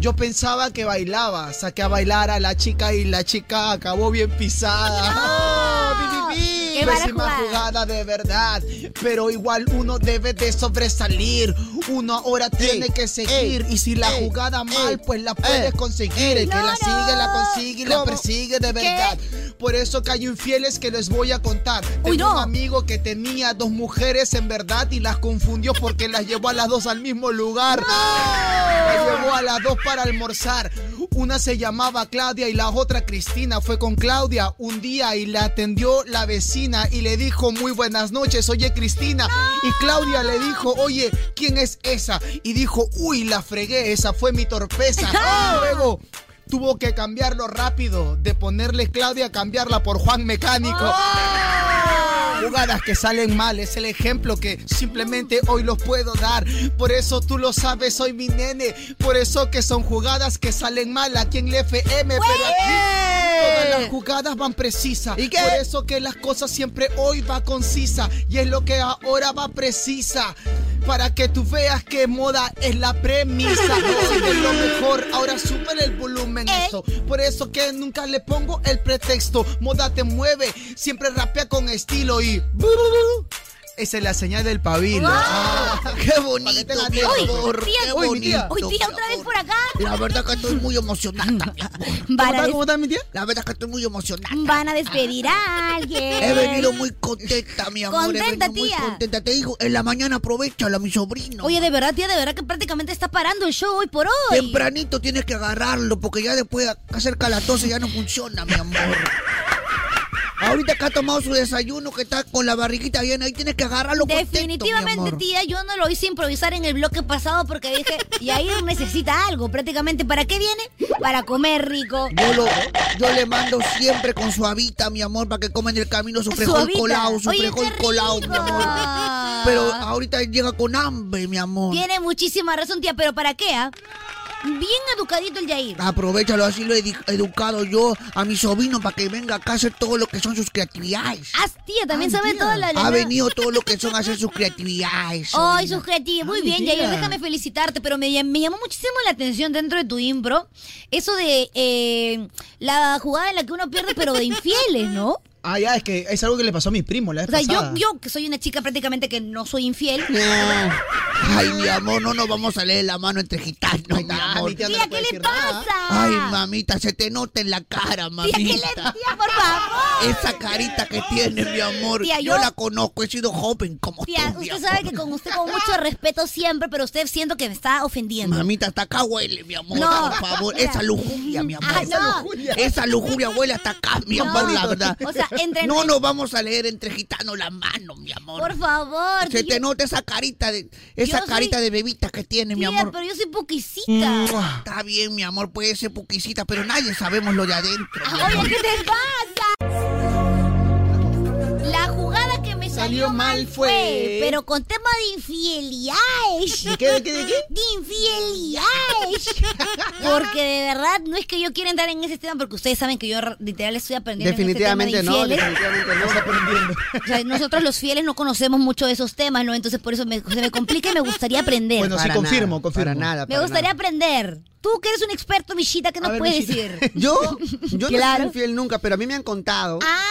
[SPEAKER 9] Yo pensaba que bailaba, saqué a bailar a la chica y la chica acabó bien pisada. ¡Oh, bi, bi, bi!
[SPEAKER 3] Ah. ¡Qué mala
[SPEAKER 9] Pésima
[SPEAKER 3] jugada!
[SPEAKER 9] jugada de verdad, pero igual uno debe de sobresalir. Uno ahora tiene que seguir y si la jugada mal, pues la puedes conseguir. El que la
[SPEAKER 11] Claro.
[SPEAKER 9] sigue, la consigue y la
[SPEAKER 11] ¿Cómo?
[SPEAKER 9] persigue de
[SPEAKER 11] ¿Qué?
[SPEAKER 9] verdad. Por eso que hay infieles que les voy a contar. Tengo un amigo que tenía dos mujeres en verdad y las confundió porque las llevó a las dos al mismo lugar. Las llevó a las dos para almorzar. Una se llamaba Claudia y la otra Cristina. Fue con Claudia un día y la atendió la vecina y le dijo muy buenas noches, oye Cristina. Y Claudia le dijo, oye, ¿quién es esa? Y dijo, uy, la fregué, esa fue mi torpeza. Y Luego tuvo que cambiarlo rápido, de ponerle Claudia a cambiarla por Juan Mecánico. Jugadas que salen mal, es el ejemplo que simplemente hoy los puedo dar. Por eso tú lo sabes, soy mi nene. Por eso que son jugadas que salen mal aquí en el FM, pero aquí todas las jugadas van precisas. ¿Y Por eso que las cosas siempre hoy va concisa y es lo que ahora va precisa. Para que tú veas que moda es la premisa. Hoy es lo mejor, ahora sube el volumen eso. Por eso que nunca le pongo el pretexto. Moda te mueve, siempre rapea con estilo y. Esa es la señal del pabilo.
[SPEAKER 11] ¡Guau!
[SPEAKER 9] Ah, ¡Qué bonito!
[SPEAKER 11] mi amor,
[SPEAKER 3] Tía,
[SPEAKER 11] qué
[SPEAKER 3] uy, mi tía.
[SPEAKER 11] bonito,
[SPEAKER 3] Uy, tía, otra vez por acá.
[SPEAKER 11] La verdad que estoy muy emocionada. mi amor.
[SPEAKER 3] Para des-
[SPEAKER 9] mi tía?
[SPEAKER 11] La verdad que estoy muy emocionada.
[SPEAKER 3] Van a despedir a alguien.
[SPEAKER 11] He venido muy contenta, mi amor. he
[SPEAKER 3] Contenta,
[SPEAKER 11] venido
[SPEAKER 3] tía.
[SPEAKER 11] Muy contenta. Te digo, en la mañana aprovechala, mi sobrino.
[SPEAKER 3] Oye, de verdad, tía, de verdad que prácticamente está parando el show hoy por hoy.
[SPEAKER 11] Tempranito tienes que agarrarlo porque ya después acerca a las 12 ya no funciona, mi amor. Ahorita que ha tomado su desayuno, que está con la barriguita llena, ahí tienes que agarrarlo
[SPEAKER 3] Definitivamente,
[SPEAKER 11] contento, mi amor.
[SPEAKER 3] tía, yo no lo hice improvisar en el bloque pasado porque dije, Yair necesita algo prácticamente. ¿Para qué viene? Para comer rico.
[SPEAKER 11] Yo, lo- yo le mando siempre con su habita, mi amor, para que coma en el camino su frijol
[SPEAKER 3] Suavita.
[SPEAKER 11] colado, su
[SPEAKER 3] Oye, qué
[SPEAKER 11] frijol colado, mi amor. Pero ahorita llega con hambre, mi amor.
[SPEAKER 3] Ah. Tiene muchísima razón, tía, pero ¿para qué? ah? Bien educadito el Yair.
[SPEAKER 11] Ah, Aprovechalo, así lo he edi- educado yo a mi sobrino para que venga acá a hacer todo lo que son sus creatividades.
[SPEAKER 3] Ah, tía, también
[SPEAKER 11] Ay,
[SPEAKER 3] sabe
[SPEAKER 11] tía. Ah,
[SPEAKER 3] toda la
[SPEAKER 11] Ha
[SPEAKER 3] la-
[SPEAKER 11] venido todo lo que son hacer sus creatividades.
[SPEAKER 3] Ay,
[SPEAKER 11] sobrina.
[SPEAKER 3] subjetivo. Muy
[SPEAKER 11] Ay,
[SPEAKER 3] bien,
[SPEAKER 11] mira.
[SPEAKER 3] Yair, déjame felicitarte, pero me, llam- me llamó muchísimo la atención dentro de tu impro eso de eh, la jugada en la que uno pierde, pero de infieles, ¿no?
[SPEAKER 9] Ah, ya, es que es algo que le pasó a mi primo la vez
[SPEAKER 3] O sea, yo,
[SPEAKER 9] pasada.
[SPEAKER 3] yo que soy una chica prácticamente que no soy infiel.
[SPEAKER 11] Ay, mi amor, no nos vamos a leer la mano entre gitanos, mi amor.
[SPEAKER 9] tía,
[SPEAKER 3] Tía, ¿qué le pasa?
[SPEAKER 11] Ay, mamita, se te nota en la cara,
[SPEAKER 3] Tía,
[SPEAKER 11] mamita.
[SPEAKER 3] ¿qué le tía, por favor?
[SPEAKER 11] Esa carita que tiene, Eh, mi amor.
[SPEAKER 3] Tía,
[SPEAKER 11] yo...
[SPEAKER 3] yo-
[SPEAKER 11] la conozco, he sido joven como
[SPEAKER 3] Tía,
[SPEAKER 11] tú, mi
[SPEAKER 3] usted
[SPEAKER 11] amor.
[SPEAKER 3] sabe que con usted con mucho respeto siempre, pero usted siento que me está ofendiendo.
[SPEAKER 11] Mamita, hasta acá huele, mi amor.
[SPEAKER 3] No.
[SPEAKER 11] Por favor,
[SPEAKER 3] Mira.
[SPEAKER 11] esa lujuria, mi amor.
[SPEAKER 3] Ah, no.
[SPEAKER 11] Esa lujuria huele hasta acá, mi
[SPEAKER 3] No.
[SPEAKER 11] amor, la verdad.
[SPEAKER 3] O sea, entre-
[SPEAKER 11] No nos vamos a leer entre gitanos la mano, mi amor.
[SPEAKER 3] Por favor.
[SPEAKER 11] Se
[SPEAKER 3] tía,
[SPEAKER 11] te nota esa carita de esa
[SPEAKER 3] Yo
[SPEAKER 11] carita
[SPEAKER 3] soy-
[SPEAKER 11] de bebita que tiene, mi
[SPEAKER 3] tía,
[SPEAKER 11] amor.
[SPEAKER 3] pero yo soy puquisita.
[SPEAKER 11] Está bien, mi amor, puede ser puquisita, pero nadie sabemos lo de adentro. mi
[SPEAKER 3] Oye,
[SPEAKER 11] amor.
[SPEAKER 3] ¿qué te pasa? La jugada que me
[SPEAKER 11] Esa
[SPEAKER 9] salió mal fue.
[SPEAKER 3] Pero con tema de infidelidades.
[SPEAKER 9] ¿De qué, de qué, de qué?
[SPEAKER 3] De infidelidades. Porque de verdad no es que yo quiera entrar en ese tema porque ustedes saben que yo literal estoy aprendiendo. en este tema de
[SPEAKER 5] Definitivamente no,
[SPEAKER 3] infieles.
[SPEAKER 5] definitivamente no está aprendiendo.
[SPEAKER 3] O sea, nosotros los fieles no conocemos mucho de esos temas, ¿no? Entonces por eso me, se me complica y me gustaría aprender.
[SPEAKER 5] Bueno, sí, Para confirmo, nada, confirmo. para nada,
[SPEAKER 3] me
[SPEAKER 5] para
[SPEAKER 3] gustaría
[SPEAKER 5] nada.
[SPEAKER 3] aprender. Tú que eres un experto, Michita, ¿qué nos
[SPEAKER 5] ver,
[SPEAKER 3] puedes
[SPEAKER 5] mijita.
[SPEAKER 3] decir?
[SPEAKER 5] Yo, yo no
[SPEAKER 3] Claro.
[SPEAKER 5] soy infiel nunca, pero a mí me han contado.
[SPEAKER 3] Ah.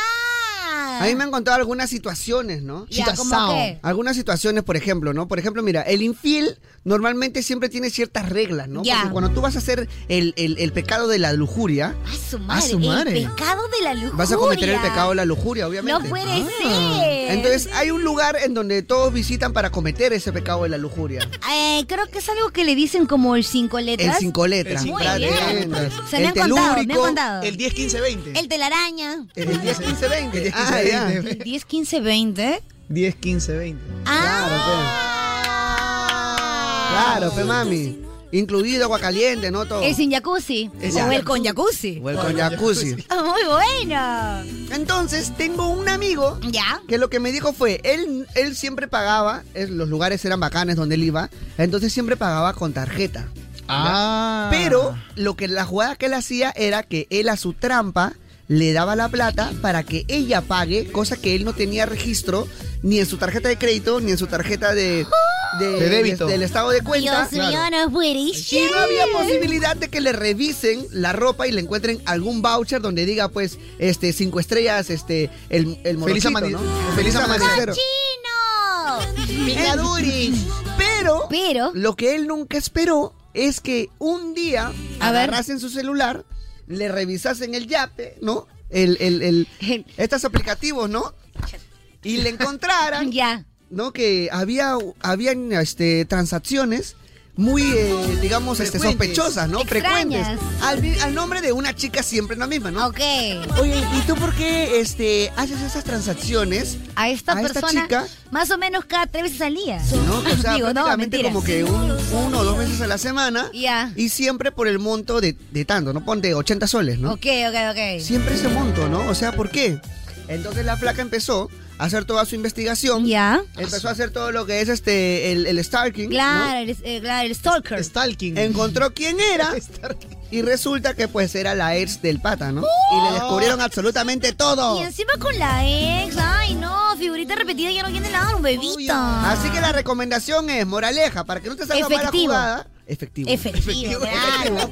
[SPEAKER 5] A mí me han contado algunas situaciones, ¿no?
[SPEAKER 3] Ya, ¿cómo Chitasao. qué?
[SPEAKER 5] Algunas situaciones, por ejemplo, ¿no? Por ejemplo, mira, el infiel normalmente siempre tiene ciertas reglas, ¿no?
[SPEAKER 3] Ya.
[SPEAKER 5] Porque cuando tú vas a hacer el, el- el pecado de la lujuria,
[SPEAKER 3] A su madre.
[SPEAKER 5] su madre.
[SPEAKER 3] El pecado de la lujuria.
[SPEAKER 5] vas a cometer el pecado de la lujuria, obviamente. Ah.
[SPEAKER 3] No puede ser.
[SPEAKER 5] Entonces, hay un lugar en donde todos visitan para cometer ese pecado de la lujuria.
[SPEAKER 3] Eh, creo que es algo que le dicen como el cinco letras.
[SPEAKER 5] El cinco letras.
[SPEAKER 3] Muy
[SPEAKER 5] Cinco
[SPEAKER 3] bien.
[SPEAKER 5] letras.
[SPEAKER 3] Se me
[SPEAKER 5] El
[SPEAKER 9] Este
[SPEAKER 3] han contado, me han
[SPEAKER 5] telúrico.
[SPEAKER 3] contado.
[SPEAKER 5] El
[SPEAKER 9] 10, 15, 20.
[SPEAKER 3] El telaraña.
[SPEAKER 5] El 10, 15, 20.
[SPEAKER 9] 10,
[SPEAKER 5] Ah,
[SPEAKER 9] 15,
[SPEAKER 5] ya.
[SPEAKER 9] 20.
[SPEAKER 3] 10, 15, 20.
[SPEAKER 9] 10, 15, 20.
[SPEAKER 3] Ah,
[SPEAKER 5] Claro, pe mami. Incluido agua caliente, ¿no? Todo.
[SPEAKER 3] El sin jacuzzi.
[SPEAKER 5] El
[SPEAKER 3] o
[SPEAKER 5] jacuzzi.
[SPEAKER 3] el con jacuzzi.
[SPEAKER 5] O el con jacuzzi.
[SPEAKER 3] Ah, Muy bueno.
[SPEAKER 5] Entonces, tengo un amigo
[SPEAKER 3] Ya.
[SPEAKER 5] que lo que me dijo fue, él, él siempre pagaba, es- los lugares eran bacanes donde él iba, entonces siempre pagaba con tarjeta.
[SPEAKER 9] Ah.
[SPEAKER 5] Pero lo que la jugada que él hacía era que él a su trampa le daba la plata para que ella pague, cosa que él no tenía registro ni en su tarjeta de crédito ni en su tarjeta de,
[SPEAKER 9] De débito.
[SPEAKER 5] del estado de cuenta.
[SPEAKER 3] ¡Ah! Dios mío, no es
[SPEAKER 5] Y
[SPEAKER 3] buenísimo.
[SPEAKER 5] no había posibilidad de que le revisen la ropa y le encuentren algún voucher donde diga, pues, este, cinco estrellas, este, el, el
[SPEAKER 9] Feliz
[SPEAKER 5] morochito,
[SPEAKER 9] amane-
[SPEAKER 5] ¿no?
[SPEAKER 9] feliz amanecer.
[SPEAKER 3] ¡Cochino!
[SPEAKER 5] Picaduris. Eh, Pero,
[SPEAKER 3] Pero.
[SPEAKER 5] lo que él nunca esperó es que un día agarrasen su celular, le revisasen el yape, ¿no? El, el, el, estos aplicativos, ¿no? Y le encontraran,
[SPEAKER 3] Ya.
[SPEAKER 5] ¿no? Que había, habían, este, transacciones muy, eh, digamos, este,
[SPEAKER 9] Frecuentes.
[SPEAKER 5] sospechosas, ¿no?
[SPEAKER 3] Extrañas.
[SPEAKER 5] Frecuentes. Al, al nombre de una chica siempre la misma, ¿no?
[SPEAKER 3] Ok.
[SPEAKER 5] Oye, ¿y tú por qué, este, haces esas transacciones?
[SPEAKER 3] A esta
[SPEAKER 5] A esta
[SPEAKER 3] persona.
[SPEAKER 5] chica.
[SPEAKER 3] Más o menos cada tres veces al día.
[SPEAKER 5] ¿no? O sea,
[SPEAKER 3] Digo, no,
[SPEAKER 5] prácticamente
[SPEAKER 3] mentira.
[SPEAKER 5] como que un- uno o dos veces a la semana.
[SPEAKER 3] Ya.
[SPEAKER 5] Y siempre por el monto de, de tanto, ¿no? Ponte 80 soles, ¿no?
[SPEAKER 3] Ok, ok, ok.
[SPEAKER 5] Siempre ese monto, ¿no? O sea, ¿por qué? Entonces la flaca empezó a hacer toda su investigación.
[SPEAKER 3] Ya.
[SPEAKER 5] Empezó a hacer todo lo que es este el, el stalking. ¿no?
[SPEAKER 3] Claro, el, eh, claro, el stalker.
[SPEAKER 9] Stalking.
[SPEAKER 5] Encontró quién era. Y resulta que pues era la ex del pata, ¿no? Y le descubrieron absolutamente todo.
[SPEAKER 3] ¡Oh! Y encima con la ex. Ay, no, figurita repetida ya no quiere nada, un bebito.
[SPEAKER 5] Así que la recomendación es, moraleja, para que no te salga mala
[SPEAKER 3] Efectivo.
[SPEAKER 5] jugada. Efectivo.
[SPEAKER 3] Efectivo, claro.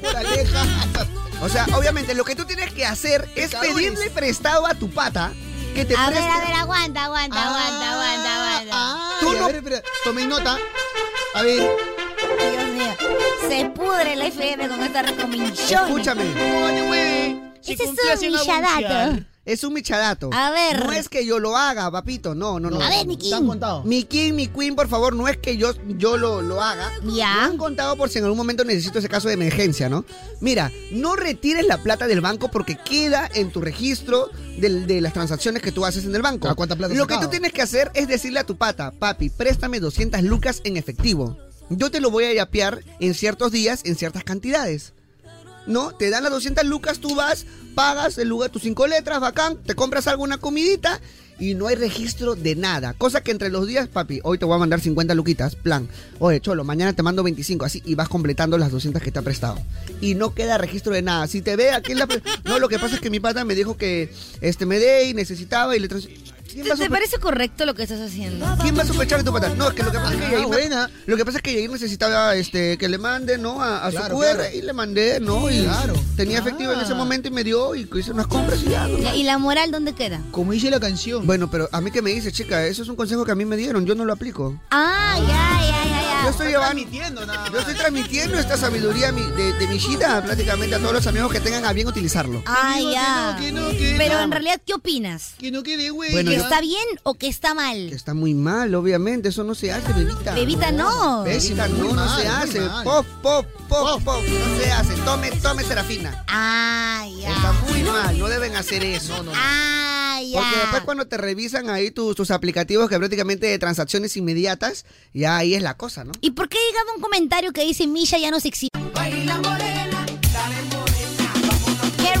[SPEAKER 5] O sea, obviamente lo que tú tienes que hacer es pedirle prestado a tu pata que te Ah.
[SPEAKER 3] A ver,
[SPEAKER 5] preste.
[SPEAKER 3] a ver, aguanta, aguanta, aguanta, aguanta, aguanta.
[SPEAKER 5] Tú
[SPEAKER 9] Ay, a
[SPEAKER 5] no-
[SPEAKER 9] ver, espera, tomen nota. A ver.
[SPEAKER 3] Dios mío. Se pudre la FM con esta recomendación.
[SPEAKER 5] Escúchame.
[SPEAKER 3] Ese es un milladato.
[SPEAKER 5] Es un michadato.
[SPEAKER 3] A ver.
[SPEAKER 5] No es que yo lo haga, papito. No, no, no.
[SPEAKER 3] A ver, mi
[SPEAKER 9] ¿Te han
[SPEAKER 3] king.
[SPEAKER 9] contado?
[SPEAKER 5] Mi king, mi queen, por favor, no es que yo, yo lo, lo haga. Me
[SPEAKER 3] Ya.
[SPEAKER 5] han contado por si en algún momento necesito ese caso de emergencia, ¿no? Mira, no retires la plata del banco porque queda en tu registro del- de, las transacciones que tú haces en el banco.
[SPEAKER 9] ¿A cuánta plata has
[SPEAKER 5] Lo que
[SPEAKER 9] sacado?
[SPEAKER 5] tú tienes que hacer es decirle a tu pata, papi, préstame 200 lucas en efectivo. Yo te lo voy a yapear en ciertos días, en ciertas cantidades. ¿no? Te dan las 200 lucas, tú vas, pagas el lugar, tus cinco letras, bacán, te compras alguna comidita y no hay registro de nada. Cosa que entre los días, papi, hoy te voy a mandar 50 luquitas, plan. Oye, cholo, mañana te mando 25, así, y vas completando las 200 que te ha prestado. Y no queda registro de nada. Si te ve aquí en la... pre- No, lo que pasa es que mi pata me dijo que este, me dé y necesitaba y le... trans- ¿Quién va a
[SPEAKER 3] ¿Te, te
[SPEAKER 5] supe-
[SPEAKER 3] parece correcto lo que estás haciendo?
[SPEAKER 5] ¿Quién va a sospechar de tu pata? No, es que lo que
[SPEAKER 9] Ah,
[SPEAKER 5] pasa es que Yair, buena. Lo que pasa es que Yair necesitaba este, que le mande, ¿no? A, a
[SPEAKER 9] Claro,
[SPEAKER 5] su QR
[SPEAKER 9] claro.
[SPEAKER 5] y le mandé, ¿no? Y
[SPEAKER 9] Claro. Ah.
[SPEAKER 5] tenía efectivo en ese momento y me dio y hice unas compras y ya. ¿no?
[SPEAKER 3] Ya, ¿Y la moral dónde queda?
[SPEAKER 9] Como dice la canción.
[SPEAKER 5] Bueno, pero a mí que me dice, chica, eso es un consejo que a mí me dieron, yo no lo aplico.
[SPEAKER 3] Ah, ya, ya, ya,
[SPEAKER 5] Yo
[SPEAKER 3] ya.
[SPEAKER 5] estoy llevando,
[SPEAKER 9] Transmitiendo nada
[SPEAKER 5] yo
[SPEAKER 9] más.
[SPEAKER 5] estoy transmitiendo esta sabiduría mi- de, de mi chita prácticamente a todos los amigos que tengan a bien utilizarlo.
[SPEAKER 3] Ay,
[SPEAKER 9] digo que
[SPEAKER 3] Ah, ya.
[SPEAKER 9] no, que no, que
[SPEAKER 3] Pero
[SPEAKER 9] no.
[SPEAKER 3] en realidad, ¿qué opinas?
[SPEAKER 9] Que no quede, güey.
[SPEAKER 5] Bueno,
[SPEAKER 3] ¿Que
[SPEAKER 5] yo-
[SPEAKER 3] está bien o que está
[SPEAKER 5] Que
[SPEAKER 3] mal?
[SPEAKER 5] está muy mal, obviamente, eso no se hace, bebita.
[SPEAKER 3] Bebita, no.
[SPEAKER 5] Bebita,
[SPEAKER 9] Pésimo,
[SPEAKER 5] no,
[SPEAKER 9] muy
[SPEAKER 5] no
[SPEAKER 9] mal,
[SPEAKER 5] se
[SPEAKER 9] muy
[SPEAKER 5] hace.
[SPEAKER 9] mal.
[SPEAKER 5] Pop, pop, pop, pop, no se hace. Tome, tome, Serafina.
[SPEAKER 3] Ay,
[SPEAKER 5] Está
[SPEAKER 3] ya.
[SPEAKER 5] muy mal, no deben hacer eso.
[SPEAKER 3] Ay, ya.
[SPEAKER 5] Porque después cuando te revisan ahí tus, tus aplicativos que prácticamente de transacciones inmediatas, ya ahí es la cosa, ¿no?
[SPEAKER 3] ¿Y por qué llegaba un comentario que dice Misha ya no se exhibe? ¡Qué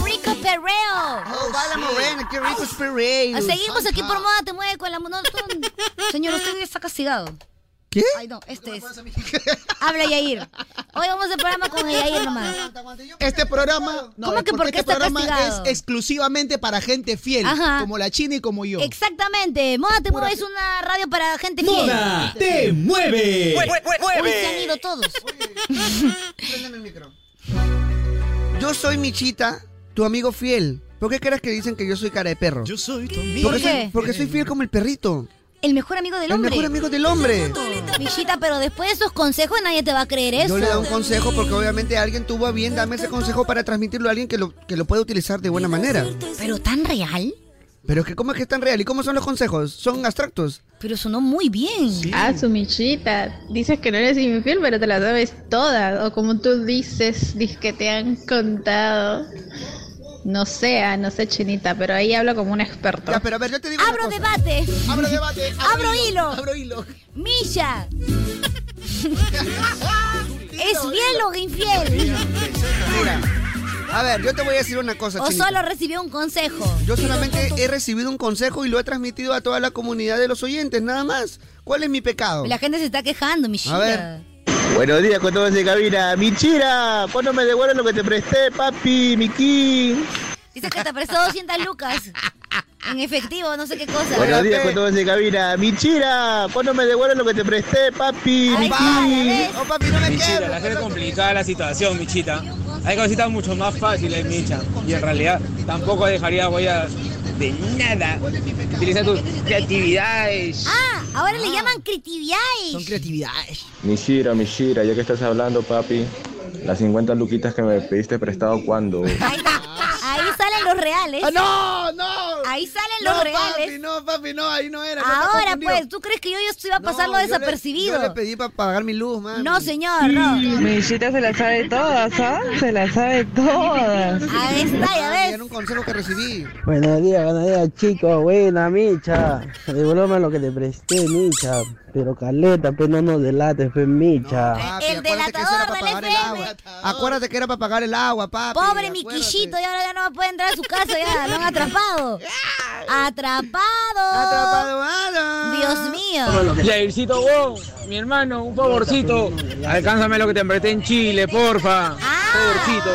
[SPEAKER 3] rico perreo!
[SPEAKER 5] Oh, va la morena, qué rico es Pereiro.
[SPEAKER 3] Seguimos aquí por moda, te mueve con la monotón. Señor, usted está castigado.
[SPEAKER 5] ¿Qué?
[SPEAKER 3] Ay, no, este es. Habla Yair. Hoy vamos al programa con Yair nomás.
[SPEAKER 9] Este programa, no,
[SPEAKER 3] ¿Cómo que
[SPEAKER 9] porque
[SPEAKER 3] por qué
[SPEAKER 9] este
[SPEAKER 3] está
[SPEAKER 9] programa
[SPEAKER 3] castigado?
[SPEAKER 9] es exclusivamente para gente fiel,
[SPEAKER 3] Ajá.
[SPEAKER 9] como la China y como yo.
[SPEAKER 3] Exactamente. Moda te mueve es una radio para gente fiel.
[SPEAKER 9] Moda Te Mueve. Mue- mue-
[SPEAKER 3] Uy,
[SPEAKER 9] mueve.
[SPEAKER 3] se han ido todos.
[SPEAKER 5] Yo soy Michita, tu amigo fiel. ¿Por qué crees que dicen que yo soy cara de perro? Yo
[SPEAKER 9] soy tu
[SPEAKER 3] amigo.
[SPEAKER 5] Porque,
[SPEAKER 3] ¿Por qué?
[SPEAKER 5] Soy, porque soy fiel como el perrito.
[SPEAKER 3] El mejor amigo del
[SPEAKER 5] El
[SPEAKER 3] hombre.
[SPEAKER 5] mejor amigo del hombre.
[SPEAKER 3] Michita, pero después de esos consejos nadie te va a creer eso.
[SPEAKER 5] Yo le doy un consejo porque obviamente alguien tuvo a bien darme ese consejo para transmitirlo a alguien que lo, que lo puede utilizar de buena manera.
[SPEAKER 3] Pero tan real.
[SPEAKER 5] Pero es que ¿cómo es que es tan real? ¿Y cómo son los consejos? Son abstractos.
[SPEAKER 3] Pero sonó muy bien.
[SPEAKER 20] Ah, su michita. Dices que no eres infiel, pero te la sabes toda. O como tú dices, dices que te han contado. No sé, ah, no sé, chinita, pero ahí hablo como un experto.
[SPEAKER 5] pero a ver, yo te digo.
[SPEAKER 3] Abro debate.
[SPEAKER 9] Abro debate.
[SPEAKER 3] Abro, hilo.
[SPEAKER 9] Abro hilo.
[SPEAKER 3] Milla. ¿Es bien o infiel?
[SPEAKER 5] Mira, a ver, yo te voy a decir una cosa,
[SPEAKER 3] ¿O
[SPEAKER 5] Chinita.
[SPEAKER 3] solo recibió un consejo?
[SPEAKER 5] Yo solamente he recibido un consejo y lo he transmitido a toda la comunidad de los oyentes, nada más. ¿Cuál es mi pecado?
[SPEAKER 3] La gente se está quejando, Michita.
[SPEAKER 5] A ver.
[SPEAKER 12] Buenos días con todos de cabina. Michira, vos no me devuelves lo que te presté, papi, Miki.
[SPEAKER 3] Dice que te prestó 200 lucas. En efectivo, no sé qué cosa.
[SPEAKER 12] Buenos días con todos de cabina. Michira, vos no me devuelves lo que te presté, papi,
[SPEAKER 3] Ahí está, ya
[SPEAKER 12] Miki.
[SPEAKER 3] ves.
[SPEAKER 22] Michita, la gente complicada la situación, Michita. Hay cositas mucho más fáciles, Micha. Y en realidad tampoco dejaría huellas de nada. Utiliza tus creatividades.
[SPEAKER 3] Ah, ahora le llaman creatividades. Son
[SPEAKER 9] creatividades.
[SPEAKER 23] Mishira, Mishira, ya que estás hablando, papi, las 50 luquitas que me pediste prestado, ¿cuándo?
[SPEAKER 3] Ahí salen los reales.
[SPEAKER 9] Ah, no, no.
[SPEAKER 3] Ahí salen
[SPEAKER 9] No,
[SPEAKER 3] los
[SPEAKER 9] papi,
[SPEAKER 3] reales.
[SPEAKER 9] no, papi, no, ahí no era.
[SPEAKER 3] Ahora, pues, ¿tú crees que yo, yo iba a pasarlo desapercibido?
[SPEAKER 5] Yo le pedí para pagar mi luz, mami.
[SPEAKER 3] No, señor, no.
[SPEAKER 24] Michita se la sabe todas, ¿ah? Se la sabe todas.
[SPEAKER 3] Ahí está, ya ves.
[SPEAKER 5] Era un consejo que recibí.
[SPEAKER 24] Buenos días, buenos días, chicos. Buena, Micha. Devuélveme lo que te presté, Micha. Pero caleta, pues no nos delates, pues, Micha.
[SPEAKER 5] el delatador del FM. Acuérdate que era para pagar el agua, papi.
[SPEAKER 3] Pobre mi quillito, ya, ahora ya no puede entrar a su casa, ya lo han atrapado. Atrapado.
[SPEAKER 5] Atrapado,
[SPEAKER 3] Dios mío.
[SPEAKER 22] Jaircito, wow, mi hermano, un favorcito.
[SPEAKER 5] eh.
[SPEAKER 22] Alcánzame lo que te empreté en Chile, porfa.
[SPEAKER 3] Ah.
[SPEAKER 22] Favorcito.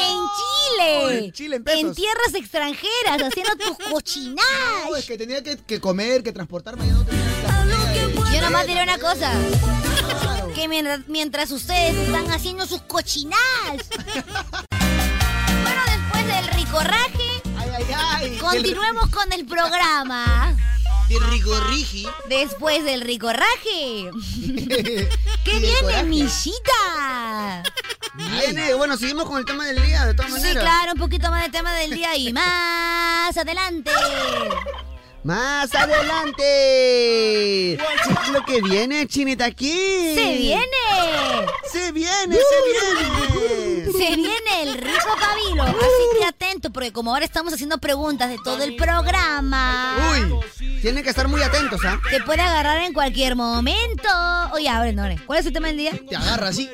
[SPEAKER 3] En Chile.
[SPEAKER 9] En Chile, en pesos.
[SPEAKER 3] tierras extranjeras, haciendo tus cochinadas.
[SPEAKER 9] No, es que tenía que, que comer, que transportarme. ya no tenía
[SPEAKER 3] Yo nomás diré una cosa. Que mientras, mientras ustedes están haciendo sus cochinadas. Bueno, después del ricorraje, continuemos con el programa.
[SPEAKER 9] De rigorrigi.
[SPEAKER 3] Después del ricorraje. ¿Qué viene, Millita?
[SPEAKER 5] Viene, bueno, seguimos con el tema del día, de todas
[SPEAKER 3] Sí,
[SPEAKER 5] maneras.
[SPEAKER 3] claro, un poquito más de tema del día y más adelante.
[SPEAKER 5] Más adelante. Lo que viene, Chinita aquí.
[SPEAKER 3] ¡Se viene!
[SPEAKER 5] Se viene,
[SPEAKER 3] Uh.
[SPEAKER 5] se viene.
[SPEAKER 3] Se viene el rico pabilo, así que atento, porque como ahora estamos haciendo preguntas de todo el programa.
[SPEAKER 5] Uy, tienen que estar muy atentos, ¿ah?
[SPEAKER 3] Te puede agarrar en cualquier momento. Oye, abre, Nore. ¿Cuál es el tema del día?
[SPEAKER 9] Te agarra así.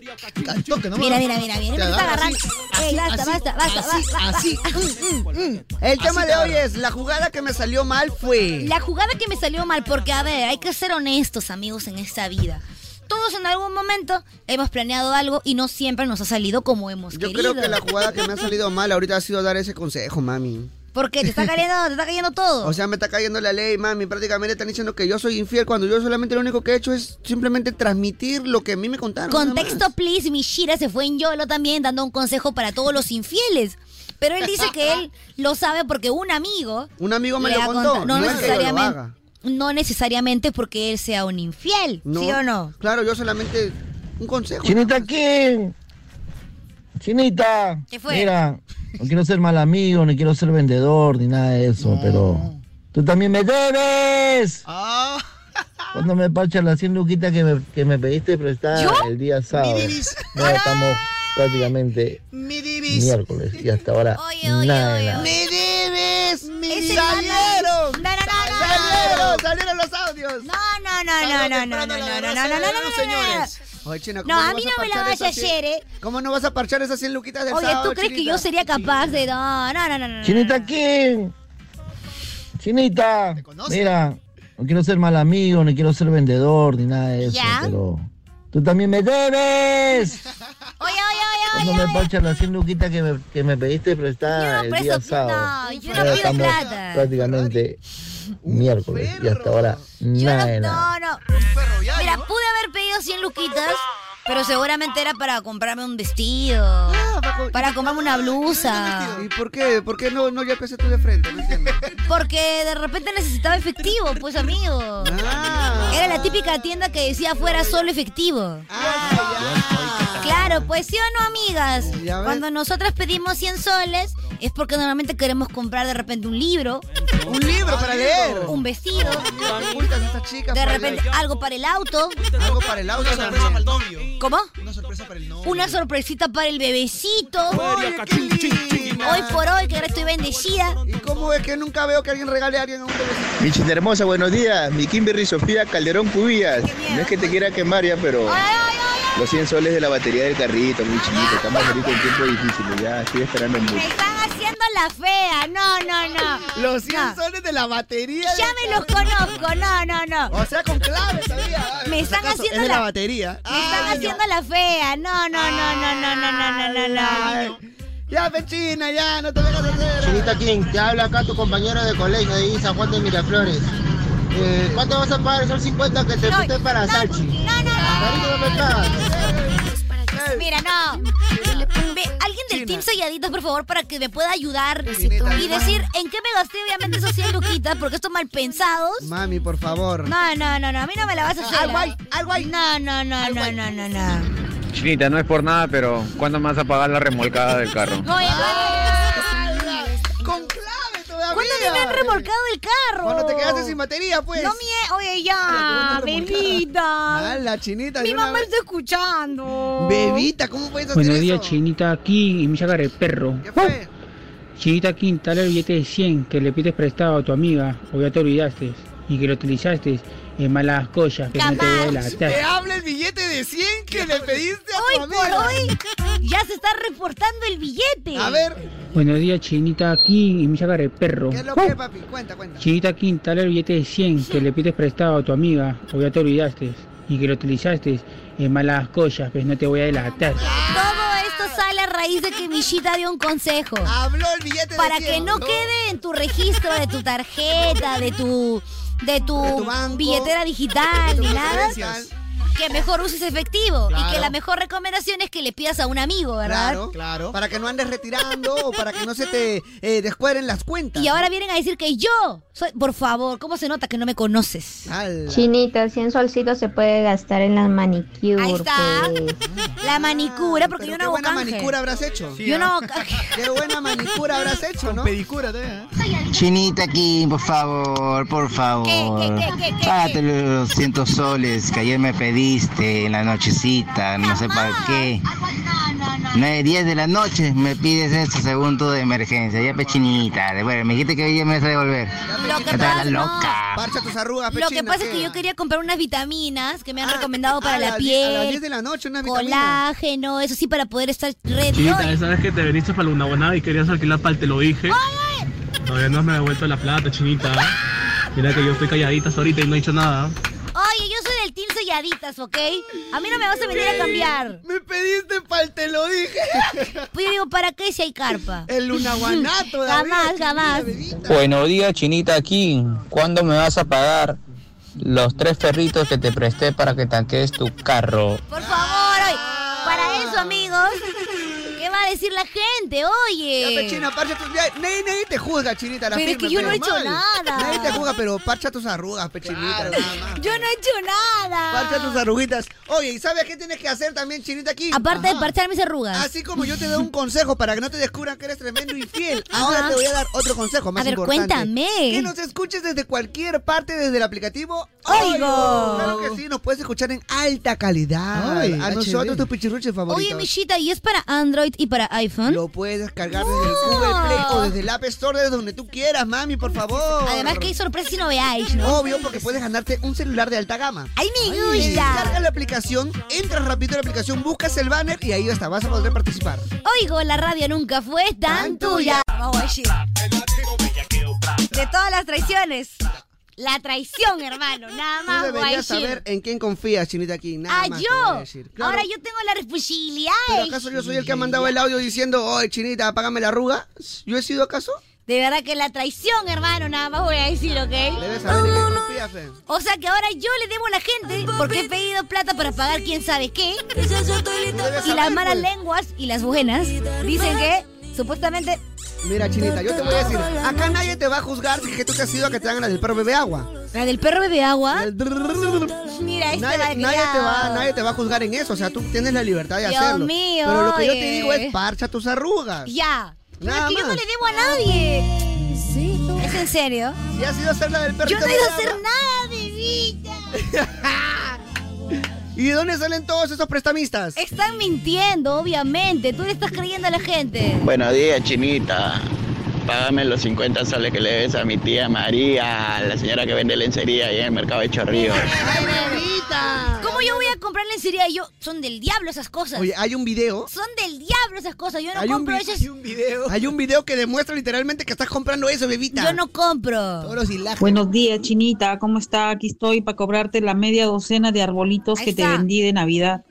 [SPEAKER 9] al toque nomás.
[SPEAKER 3] Mira, mira, mira, mira.
[SPEAKER 9] Te
[SPEAKER 3] Me está
[SPEAKER 9] agarra
[SPEAKER 3] agarrando.
[SPEAKER 9] así.
[SPEAKER 3] Ey, basta, basta, basta,
[SPEAKER 9] así,
[SPEAKER 3] basta, Mm,
[SPEAKER 9] así.
[SPEAKER 5] El tema de
[SPEAKER 3] Así te
[SPEAKER 5] hoy
[SPEAKER 3] agarra.
[SPEAKER 5] es la jugada que me salió mal fue.
[SPEAKER 3] La jugada que me salió mal, porque a ver, hay que ser honestos, amigos, en esta vida. Todos en algún momento hemos planeado algo y no siempre nos ha salido como hemos
[SPEAKER 5] Yo
[SPEAKER 3] querido.
[SPEAKER 5] creo que la jugada que me ha salido mal ahorita ha sido dar ese consejo, mami.
[SPEAKER 3] Porque te está cayendo, te está cayendo todo.
[SPEAKER 5] O sea, me está cayendo la ley, mami. Prácticamente están diciendo que yo soy infiel cuando yo solamente lo único que he hecho es simplemente transmitir lo que a mí me contaron. nada más.
[SPEAKER 3] Contexto, please, Mishira se fue en YOLO también dando un consejo para todos los infieles. Pero él dice que él lo sabe porque un amigo...
[SPEAKER 5] Un amigo me
[SPEAKER 3] le
[SPEAKER 5] lo
[SPEAKER 3] ha
[SPEAKER 5] contó.
[SPEAKER 3] contado- No,
[SPEAKER 5] es que yo lo
[SPEAKER 3] necesariamente.
[SPEAKER 5] haga.
[SPEAKER 3] No necesariamente porque él sea un infiel, ¿sí o no?
[SPEAKER 5] Claro, yo solamente un consejo.
[SPEAKER 24] Chinita aquí. Chinita.
[SPEAKER 3] ¿Qué fue?
[SPEAKER 24] Mira, no quiero ser mal amigo, no quiero ser vendedor, ni nada de eso, pero tú también me debes.
[SPEAKER 9] Ah.
[SPEAKER 24] Cuando me parchas las 100 luquitas que me, que me pediste prestar
[SPEAKER 9] ¿Yo?
[SPEAKER 24] el día sábado.
[SPEAKER 9] divis.
[SPEAKER 24] Ya estamos prácticamente
[SPEAKER 9] Mi divis.
[SPEAKER 24] miércoles y hasta ahora nada de nada.
[SPEAKER 5] ¡Me debes!
[SPEAKER 3] Ese
[SPEAKER 5] ¡Salieron!
[SPEAKER 3] no, no, no, no.
[SPEAKER 5] ¡Salieron! ¡Salieron los audios!
[SPEAKER 3] No, no, no, no, no, no, no, no, no, no, no, no, no, no,
[SPEAKER 5] señores. Oye, China, ¿cómo
[SPEAKER 3] No, a
[SPEAKER 5] vas
[SPEAKER 3] mí no me la
[SPEAKER 5] parchar
[SPEAKER 3] vas a
[SPEAKER 5] esas cien-
[SPEAKER 3] hacer, ¿eh?
[SPEAKER 5] ¿Cómo no vas a parchar esas 100 luquitas del
[SPEAKER 3] Oye,
[SPEAKER 5] sábado,
[SPEAKER 3] ¿tú crees que
[SPEAKER 5] Chinita?
[SPEAKER 3] yo sería capaz de.? No, no, no, no. no.
[SPEAKER 24] Chinita aquí. Chinita, mira, no quiero ser mal amigo, ni quiero ser vendedor, ni nada de eso,
[SPEAKER 3] ¿Ya?
[SPEAKER 24] pero tú también me debes.
[SPEAKER 3] Oye, oye,
[SPEAKER 24] Cuando
[SPEAKER 3] oye,
[SPEAKER 24] me
[SPEAKER 3] oye.
[SPEAKER 24] parchas las 100 luquitas que me, que me pediste prestada el día
[SPEAKER 3] presto-
[SPEAKER 24] sábado.
[SPEAKER 3] no, yo no
[SPEAKER 24] Ya
[SPEAKER 3] pido
[SPEAKER 24] estamos
[SPEAKER 3] plata.
[SPEAKER 24] Prácticamente miércoles y hasta ahora nada de nada.
[SPEAKER 3] No, no. Mira, pude haber pedido 100 luquitas, pero seguramente era para comprarme un vestido. Para comprarme una blusa.
[SPEAKER 5] ¿Y por qué? ¿Por qué no, no ya empecé tú de frente? No entiendo.
[SPEAKER 3] Porque de repente necesitaba efectivo, pues amigo.
[SPEAKER 5] Ah.
[SPEAKER 3] Era la típica tienda que decía fuera solo efectivo.
[SPEAKER 5] Ah,
[SPEAKER 3] Claro, pues sí o no, amigas.
[SPEAKER 5] Oh,
[SPEAKER 3] Cuando nosotras pedimos 100 soles es porque normalmente queremos comprar de repente un libro. Un libro
[SPEAKER 5] para leer.
[SPEAKER 3] Un vestido. De
[SPEAKER 5] para
[SPEAKER 3] repente
[SPEAKER 5] leer.
[SPEAKER 3] algo para el auto.
[SPEAKER 5] Algo para el auto.
[SPEAKER 3] Una sorpresa para el
[SPEAKER 5] novio.
[SPEAKER 3] ¿Cómo?
[SPEAKER 5] Una sorpresa para el novio.
[SPEAKER 3] Una sorpresita para el bebecito. Hoy por hoy, que ahora estoy bendecida.
[SPEAKER 5] ¿Y cómo es que nunca veo que alguien regale a alguien a un bebecito?
[SPEAKER 25] Mi chita hermosa, buenos días. Mi Kimberly Sofía Calderón Cubillas. No es que te quiera quemar ya, pero los 100 soles de la batería del carrito, mi chiquito. Estamos ahorita en tiempo difícil, ya estoy esperando mucho.
[SPEAKER 3] Están haciendo la fea. No, no, no.
[SPEAKER 5] Los 100 soles de la batería.
[SPEAKER 3] Ya me los conozco. No, no, no.
[SPEAKER 5] O sea, con clave sabía.
[SPEAKER 3] Me están
[SPEAKER 5] acaso,
[SPEAKER 3] haciendo
[SPEAKER 5] es de la batería.
[SPEAKER 3] Me están haciendo la fea. No, no, no, no, no, no, no, no, no, no.
[SPEAKER 5] Ya, pechina, ya, no te dejas hacer.
[SPEAKER 26] Chinita King, te habla acá tu compañero de colegio ahí, San Juan de Miraflores. Eh, ¿Cuánto vas a pagar? Son 50 que te presté para Salchi.
[SPEAKER 3] No, no,
[SPEAKER 26] no. me pagas.
[SPEAKER 3] Mira, no. Ve, alguien del Team Selladitos, por favor, para que me pueda ayudar y decir en qué me gasté, obviamente, esos 100 luquitas, porque estos mal pensados.
[SPEAKER 5] Mami, por favor.
[SPEAKER 3] No, no, no, no, a mí no me la vas a hacer.
[SPEAKER 5] Algo hay,
[SPEAKER 3] algo hay. No, no, no, no, no, no, no.
[SPEAKER 13] Chinita, no es por nada, pero ¿cuándo más a pagar la remolcada del carro?
[SPEAKER 3] Oye,
[SPEAKER 5] Con clave todavía.
[SPEAKER 3] ¿Cuándo te me han remolcado el carro?
[SPEAKER 5] Cuando te quedaste sin batería, pues.
[SPEAKER 3] No, mie... Oye,
[SPEAKER 5] Ah,
[SPEAKER 3] ya,
[SPEAKER 5] te voy a
[SPEAKER 3] bebita.
[SPEAKER 5] Ah, la chinita.
[SPEAKER 3] Mi
[SPEAKER 5] de una
[SPEAKER 3] mamá
[SPEAKER 5] vez.
[SPEAKER 3] está escuchando.
[SPEAKER 5] Bebita, ¿cómo puedes hacer
[SPEAKER 27] Buenos
[SPEAKER 5] eso?
[SPEAKER 27] días, Chinita King y mi chacar el perro. Chinita King, tal el billete de 100 que le pides prestado a tu amiga o ya te olvidaste y que lo utilizaste en malas cosas que no te debe la
[SPEAKER 5] Te
[SPEAKER 27] taza.
[SPEAKER 5] habla el billete de 100 que le pediste a tu
[SPEAKER 3] Hoy por
[SPEAKER 5] amiga.
[SPEAKER 3] hoy ya se está reportando el billete.
[SPEAKER 5] A ver,
[SPEAKER 27] Buenos días, Chinita King y mi chacar el perro. Uh.
[SPEAKER 5] ¿qué es lo que, papi? Cuenta, cuenta.
[SPEAKER 27] Chinita King, tal el billete de 100 que le pides prestado a tu amiga o ya te olvidaste y que lo utilizaste en malas cosas que no te voy a delatar.
[SPEAKER 3] Todo esto sale a raíz de que Michita dio un consejo.
[SPEAKER 5] Habló el billete
[SPEAKER 3] Para
[SPEAKER 5] de
[SPEAKER 3] que
[SPEAKER 5] 100,
[SPEAKER 3] no quede en tu registro de tu tarjeta, de tu de tu, billetera digital ni nada. Que mejor uses efectivo y que
[SPEAKER 5] Claro.
[SPEAKER 3] la mejor recomendación es que le pidas a un amigo, ¿verdad?
[SPEAKER 5] Claro, claro. Para que no andes retirando o para que no se te eh, descuadren las cuentas.
[SPEAKER 3] Y ahora vienen a decir que yo soy, por favor, ¿cómo se nota que no me conoces?
[SPEAKER 20] Chinita, 100 solcitos se puede gastar en la manicure.
[SPEAKER 3] Ahí está.
[SPEAKER 20] pues.
[SPEAKER 3] La manicura, porque
[SPEAKER 5] Ah,
[SPEAKER 3] yo no
[SPEAKER 5] qué
[SPEAKER 3] hago
[SPEAKER 5] buena
[SPEAKER 3] canje.
[SPEAKER 5] manicura habrás hecho. ¿ah?
[SPEAKER 3] yo no hago
[SPEAKER 5] Qué buena manicura habrás hecho, ¿no? Pedicura ¿eh? también.
[SPEAKER 26] Chinita King, por favor, por favor. Ah,
[SPEAKER 5] ¿Qué, qué, qué, qué,
[SPEAKER 26] Págate los 200 soles que ayer me pediste en la nochecita, no sé para
[SPEAKER 4] Ah,
[SPEAKER 26] qué. 9, 10 de la noche me pides eso según tu de emergencia. Ya pechinita, bueno, me dijiste que hoy día me vas a devolver.
[SPEAKER 3] Lo que
[SPEAKER 26] Ya está la
[SPEAKER 3] pasa, no.
[SPEAKER 26] loca.
[SPEAKER 5] Parcha tus arrugas,
[SPEAKER 3] Lo que
[SPEAKER 5] pechina,
[SPEAKER 3] pasa es que
[SPEAKER 5] ¿qué? Ah,
[SPEAKER 3] yo quería comprar unas vitaminas que me han recomendado para
[SPEAKER 5] a
[SPEAKER 3] la
[SPEAKER 5] la die-
[SPEAKER 3] piel.
[SPEAKER 5] a las 10 de la noche unas vitaminas.
[SPEAKER 3] Colágeno, eso sí, para poder estar ready.
[SPEAKER 28] Chinita, esa vez que te viniste para Luna Bonada y querías alquilar pal, te lo dije. Todavía no me ha devuelto la plata, chinita. Mira que yo estoy calladita hasta ahorita y no he dicho nada.
[SPEAKER 3] Oye, yo soy del team selladitas, ¿ok? A mí no me vas a venir a cambiar.
[SPEAKER 5] Me pediste pal, te lo dije.
[SPEAKER 3] Pues yo digo, ¿para qué si hay carpa?
[SPEAKER 5] El lunaguanato todavía,
[SPEAKER 3] Jamás, jamás.
[SPEAKER 29] Buenos días, Chinita King. ¿Cuándo me vas a pagar los tres perritos que te presté para que tanques tu carro?
[SPEAKER 3] Por favor, oye.
[SPEAKER 5] Ah.
[SPEAKER 3] Para eso, amigos. ¿Qué va a decir la gente? Oye.
[SPEAKER 5] Ya, pechina, parcha tus... ya, Nadie, nadie te juzga, chinita. La
[SPEAKER 3] Pero es que
[SPEAKER 5] firme,
[SPEAKER 3] yo no he
[SPEAKER 5] pero
[SPEAKER 3] hecho
[SPEAKER 5] mal.
[SPEAKER 3] nada.
[SPEAKER 5] Nadie te juzga, pero parcha tus arrugas, pechinita. nada más.
[SPEAKER 3] Yo no he hecho nada.
[SPEAKER 5] Parcha tus arruguitas. Oye, ¿y sabes qué tienes que hacer también, chinita, aquí?
[SPEAKER 3] Aparte de parchar mis arrugas.
[SPEAKER 5] Así como yo te doy un consejo para que no te descubran que eres tremendo infiel,
[SPEAKER 3] Ajá.
[SPEAKER 5] ahora te voy a dar otro consejo más
[SPEAKER 3] A ver,
[SPEAKER 5] importante.
[SPEAKER 3] cuéntame.
[SPEAKER 5] Que nos escuches desde cualquier parte, desde el aplicativo
[SPEAKER 3] Oigo.
[SPEAKER 5] Claro que sí, nos puedes escuchar en alta calidad. Ay, a HD. nosotros tus pichirruches favoritos.
[SPEAKER 3] Oye, Michita, ¿y es para Android y para iPhone?
[SPEAKER 5] Lo puedes descargar desde el Google Play o desde el App Store, desde donde tú quieras, mami, por favor.
[SPEAKER 3] Además que hay sorpresas y no veáis, ¿no?
[SPEAKER 5] Obvio, porque puedes ganarte un celular de alta gama.
[SPEAKER 3] ¡Ay, me gusta!
[SPEAKER 5] Descarga la aplicación, entras rápido a la aplicación, buscas el banner y ahí está, vas a poder participar.
[SPEAKER 3] Oigo, la radio nunca fue tan tuya. Vamos allí.
[SPEAKER 30] bellaqueo, trap.
[SPEAKER 3] De todas las traiciones. La traición, hermano. Nada
[SPEAKER 5] Tú
[SPEAKER 3] más,
[SPEAKER 5] deberías
[SPEAKER 3] guaychín.
[SPEAKER 5] saber en quién confías, Chinita aquí. Nada
[SPEAKER 3] Ah,
[SPEAKER 5] más te voy a
[SPEAKER 3] yo.
[SPEAKER 5] decir. Claro.
[SPEAKER 3] Ahora yo tengo la responsabilidad.
[SPEAKER 5] ¿Pero acaso yo soy el que ha mandado el audio diciendo, oye, Chinita, apágame la arruga? ¿Yo he sido acaso?
[SPEAKER 3] De verdad que la traición, hermano, nada más voy a decir, ¿ok?
[SPEAKER 5] Debes saber en quién confías, eh. fe.
[SPEAKER 3] O sea que ahora yo le debo a la gente porque he pedido plata para pagar quién sabe qué. Y las
[SPEAKER 5] saber,
[SPEAKER 3] malas
[SPEAKER 5] pues.
[SPEAKER 3] lenguas y las buenas dicen que supuestamente...
[SPEAKER 5] Mira, Chinita, yo te voy a decir, acá nadie te va a juzgar si es que tú te has ido a que te hagan la del perro bebe agua.
[SPEAKER 3] ¿La del perro bebe agua? Mira, este
[SPEAKER 5] Nadie, nadie te va,
[SPEAKER 3] malcriado.
[SPEAKER 5] nadie te va a juzgar en eso, o sea, tú tienes la libertad de
[SPEAKER 3] Dios
[SPEAKER 5] hacerlo.
[SPEAKER 3] mío,
[SPEAKER 5] Pero lo que yo
[SPEAKER 3] oye.
[SPEAKER 5] te digo es parcha tus arrugas.
[SPEAKER 3] Ya. Pero
[SPEAKER 5] Nada
[SPEAKER 3] es que yo no
[SPEAKER 5] más.
[SPEAKER 3] le debo a nadie. ¿Es en serio?
[SPEAKER 5] Si has ido a hacer la del perro
[SPEAKER 3] Yo no he
[SPEAKER 5] bebe
[SPEAKER 3] ido a
[SPEAKER 5] agua.
[SPEAKER 3] hacer nada, bebita.
[SPEAKER 5] ¿Y de dónde salen todos esos prestamistas?
[SPEAKER 3] Están mintiendo, obviamente. Tú le estás creyendo a la gente.
[SPEAKER 12] Buenos días, chinita. Págame los 50 soles que le debes a mi tía María, la señora que vende lencería ahí en el mercado de Chorrillos.
[SPEAKER 3] ¿Cómo yo voy a comprar lencería? Yo, son del diablo esas cosas.
[SPEAKER 5] Oye, hay un video.
[SPEAKER 3] Son del diablo esas cosas. Yo no
[SPEAKER 5] Hay un
[SPEAKER 3] compro
[SPEAKER 5] vi-
[SPEAKER 3] esas.
[SPEAKER 5] hay un video. Hay un video que demuestra literalmente que estás comprando eso, bebita. Yo
[SPEAKER 3] no compro.
[SPEAKER 5] Todos los hilajes.
[SPEAKER 1] Buenos días, Chinita. ¿Cómo está? Aquí estoy para cobrarte la media docena de arbolitos
[SPEAKER 3] Ahí
[SPEAKER 1] que te
[SPEAKER 3] está.
[SPEAKER 1] vendí de Navidad.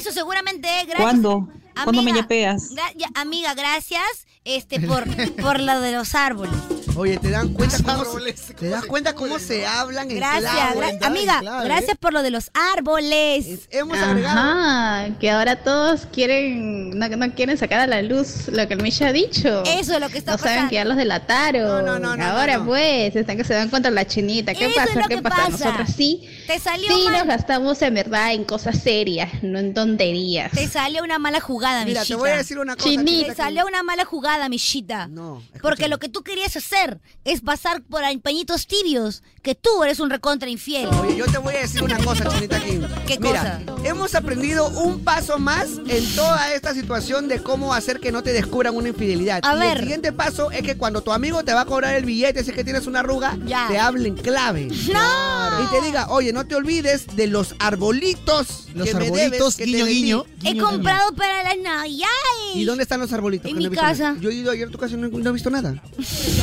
[SPEAKER 3] Eso seguramente, gracias.
[SPEAKER 1] ¿Cuándo? ¿Cuándo me yapeas?
[SPEAKER 3] gra- ya- amiga, gracias este, por, por lo de los árboles.
[SPEAKER 5] Oye, ¿te dan cuenta cómo se, te das cuenta cómo se hablan en
[SPEAKER 3] Gracias,
[SPEAKER 5] clave?
[SPEAKER 3] gra-
[SPEAKER 5] Hablan
[SPEAKER 3] amiga,
[SPEAKER 5] en clave,
[SPEAKER 3] gracias
[SPEAKER 5] ¿eh?
[SPEAKER 3] por lo de los árboles.
[SPEAKER 5] Hemos
[SPEAKER 1] Ajá, que ahora todos quieren, no, no quieren sacar a la luz lo que el Misha ha dicho.
[SPEAKER 3] Eso es lo que está
[SPEAKER 1] No saben que ya los delataron. ahora pues, están que se van contra la chinita. ¿Qué
[SPEAKER 3] Eso es
[SPEAKER 1] pasa?
[SPEAKER 3] lo
[SPEAKER 1] ¿Qué
[SPEAKER 3] que
[SPEAKER 1] pasa?
[SPEAKER 3] pasa.
[SPEAKER 1] Nosotras sí.
[SPEAKER 3] Te salió
[SPEAKER 1] sí
[SPEAKER 3] mal.
[SPEAKER 1] nos gastamos en verdad en cosas serias, no en tonterías.
[SPEAKER 3] Te salió una mala jugada,
[SPEAKER 1] Mira, te
[SPEAKER 3] Michita.
[SPEAKER 1] voy a decir una cosa, Chinita.
[SPEAKER 3] Te salió una mala jugada, Michita. No. Porque lo que tú querías hacer es pasar por pañitos tibios, que tú eres un recontra infiel.
[SPEAKER 5] Oye, yo te voy a decir una cosa, Chinita Kim.
[SPEAKER 3] ¿Qué
[SPEAKER 5] Mira, hemos aprendido un paso más en toda esta situación de cómo hacer que no te descubran una infidelidad.
[SPEAKER 3] A
[SPEAKER 5] Y
[SPEAKER 3] ver.
[SPEAKER 5] El siguiente paso es que cuando tu amigo te va a cobrar el billete, si es que tienes una arruga,
[SPEAKER 3] Ya.
[SPEAKER 5] te hablen clave.
[SPEAKER 3] ¡No!
[SPEAKER 5] Y te diga, oye, no te olvides de los arbolitos.
[SPEAKER 9] Los
[SPEAKER 5] que me debes,
[SPEAKER 9] arbolitos,
[SPEAKER 5] que te
[SPEAKER 9] guiño,
[SPEAKER 5] vendí".
[SPEAKER 3] He
[SPEAKER 9] guiño.
[SPEAKER 3] comprado para las navidades.
[SPEAKER 5] ¿Y dónde están los arbolitos?
[SPEAKER 3] En
[SPEAKER 5] Que no he
[SPEAKER 3] mi
[SPEAKER 5] visto nada.
[SPEAKER 3] casa.
[SPEAKER 5] Yo he ido ayer a tu casa y no, no he visto nada.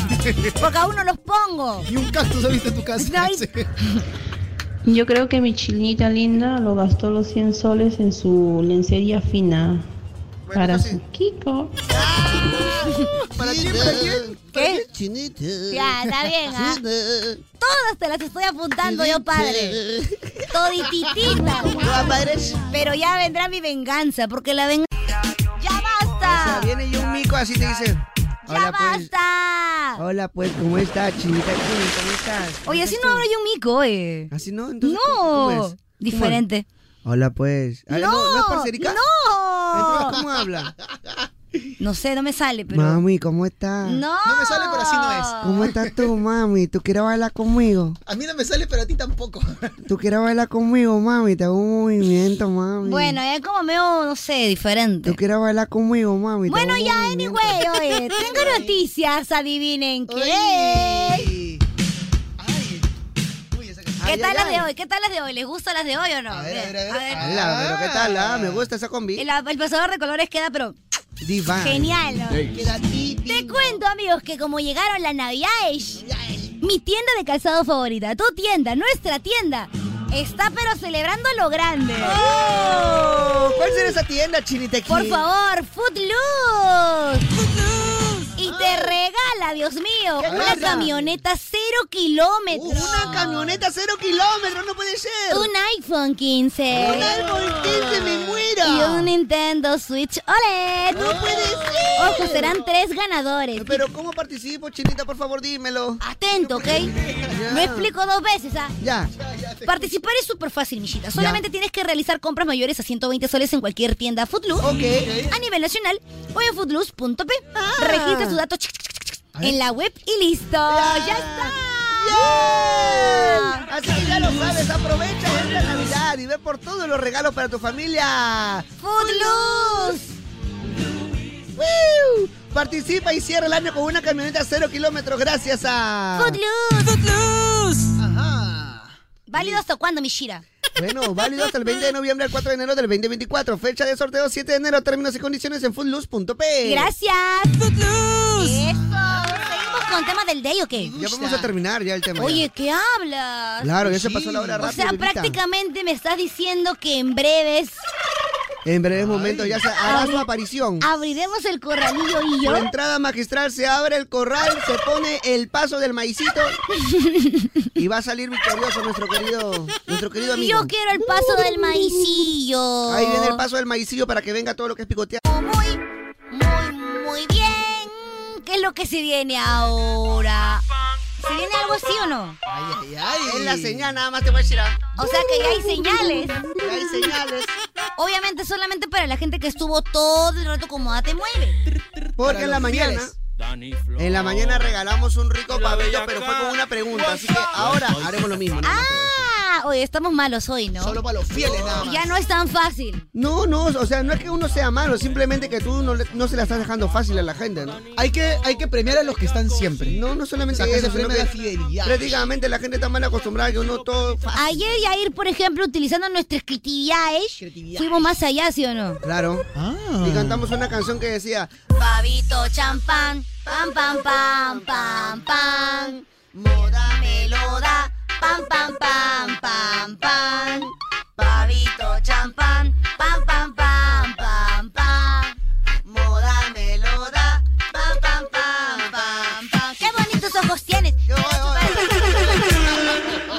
[SPEAKER 3] Porque aún no los pongo.
[SPEAKER 9] Y un cactus has visto en tu casa.
[SPEAKER 1] Yo creo que mi chinita linda lo gastó los 100 soles en su lencería fina. para su Kiko.
[SPEAKER 5] ¿Para quién?
[SPEAKER 1] ¿Para
[SPEAKER 5] quién?
[SPEAKER 3] ¿Qué?
[SPEAKER 5] Chinita.
[SPEAKER 3] Ya, está bien, ¿ah? Todas te las estoy apuntando yo, padre. Todititita. Pero ya vendrá mi venganza, porque la venganza... ¡Ya basta!
[SPEAKER 5] viene y un mico así te dice...
[SPEAKER 3] ¡Ya
[SPEAKER 5] Hola, pues.
[SPEAKER 3] basta!
[SPEAKER 5] Hola, pues, ¿cómo estás, Chinita Kim? ¿Cómo estás?
[SPEAKER 3] Oye, así no habla yo mico, eh.
[SPEAKER 5] ¿Así no? ¿cómo es?
[SPEAKER 3] No. Diferente.
[SPEAKER 5] Hola, pues. Ah,
[SPEAKER 3] No,
[SPEAKER 5] no, ¿no es parcerica?
[SPEAKER 3] No.
[SPEAKER 5] Entonces, ¿cómo habla?
[SPEAKER 3] No sé, no me sale, pero...
[SPEAKER 5] Mami, ¿cómo estás?
[SPEAKER 3] No.
[SPEAKER 9] No me sale, pero así no es.
[SPEAKER 5] ¿Cómo estás tú, mami? ¿Tú quieres bailar conmigo?
[SPEAKER 9] A mí no me sale, pero a ti tampoco.
[SPEAKER 5] ¿Tú quieres bailar conmigo, mami? Te hago un movimiento, mami.
[SPEAKER 3] Bueno, es como medio, no sé, diferente.
[SPEAKER 5] ¿Tú quieres bailar conmigo, mami? Te
[SPEAKER 3] Bueno,
[SPEAKER 5] hago un
[SPEAKER 3] ya,
[SPEAKER 5] movimiento.
[SPEAKER 3] anyway, oye, tengo noticias, adivinen qué. ¿Qué
[SPEAKER 5] Ay,
[SPEAKER 3] tal
[SPEAKER 5] ay,
[SPEAKER 3] las de
[SPEAKER 5] ay.
[SPEAKER 3] hoy? ¿Qué tal las de hoy? ¿Les gusta las de hoy o no? A ver, a ver.
[SPEAKER 5] Ala, pero ¿qué tal, ah? Me gusta esa combi.
[SPEAKER 3] El, el pasador de colores queda, pero
[SPEAKER 5] Divine.
[SPEAKER 3] genial. ¿no?
[SPEAKER 5] Ey.
[SPEAKER 3] Te cuento, amigos, que como llegaron las navidades, mi tienda de calzado favorita, tu tienda, nuestra tienda, está pero celebrando lo grande.
[SPEAKER 5] ¡Oh! ¿Cuál será esa tienda, Chinitequi?
[SPEAKER 3] Por favor, Footloose. Y te regala, Dios mío, una
[SPEAKER 5] cosa?
[SPEAKER 3] camioneta cero kilómetros.
[SPEAKER 5] Una camioneta cero kilómetros, no puede ser.
[SPEAKER 3] Un iPhone 15.
[SPEAKER 5] Un iPhone 15, me muero.
[SPEAKER 3] Y un Nintendo Switch OLED. ¡No puede ser! Ojo, serán tres ganadores.
[SPEAKER 5] Pero ¿cómo participo, Chinita? Por favor, dímelo.
[SPEAKER 3] Atento, ¿ok? Lo explico dos veces, ¿ah?
[SPEAKER 5] Ya.
[SPEAKER 3] Participar es súper fácil, Michita. Solamente tienes que realizar compras mayores a 120 soles en cualquier tienda Footloose.
[SPEAKER 5] Ok. Ah.
[SPEAKER 3] A nivel nacional o en footloose.p. Registra tus datos chic, chic, chic, chic, en la web y listo. ¡Ya está!
[SPEAKER 5] Así que ya lo sabes, aprovecha esta Navidad y ve por todos los regalos para tu familia.
[SPEAKER 3] ¡Footloose!
[SPEAKER 5] ¡Woo! Participa y cierra el año con una camioneta cero kilómetros gracias a...
[SPEAKER 3] ¡Footloose! ¿Válido hasta cuándo, Mishira?
[SPEAKER 5] Bueno, válido hasta el 20 de noviembre al 4 de enero del 2024. Fecha de sorteo 7 de enero. Términos y condiciones en foodloose.p.
[SPEAKER 3] Gracias. Eso. Seguimos con temas del day o qué?
[SPEAKER 5] Ya vamos a terminar ya el tema. ya.
[SPEAKER 3] Oye, ¿qué hablas?
[SPEAKER 5] Claro, ya se pasó la hora
[SPEAKER 3] O
[SPEAKER 5] rápido,
[SPEAKER 3] sea,
[SPEAKER 5] Lupita.
[SPEAKER 3] prácticamente me estás diciendo que en breves
[SPEAKER 5] En breves momentos ya se hará
[SPEAKER 3] Abri-
[SPEAKER 5] su aparición.
[SPEAKER 3] abriremos el corralillo y yo.
[SPEAKER 5] Por entrada magistral se abre el corral, se pone el paso del maicito y va a salir victorioso nuestro querido, nuestro querido amigo.
[SPEAKER 3] Yo quiero el paso del maicillo.
[SPEAKER 5] Ahí viene el paso del maicillo para que venga todo lo que es picoteado.
[SPEAKER 3] Muy bien. ¿Qué es lo que se viene ahora? ¿Se viene algo así o no?
[SPEAKER 5] Ay, ay, ay. Es la señal, nada más te voy a decir. ah.
[SPEAKER 3] O sea que ya hay señales. Ya
[SPEAKER 5] hay señales.
[SPEAKER 3] Obviamente solamente para la gente que estuvo todo el rato como A te mueve.
[SPEAKER 5] Porque en la mañana, en la mañana regalamos un rico pabello, pero fue con una pregunta, así que ahora haremos lo mismo. ¿no?
[SPEAKER 3] Ah, hoy estamos malos hoy, ¿no? Solo
[SPEAKER 5] para los fieles nada más.
[SPEAKER 3] Ya no es tan fácil.
[SPEAKER 5] No, no, o sea, no es que uno sea malo, simplemente que tú no, le- no se la estás dejando fácil a la gente, ¿no? Hay que, hay que premiar a los que están siempre. No, no solamente
[SPEAKER 9] Saca ese
[SPEAKER 5] eso, sino
[SPEAKER 9] premio
[SPEAKER 5] que
[SPEAKER 9] de fidelidad.
[SPEAKER 5] Prácticamente la gente está mal acostumbrada a que uno todo fácil.
[SPEAKER 3] Ayer Yair, por ejemplo, utilizando nuestras creatividades, fuimos más allá, ¿sí o no?
[SPEAKER 5] Claro. Y cantamos una canción que decía,
[SPEAKER 3] Pavito champán, pam pam pam pam pam. Moda meloda, pam pam pam pam pam. Pavito champán, pam pam pam pam pam. Moda meloda, pam pam pam pam pam. Qué bonitos ojos tienes.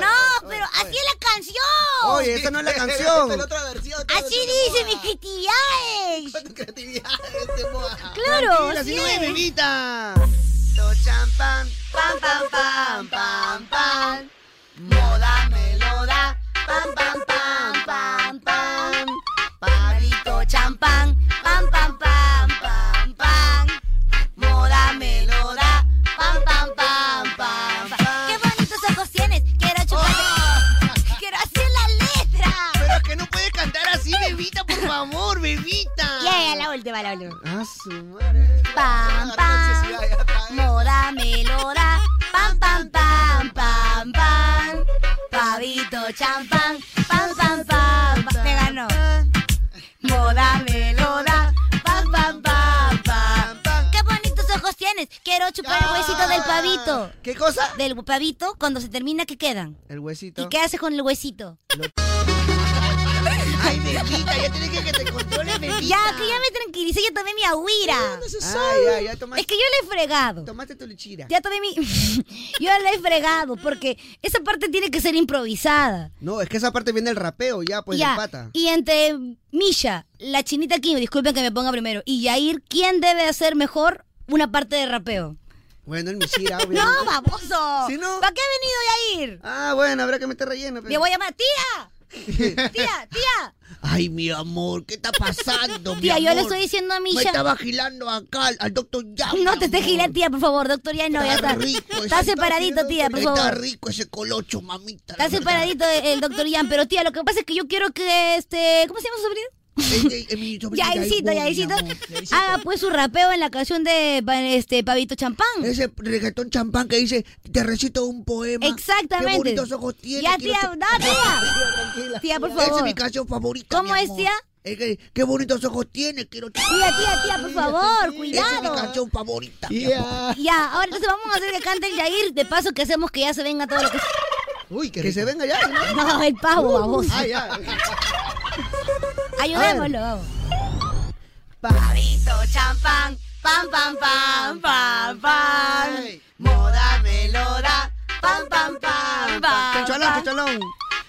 [SPEAKER 3] No, pero así es la canción.
[SPEAKER 5] Oye, esta no es la canción. Esta es la otra
[SPEAKER 3] Así dice mi creatividades. Claro,
[SPEAKER 5] este Tranquila,
[SPEAKER 3] así
[SPEAKER 5] si no es bebita.
[SPEAKER 3] champán, pam pam pam pam pam. Moda meloda, pam pam pam pam pam. Pavito champán, pam pam pam pam pam. Moda meloda, pam pam pam pam pam. Oh. Qué bonitos ojos tienes, quiero chuparte. Quiero hacer la letra.
[SPEAKER 5] Pero es que no puedes cantar así, bebita, por favor, bebita.
[SPEAKER 3] Yeah, la última, la última.
[SPEAKER 5] Ah, su madre.
[SPEAKER 3] pam pam moda meloda pam pam pam pam pam pavito champán pam pam pam pam. me ganó moda meloda pam pam pam pam pam qué bonitos ojos tienes quiero chupar el huesito del pavito
[SPEAKER 5] qué cosa
[SPEAKER 3] del pavito cuando se termina qué quedan
[SPEAKER 5] El
[SPEAKER 3] y
[SPEAKER 5] huesito.
[SPEAKER 3] qué haces con el huesito
[SPEAKER 5] Ay, bebita, ya tienes que que te controle, bebita.
[SPEAKER 3] Ya, que ya me tranquilicé, yo tomé mi agüira.
[SPEAKER 5] No, no se sabe. Ah, ya, ya tomaste-
[SPEAKER 3] Es que yo le he fregado.
[SPEAKER 5] Tomaste tu lechira.
[SPEAKER 3] Ya tomé mi... yo le he fregado, porque esa parte tiene que ser improvisada.
[SPEAKER 5] No, es que esa parte viene el rapeo ya, pues,
[SPEAKER 3] ya.
[SPEAKER 5] de pata.
[SPEAKER 3] Y entre Misha, la chinita Kim, disculpen que me ponga primero, y Yair, ¿quién debe hacer mejor una parte de rapeo?
[SPEAKER 5] Bueno, el Mishira,
[SPEAKER 3] No, baboso.
[SPEAKER 5] Si no-
[SPEAKER 3] ¿Para qué he venido, Yair?
[SPEAKER 5] Ah, bueno, habrá que meter relleno.
[SPEAKER 3] Le voy a llamar, tía. Tía, tía.
[SPEAKER 5] Ay, mi amor, ¿qué está pasando, mi
[SPEAKER 3] Tía, yo le
[SPEAKER 5] amor?
[SPEAKER 3] estoy diciendo a Misha.
[SPEAKER 5] Me estaba gilando acá al, al doctor ya.
[SPEAKER 3] No te estés gilando, tía, por favor, doctor, ya no, ya
[SPEAKER 5] Está
[SPEAKER 3] está.
[SPEAKER 5] rico ese-
[SPEAKER 3] Está separadito, tía, por favor.
[SPEAKER 5] Está rico ese colocho, mamita.
[SPEAKER 3] Está separadito el, el doctor Ian, pero tía, lo que pasa es que yo quiero que este. ¿Cómo se llama su sobrino? Yaircito, Yaircito. Haga pues su rapeo en la canción de pa- este Pavito Champán.
[SPEAKER 5] Ese reggaetón champán que dice, te recito un poema.
[SPEAKER 3] Exactamente.
[SPEAKER 5] Qué bonitos ojos tiene.
[SPEAKER 3] Ya,
[SPEAKER 5] quiero
[SPEAKER 3] tía,
[SPEAKER 5] to-
[SPEAKER 3] no, tía. Tía, por favor.
[SPEAKER 5] Esa es mi canción favorita.
[SPEAKER 3] ¿Cómo es, tía?
[SPEAKER 5] Es que, qué bonitos ojos tiene, quiero Tía,
[SPEAKER 3] tía, tía, por favor,
[SPEAKER 5] Esa es mi
[SPEAKER 3] cuidado.
[SPEAKER 5] canción favorita.
[SPEAKER 3] Ya, ahora entonces vamos a hacer que cante el Yair. De paso que hacemos que ya se venga todo lo que.
[SPEAKER 5] Uy, que se venga ya.
[SPEAKER 3] No, el pavo, baboso.
[SPEAKER 5] Ah, ya.
[SPEAKER 3] Ayudémoslo, vamos. Pavito champán, pam pam pam pam pam. Moda meloda, pam pam pam pam.
[SPEAKER 5] Pecholón, pecholón.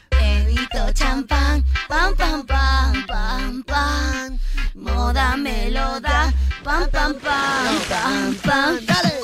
[SPEAKER 3] Pavito champán, pam pam pam pam pam. Moda meloda, pam pam pam pam pam.
[SPEAKER 9] Dale.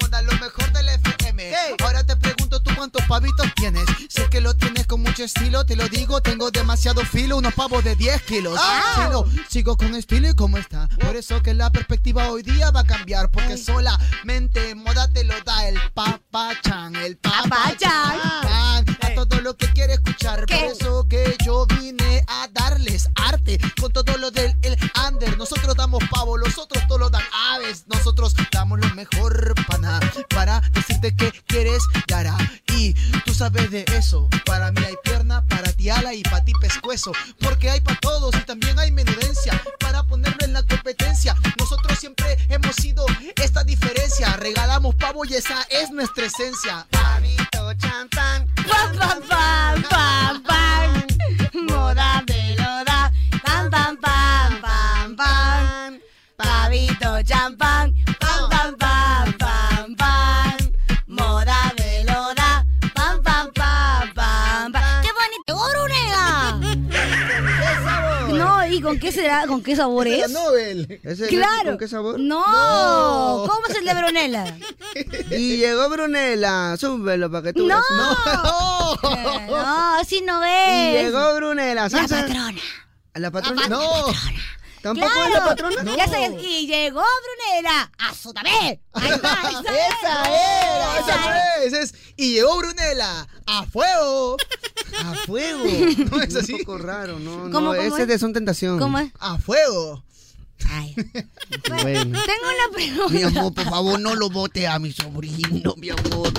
[SPEAKER 9] Moda lo mejor del FM. Ahora te pregunto tú cuántos pavitos tienes. Sé que lo tienes con mucho estilo, te lo digo, tengo demasiado filo, unos pavos de 10 kilos.
[SPEAKER 5] Ah.
[SPEAKER 9] Pero sigo con estilo y como está. Por eso que la perspectiva hoy día va a cambiar, porque solamente moda te lo da el papachan, el papachan. A todo lo que quiere escuchar, por eso que yo vine a darles arte con todo lo del el under. Nosotros damos pavo, los otros todos lo dan aves. Nosotros damos lo mejor pana para decirte que quieres dará. Y tú sabes sabes de eso. Para mí hay pierna, para ti ala y para ti pescuezo. Porque hay para todos y también hay menudencia. Para ponerlo en la competencia. Nosotros siempre hemos sido esta diferencia. Regalamos pavo y esa es nuestra esencia. Pavito chantan.
[SPEAKER 3] Pam, pam, pam, pam, pam. Moda veloda. Pam, pam, pam, pam, pam. Pavito champán. Pam, pam, pam, pam, pam. Moda veloda. Pam, pam, pam, pam, pam. ¡Qué bonito! ¡Oro, nega! No, ¿y con qué será? ¿Con qué sabor
[SPEAKER 5] Esa
[SPEAKER 3] es?
[SPEAKER 5] es la Nobel. ¿Esa es la-
[SPEAKER 3] Claro.
[SPEAKER 5] ¿Con qué sabor?
[SPEAKER 3] No. ¿Cómo es el de Brunella?
[SPEAKER 5] Y llegó Brunella. Súbelo para que tú
[SPEAKER 3] No.
[SPEAKER 5] veas.
[SPEAKER 3] Eh, no, así no
[SPEAKER 5] Y
[SPEAKER 3] es.
[SPEAKER 5] llegó Brunella.
[SPEAKER 3] La
[SPEAKER 5] ¿Sabes?
[SPEAKER 3] patrona.
[SPEAKER 5] ¿La
[SPEAKER 3] La
[SPEAKER 5] patrona?
[SPEAKER 3] pat-
[SPEAKER 5] No. ¿Tampoco
[SPEAKER 3] claro.
[SPEAKER 5] es la patrona?
[SPEAKER 3] Ya sabes, y llegó Brunella. ¡A su también! Ahí está, ahí está.
[SPEAKER 9] Esa era, esa fue, esa es. Y llegó Brunella a fuego.
[SPEAKER 5] A fuego.
[SPEAKER 9] No es así.
[SPEAKER 5] Un poco raro, no,
[SPEAKER 9] ¿Cómo,
[SPEAKER 5] no.
[SPEAKER 9] cómo
[SPEAKER 5] Ese
[SPEAKER 9] es?
[SPEAKER 5] es de Son Tentación.
[SPEAKER 9] ¿Cómo
[SPEAKER 3] es?
[SPEAKER 9] A fuego.
[SPEAKER 5] Bueno.
[SPEAKER 3] Tengo una pregunta.
[SPEAKER 5] Mi amor, por favor, no lo vote a mi sobrino, mi amor.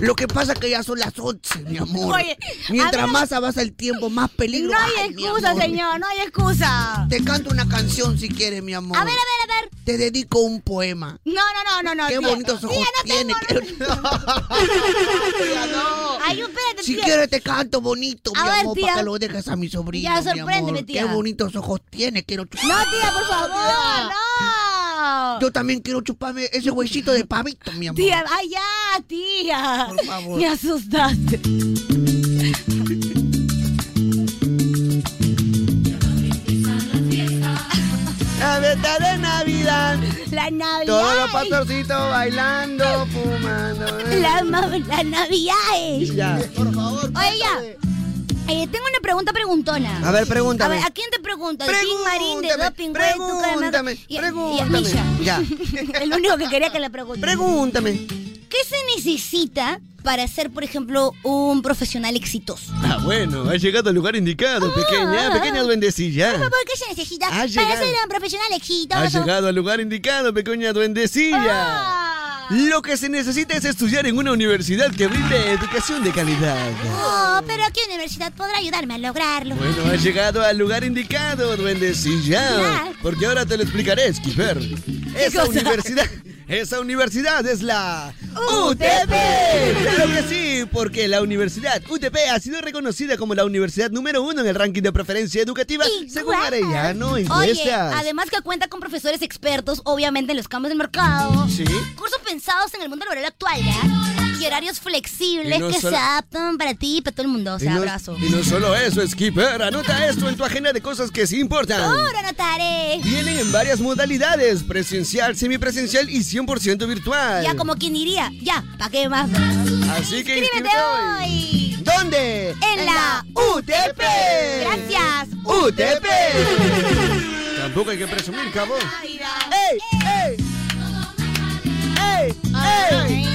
[SPEAKER 5] Lo que pasa es que ya son las 11, mi amor.
[SPEAKER 3] Oye,
[SPEAKER 5] Mientras
[SPEAKER 3] habla-
[SPEAKER 5] más avanza el tiempo, más peligro
[SPEAKER 3] No hay
[SPEAKER 5] hay, mi
[SPEAKER 3] excusa,
[SPEAKER 5] amor.
[SPEAKER 3] señor, no hay excusa.
[SPEAKER 5] Te canto una canción si quieres, mi amor.
[SPEAKER 3] A ver, a ver, a ver.
[SPEAKER 5] Te dedico un poema.
[SPEAKER 3] No, no, no, no, no.
[SPEAKER 5] Qué
[SPEAKER 3] tía.
[SPEAKER 5] bonitos ojos
[SPEAKER 3] Tía, no te-
[SPEAKER 5] tiene.
[SPEAKER 3] tía, no. Ay, espérate,
[SPEAKER 5] Si
[SPEAKER 3] tía.
[SPEAKER 5] quieres te canto bonito, mi
[SPEAKER 3] A ver,
[SPEAKER 5] amor,
[SPEAKER 3] tía.
[SPEAKER 5] para que lo dejes a mi sobrino.
[SPEAKER 3] Ya,
[SPEAKER 5] mi
[SPEAKER 3] sorpréndeme,
[SPEAKER 5] amor.
[SPEAKER 3] tía.
[SPEAKER 5] Qué bonitos ojos tiene, quiero
[SPEAKER 3] No, tía, por favor, no.
[SPEAKER 5] Yo también quiero chuparme ese huesito de pavito, mi amor.
[SPEAKER 3] Tía, ay, ya, tía.
[SPEAKER 5] Por favor.
[SPEAKER 3] Me asustaste.
[SPEAKER 5] La venta de Navidad.
[SPEAKER 3] La Navidad.
[SPEAKER 5] Todos los pastorcitos bailando, fumando.
[SPEAKER 3] La, ma- la Navidad es.
[SPEAKER 5] Ya.
[SPEAKER 3] Por favor. Oye, ya. Eh, tengo una pregunta preguntona.
[SPEAKER 5] A ver, pregúntame.
[SPEAKER 3] A ver, ¿a quién te pregunto? ¿A Tim Marín, de Doping Güey, tú,
[SPEAKER 5] pregúntame,
[SPEAKER 3] Carmen? Y- y a
[SPEAKER 5] pregúntame.
[SPEAKER 3] Misha.
[SPEAKER 5] Ya.
[SPEAKER 3] El único que quería que le pregunte.
[SPEAKER 5] Pregúntame.
[SPEAKER 3] ¿Qué se necesita para ser, por ejemplo, un profesional exitoso?
[SPEAKER 11] Ah, bueno, has llegado al lugar
[SPEAKER 3] Ah.
[SPEAKER 11] indicado, pequeña, ah, pequeña
[SPEAKER 3] Por
[SPEAKER 11] duendecilla.
[SPEAKER 3] favor, ¿qué se necesita
[SPEAKER 11] Ha
[SPEAKER 3] para
[SPEAKER 11] llegado.
[SPEAKER 3] ser un profesional exitoso?
[SPEAKER 11] Has llegado al lugar indicado, pequeña duendecilla.
[SPEAKER 3] Ah.
[SPEAKER 11] Lo que se necesita es estudiar en una universidad que brinde educación de calidad.
[SPEAKER 3] Oh, pero ¿qué universidad podrá ayudarme a lograrlo?
[SPEAKER 11] Bueno, has llegado al lugar indicado, duendecilla.
[SPEAKER 3] Ya.
[SPEAKER 11] Porque ahora te lo explicaré, Skipper. Esa universidad, esa universidad es la UTP. Claro que sí, porque la universidad UTP ha sido reconocida como la universidad número uno en el ranking de preferencia educativa según Arellano
[SPEAKER 3] Oye,
[SPEAKER 11] Encuestas.
[SPEAKER 3] además que cuenta con profesores expertos, obviamente, en los cambios del mercado.
[SPEAKER 11] Sí.
[SPEAKER 3] Cursos pensados en el mundo laboral actual, ¿ya? Y horarios flexibles
[SPEAKER 11] Y no
[SPEAKER 3] que
[SPEAKER 11] solo-
[SPEAKER 3] se adaptan para ti y para todo el mundo. O sea,
[SPEAKER 11] y, no,
[SPEAKER 3] abrazo.
[SPEAKER 11] y no solo eso, Skipper, anota esto en tu agenda de cosas que sí importan.
[SPEAKER 3] Ahora notaré.
[SPEAKER 11] Vienen en varias modalidades, presencial, semipresencial y 100% virtual.
[SPEAKER 3] Ya como quien diría, ya, ¿para qué más?
[SPEAKER 11] Así que
[SPEAKER 3] Inscríbete
[SPEAKER 11] inscríbete
[SPEAKER 3] hoy.
[SPEAKER 11] ¿Dónde?
[SPEAKER 3] En la
[SPEAKER 11] UTP.
[SPEAKER 3] Gracias.
[SPEAKER 11] UTP. Tampoco hay que presumir, cabo.
[SPEAKER 5] ¡Ey! ¡Ey! ¡Ey! ¡Ey!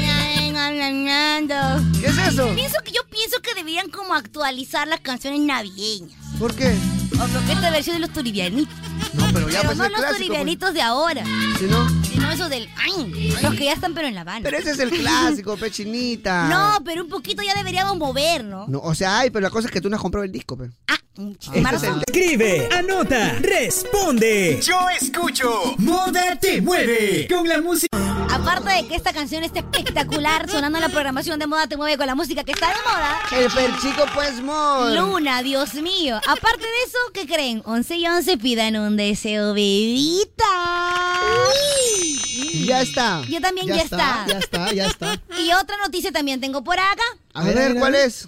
[SPEAKER 5] ¿Qué es eso?
[SPEAKER 3] Pienso que yo pienso que deberían como actualizar las canciones navideñas.
[SPEAKER 5] ¿Por qué?
[SPEAKER 3] O porque esta versión de los turibianitos.
[SPEAKER 5] No, pero ya
[SPEAKER 3] Pero
[SPEAKER 5] pues
[SPEAKER 3] no
[SPEAKER 5] es
[SPEAKER 3] los
[SPEAKER 5] clásico. pues.
[SPEAKER 3] turibianitos de ahora.
[SPEAKER 5] Si no,
[SPEAKER 3] Sino eso del ay, los que ya están pero en La Habana.
[SPEAKER 5] pero ese es el clásico, pechinita.
[SPEAKER 3] No, pero un poquito ya deberíamos mover, ¿no?
[SPEAKER 5] No, o sea, ay, pero la cosa es que tú no has comprado el disco, pe.
[SPEAKER 31] Ah,
[SPEAKER 3] Este es el-
[SPEAKER 10] Escribe, anota, responde. Yo escucho. Moda te mueve. Con la música.
[SPEAKER 3] Aparte de que esta canción está espectacular, sonando en la programación de Moda Te Mueve con la música que está de moda.
[SPEAKER 5] El perchico pues mor.
[SPEAKER 3] Luna, Dios mío. Aparte de eso, ¿qué creen? 11 y 11 pidan un deseo, bebita.
[SPEAKER 5] Ya está.
[SPEAKER 3] Yo también ya, está.
[SPEAKER 5] Ya está, ya está.
[SPEAKER 3] Y otra noticia también tengo por acá.
[SPEAKER 5] A ver, ¿cuál es?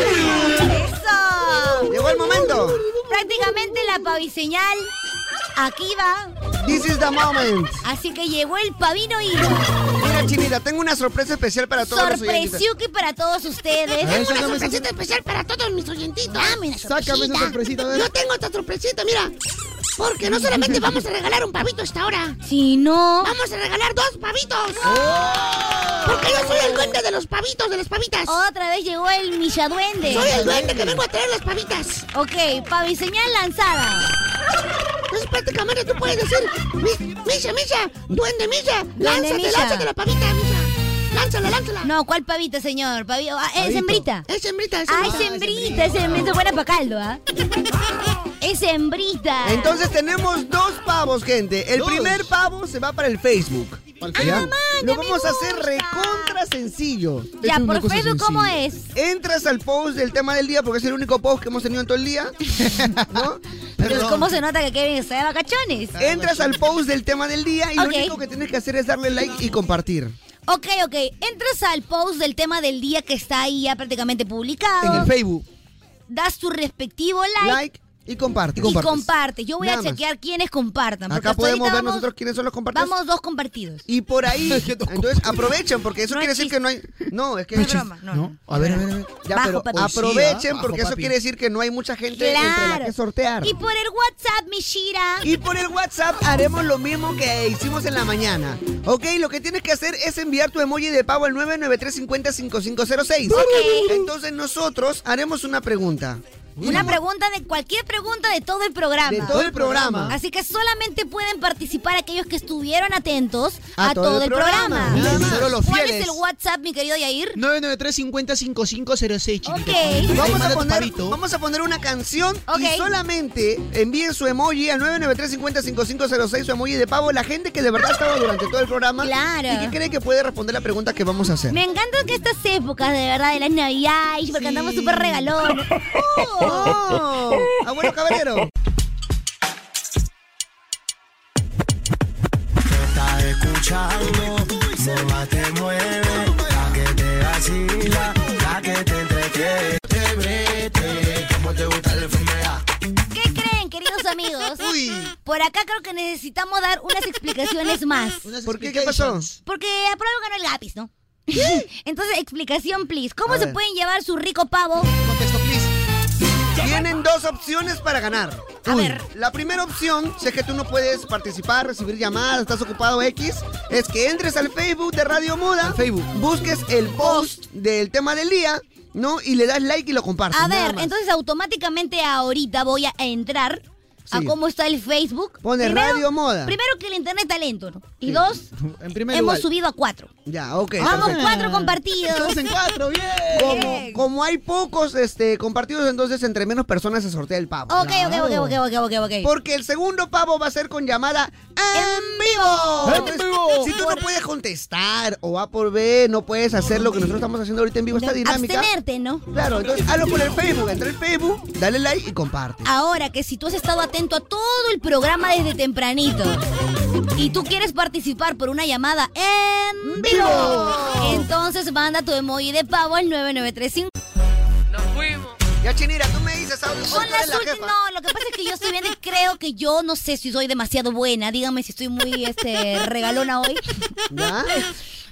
[SPEAKER 3] ¡Eso!
[SPEAKER 5] Llegó el momento.
[SPEAKER 3] Prácticamente la paviseñal. Aquí va.
[SPEAKER 5] This is the moment.
[SPEAKER 3] Así que llegó el pavino y
[SPEAKER 5] Mira, Chinita, tengo una sorpresa especial para todos los oyentes.
[SPEAKER 3] sorpresiuki para todos ustedes.
[SPEAKER 5] A ver, sácame esa sorpresa.
[SPEAKER 3] especial para todos mis oyentitos.
[SPEAKER 5] Sácame esa sorpresita, a ver.
[SPEAKER 3] Yo tengo esta sorpresita, mira.
[SPEAKER 31] Porque no solamente vamos a regalar un pavito hasta ahora.
[SPEAKER 3] Si no. ¡Oh!
[SPEAKER 31] Vamos a regalar dos pavitos. Porque yo soy el duende de los pavitos, de las pavitas.
[SPEAKER 3] Otra vez llegó el Milladuende.
[SPEAKER 31] Soy el duende que vengo a traer las pavitas.
[SPEAKER 3] Ok, paviseñal lanzada.
[SPEAKER 31] Entonces prácticamente tú puedes decir, "Mi- Misha, Misha, duende Misha,
[SPEAKER 3] Duende
[SPEAKER 31] lánzate,
[SPEAKER 3] Misha.
[SPEAKER 31] lánzate la pavita, Misha. lánzala, lánzala.
[SPEAKER 3] No, ¿cuál pavito, señor? Pavito. Ah, es
[SPEAKER 31] Pavito.
[SPEAKER 3] hembrita.
[SPEAKER 31] Es hembrita, es
[SPEAKER 3] Ah,
[SPEAKER 31] hembrita.
[SPEAKER 3] es hembrita, es hembrita. Buena para caldo, ¿ah? Es hembrita.
[SPEAKER 5] Entonces tenemos dos pavos, gente. El
[SPEAKER 3] Dos.
[SPEAKER 5] primer pavo se va para el Facebook. ¿Ya? Lo vamos a hacer recontra sencillo.
[SPEAKER 3] Ya, Es una por cosa Facebook, ¿cómo
[SPEAKER 5] es? Entras al post del tema del día porque es el único post que hemos tenido en todo el día. ¿No?
[SPEAKER 3] Pero ¿cómo se nota que Kevin está de vacaciones?
[SPEAKER 5] Entras al post del tema del día y
[SPEAKER 3] Ok.
[SPEAKER 5] lo único que tienes que hacer es darle like y compartir.
[SPEAKER 3] Ok, ok. Entras al post del tema del día que está ahí ya prácticamente publicado.
[SPEAKER 5] En el Facebook.
[SPEAKER 3] Das tu respectivo
[SPEAKER 5] Like y comparte.
[SPEAKER 3] Y comparte. Yo voy
[SPEAKER 5] Nada
[SPEAKER 3] a
[SPEAKER 5] más.
[SPEAKER 3] chequear quiénes compartan. porque
[SPEAKER 5] Acá
[SPEAKER 3] hasta
[SPEAKER 5] podemos ver
[SPEAKER 3] ahorita vamos-
[SPEAKER 5] nosotros quiénes son los compartidos.
[SPEAKER 3] Vamos dos compartidos.
[SPEAKER 5] Y por ahí. Entonces aprovechen, porque eso quiere decir que no hay. No, es que. No,
[SPEAKER 3] no,
[SPEAKER 5] A ver, a ver, a ver. Ya,
[SPEAKER 3] Bajo,
[SPEAKER 5] pero
[SPEAKER 3] papi.
[SPEAKER 5] aprovechen,
[SPEAKER 3] Sí, ¿ah? Bajo,
[SPEAKER 5] porque eso
[SPEAKER 3] papi.
[SPEAKER 5] quiere decir que no hay mucha gente entre la
[SPEAKER 3] Claro.
[SPEAKER 5] que sortear.
[SPEAKER 3] Y por el WhatsApp, Mishira.
[SPEAKER 5] Y por el WhatsApp haremos lo mismo que hicimos en la mañana. Ok, lo que tienes que hacer es enviar tu emoji de pago al 993505506.
[SPEAKER 3] Ok.
[SPEAKER 5] Entonces nosotros haremos una pregunta.
[SPEAKER 3] Una pregunta de cualquier pregunta de todo el programa.
[SPEAKER 5] De todo el programa.
[SPEAKER 3] Así que solamente pueden participar aquellos que estuvieron atentos a, todo, el programa.
[SPEAKER 31] Nada más. Solo los
[SPEAKER 3] ¿Cuál
[SPEAKER 31] fieles.
[SPEAKER 3] es el WhatsApp, mi querido Yair?
[SPEAKER 31] 993 50 5506 chiquitito.
[SPEAKER 5] Vamos
[SPEAKER 31] Manda
[SPEAKER 5] a,
[SPEAKER 31] tu
[SPEAKER 5] poner,
[SPEAKER 31] pavito.
[SPEAKER 5] vamos a poner una canción y solamente envíen su emoji al 993-50-5506, su emoji de pavo, la gente que de verdad estaba durante todo el programa
[SPEAKER 3] Claro.
[SPEAKER 5] y que cree que puede responder la pregunta que vamos a hacer.
[SPEAKER 3] Me encantan que estas épocas, de verdad, de las navidades, porque andamos súper regalones.
[SPEAKER 5] ¡Oh! ¡Abuelo Cabrero!
[SPEAKER 16] Estás escuchando, moda te mueve, la que te vacila, la que te entretiene. Te brete, como te gusta la enfermedad.
[SPEAKER 3] ¿Qué creen, queridos amigos? Por acá creo que necesitamos dar unas explicaciones más.
[SPEAKER 5] ¿Por qué? ¿Qué pasó?
[SPEAKER 3] Porque a prueba ganó el lápiz, ¿no? Entonces, explicación, please. ¿Cómo
[SPEAKER 5] A
[SPEAKER 3] se
[SPEAKER 5] ver.
[SPEAKER 3] pueden llevar su rico pavo?
[SPEAKER 5] Contesto, please. Tienen dos opciones para ganar. A ver. La primera opción, si es que tú no puedes participar, recibir llamadas, estás ocupado X, es que entres al Facebook de Radio Muda, Facebook. busques el post del tema del día, ¿no? Y le das like y lo compartes.
[SPEAKER 3] A
[SPEAKER 5] nada
[SPEAKER 3] ver,
[SPEAKER 5] más.
[SPEAKER 3] entonces automáticamente ahorita voy a entrar a
[SPEAKER 5] Sí.
[SPEAKER 3] cómo está el Facebook.
[SPEAKER 5] Pone Radio Moda.
[SPEAKER 3] Primero que el internet está lento, ¿no? Y dos,
[SPEAKER 5] En primer
[SPEAKER 3] hemos
[SPEAKER 5] lugar.
[SPEAKER 3] subido a cuatro.
[SPEAKER 5] Ya, ok.
[SPEAKER 3] Vamos,
[SPEAKER 5] perfecto.
[SPEAKER 3] cuatro compartidos.
[SPEAKER 5] Estamos en cuatro, bien. Como, como hay pocos este, compartidos, entonces entre menos personas se sortea el pavo.
[SPEAKER 3] Ok, ok, ok, ok, ok, ok, ok.
[SPEAKER 5] Porque el segundo pavo va a ser con llamada en vivo.
[SPEAKER 3] En vivo.
[SPEAKER 5] Si tú no puedes contestar o va por B, no puedes hacer lo que nosotros estamos haciendo ahorita en vivo, esta dinámica.
[SPEAKER 3] Abstenerte, ¿no?
[SPEAKER 5] Claro, entonces hazlo por el Facebook, entra el Facebook, dale like y comparte.
[SPEAKER 3] Ahora que si tú has estado atento a todo el programa desde tempranito y tú quieres participar por una llamada en vivo, entonces manda tu emoji de pavo al 9935.
[SPEAKER 5] Ya, Chinira, tú me dices, Saúl,
[SPEAKER 3] Son
[SPEAKER 5] tú
[SPEAKER 3] las
[SPEAKER 5] eres la
[SPEAKER 3] últimas-
[SPEAKER 5] jefa.
[SPEAKER 3] No, lo que pasa es que yo estoy viendo y creo que yo no sé si soy demasiado buena. Dígame si estoy muy este, regalona hoy.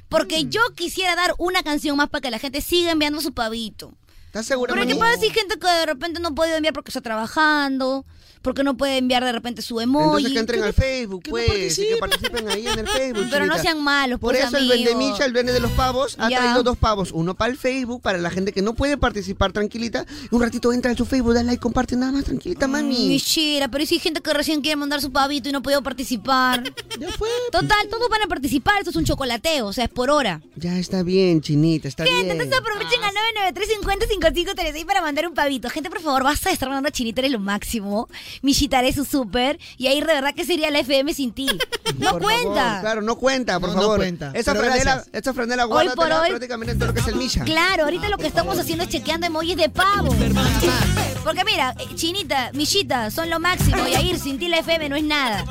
[SPEAKER 3] Porque yo quisiera dar una canción más para que la gente siga enviando su pavito.
[SPEAKER 5] ¿Estás segura?
[SPEAKER 3] Pero qué
[SPEAKER 5] mami?
[SPEAKER 3] pasa si hay gente que de repente no puede enviar porque está trabajando, porque no puede enviar de repente su emoji.
[SPEAKER 5] Entonces que entren
[SPEAKER 3] ¿Qué
[SPEAKER 5] al Facebook, pues, y que participen ahí en el Facebook.
[SPEAKER 3] Pero no
[SPEAKER 5] chinita.
[SPEAKER 3] sean malos,
[SPEAKER 5] Por
[SPEAKER 3] pues,
[SPEAKER 5] eso el
[SPEAKER 3] amigos.
[SPEAKER 5] Vendemicha, el Vende de los Pavos, ha
[SPEAKER 3] Ya.
[SPEAKER 5] traído dos pavos. Uno para el Facebook, para la gente que no puede participar tranquilita. Y un ratito entra en su Facebook, da like, comparte nada más tranquilita,
[SPEAKER 3] Ay,
[SPEAKER 5] mami.
[SPEAKER 3] Mishira, Mm, pero si hay gente que recién quiere mandar su pavito y no ha podido participar. Total, todos van a participar. Esto es un chocolateo, o sea, es por hora.
[SPEAKER 5] Ya está bien, chinita, está
[SPEAKER 3] Gente,
[SPEAKER 5] bien.
[SPEAKER 3] entonces aprovechen al 993 para mandar un pavito. Gente, por favor, basta de estar mandando chinita eres lo máximo. Mishitaré su súper. Y ahí de verdad que sería la FM sin ti. No
[SPEAKER 5] Por
[SPEAKER 3] cuenta.
[SPEAKER 5] favor, claro, no cuenta, por
[SPEAKER 31] No, no
[SPEAKER 5] favor.
[SPEAKER 31] cuenta.
[SPEAKER 5] Esa
[SPEAKER 31] Pero
[SPEAKER 5] franela,
[SPEAKER 31] gracias.
[SPEAKER 5] esa franela
[SPEAKER 3] Hoy
[SPEAKER 5] guarda
[SPEAKER 3] por hoy-
[SPEAKER 5] prácticamente todo lo que es el Misha.
[SPEAKER 3] Claro, ahorita lo que estamos haciendo es chequeando emojis de pavo. Porque mira, eh, Chinita, Millita, son lo máximo. Y ir sin ti la FM no es nada.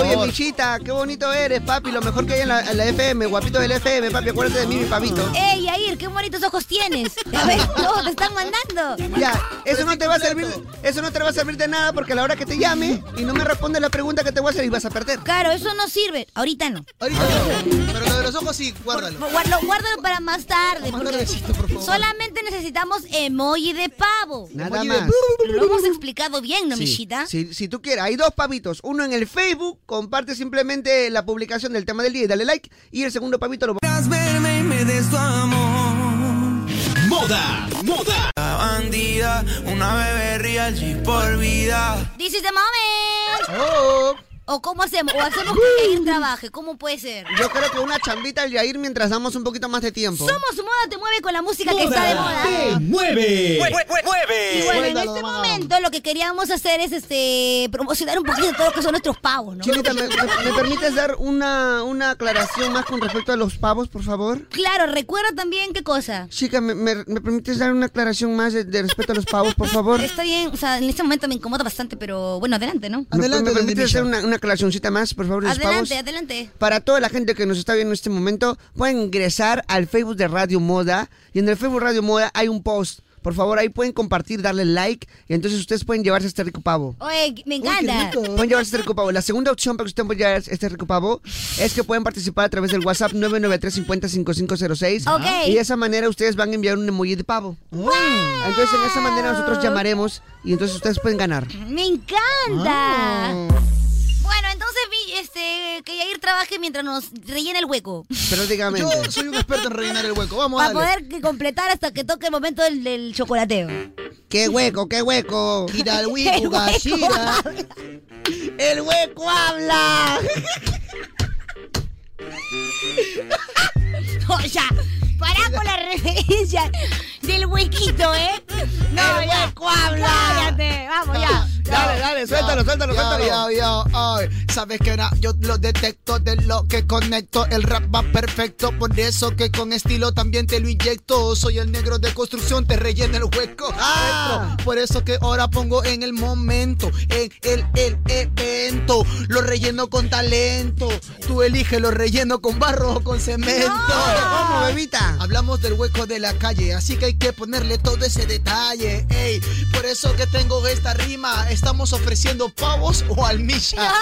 [SPEAKER 5] Oye, Michita, qué bonito eres, papi. Lo mejor que hay en la, en la FM, guapito del FM, papi. Acuérdate de mí, mi pavito.
[SPEAKER 3] ¡Ey, Yair! ¡Qué bonitos ojos tienes! A ver, todos te están mandando.
[SPEAKER 5] Ya, eso no te va a servir, eso no te va a servir de nada porque a la hora que te llame y no me respondes la pregunta que te voy a hacer y vas a perder.
[SPEAKER 3] Claro, eso no sirve. Ahorita no.
[SPEAKER 5] Ahorita no. Pero lo de los ojos sí, guárdalo.
[SPEAKER 3] Guárdalo, guárdalo para más tarde. porque Solamente necesitamos emoji de pavo.
[SPEAKER 5] Nada más.
[SPEAKER 3] Lo hemos explicado bien, ¿no, Millita?
[SPEAKER 5] Si, si tú quieres, hay dos pavitos. Uno en el Facebook, comparte simplemente la publicación del tema del día y dale like. Y el segundo pavito lo verme y me des
[SPEAKER 16] Moda, moda. Una bandida, una bebé real G por vida.
[SPEAKER 5] Oh.
[SPEAKER 3] This is the moment. ¿O cómo hacemos? ¿O hacemos que Yair trabaje? ¿Cómo puede ser?
[SPEAKER 5] Yo creo que una chambita al Yair mientras damos un poquito más de tiempo.
[SPEAKER 3] Somos su moda, te mueve con la música que está de moda.
[SPEAKER 5] Te mueve.
[SPEAKER 3] Mue-
[SPEAKER 5] Mue- mueve.
[SPEAKER 3] Y bueno, en
[SPEAKER 5] Suéltalo,
[SPEAKER 3] este
[SPEAKER 5] mano.
[SPEAKER 3] momento lo que queríamos hacer es este promocionar un poquito todo lo que son nuestros pavos, ¿no?
[SPEAKER 5] Chinita, ¿me, me- me permites dar una, una aclaración más con respecto a los pavos, por favor?
[SPEAKER 3] Claro, recuerda también qué cosa.
[SPEAKER 5] Chica, ¿me, me, me permites dar una aclaración más de, de respecto a los pavos, por favor?
[SPEAKER 3] Está bien, o sea, en este momento me incomoda bastante, pero bueno, adelante, ¿no?
[SPEAKER 5] ¿Me- ¿Me, permites hacer una, una aclaracioncita más, por favor, de los pavos?
[SPEAKER 3] Adelante, adelante.
[SPEAKER 5] Para toda la gente que nos está viendo en este momento, pueden ingresar al Facebook de Radio Moda. Y en el Facebook Radio Moda hay un post. Por favor, ahí pueden compartir, darle like. Y entonces ustedes pueden llevarse este rico pavo.
[SPEAKER 3] Oye, me encanta.
[SPEAKER 5] Pueden llevarse este rico pavo. La segunda opción para que ustedes puedan llevar este rico pavo es que pueden participar a través del WhatsApp 993-50-5506.
[SPEAKER 3] Ok.
[SPEAKER 5] Y de esa manera ustedes van a enviar un emoji de pavo. Entonces, en esa manera nosotros llamaremos y entonces ustedes pueden ganar. Ah.
[SPEAKER 3] Me encanta. Bueno, entonces vi este que Yair trabaje mientras nos rellena el hueco.
[SPEAKER 5] Prácticamente.
[SPEAKER 9] Yo soy un experto en rellenar el hueco. Vamos a
[SPEAKER 3] Para poder que completar hasta que toque el momento del, del chocolateo.
[SPEAKER 5] ¡Qué hueco, qué hueco!
[SPEAKER 9] Mira el hueco, gallina.
[SPEAKER 5] ¡El hueco habla!
[SPEAKER 3] o sea, pará con la referencia del huequito, ¿eh? No, el hueco
[SPEAKER 9] habla.
[SPEAKER 3] Cállate, vamos ya.
[SPEAKER 9] Dale, dale, suéltalo, suéltalo, suéltalo. Yo, yo, ay, Sabes que ahora yo lo detecto de lo que conecto. El rap va perfecto, por eso que con estilo también te lo inyecto. Soy el negro de construcción, te rellena el hueco. Esto, Por eso que ahora pongo en el momento, en el, el evento. Lo relleno con talento. Tú eliges, lo relleno con barro o con cemento.
[SPEAKER 5] ¿Cómo, bebita?
[SPEAKER 9] Ah. Hablamos del hueco de la calle, así que hay que ponerle todo ese detalle. Ey, por eso que tengo esta rima. Estamos ofreciendo pavos o almilla.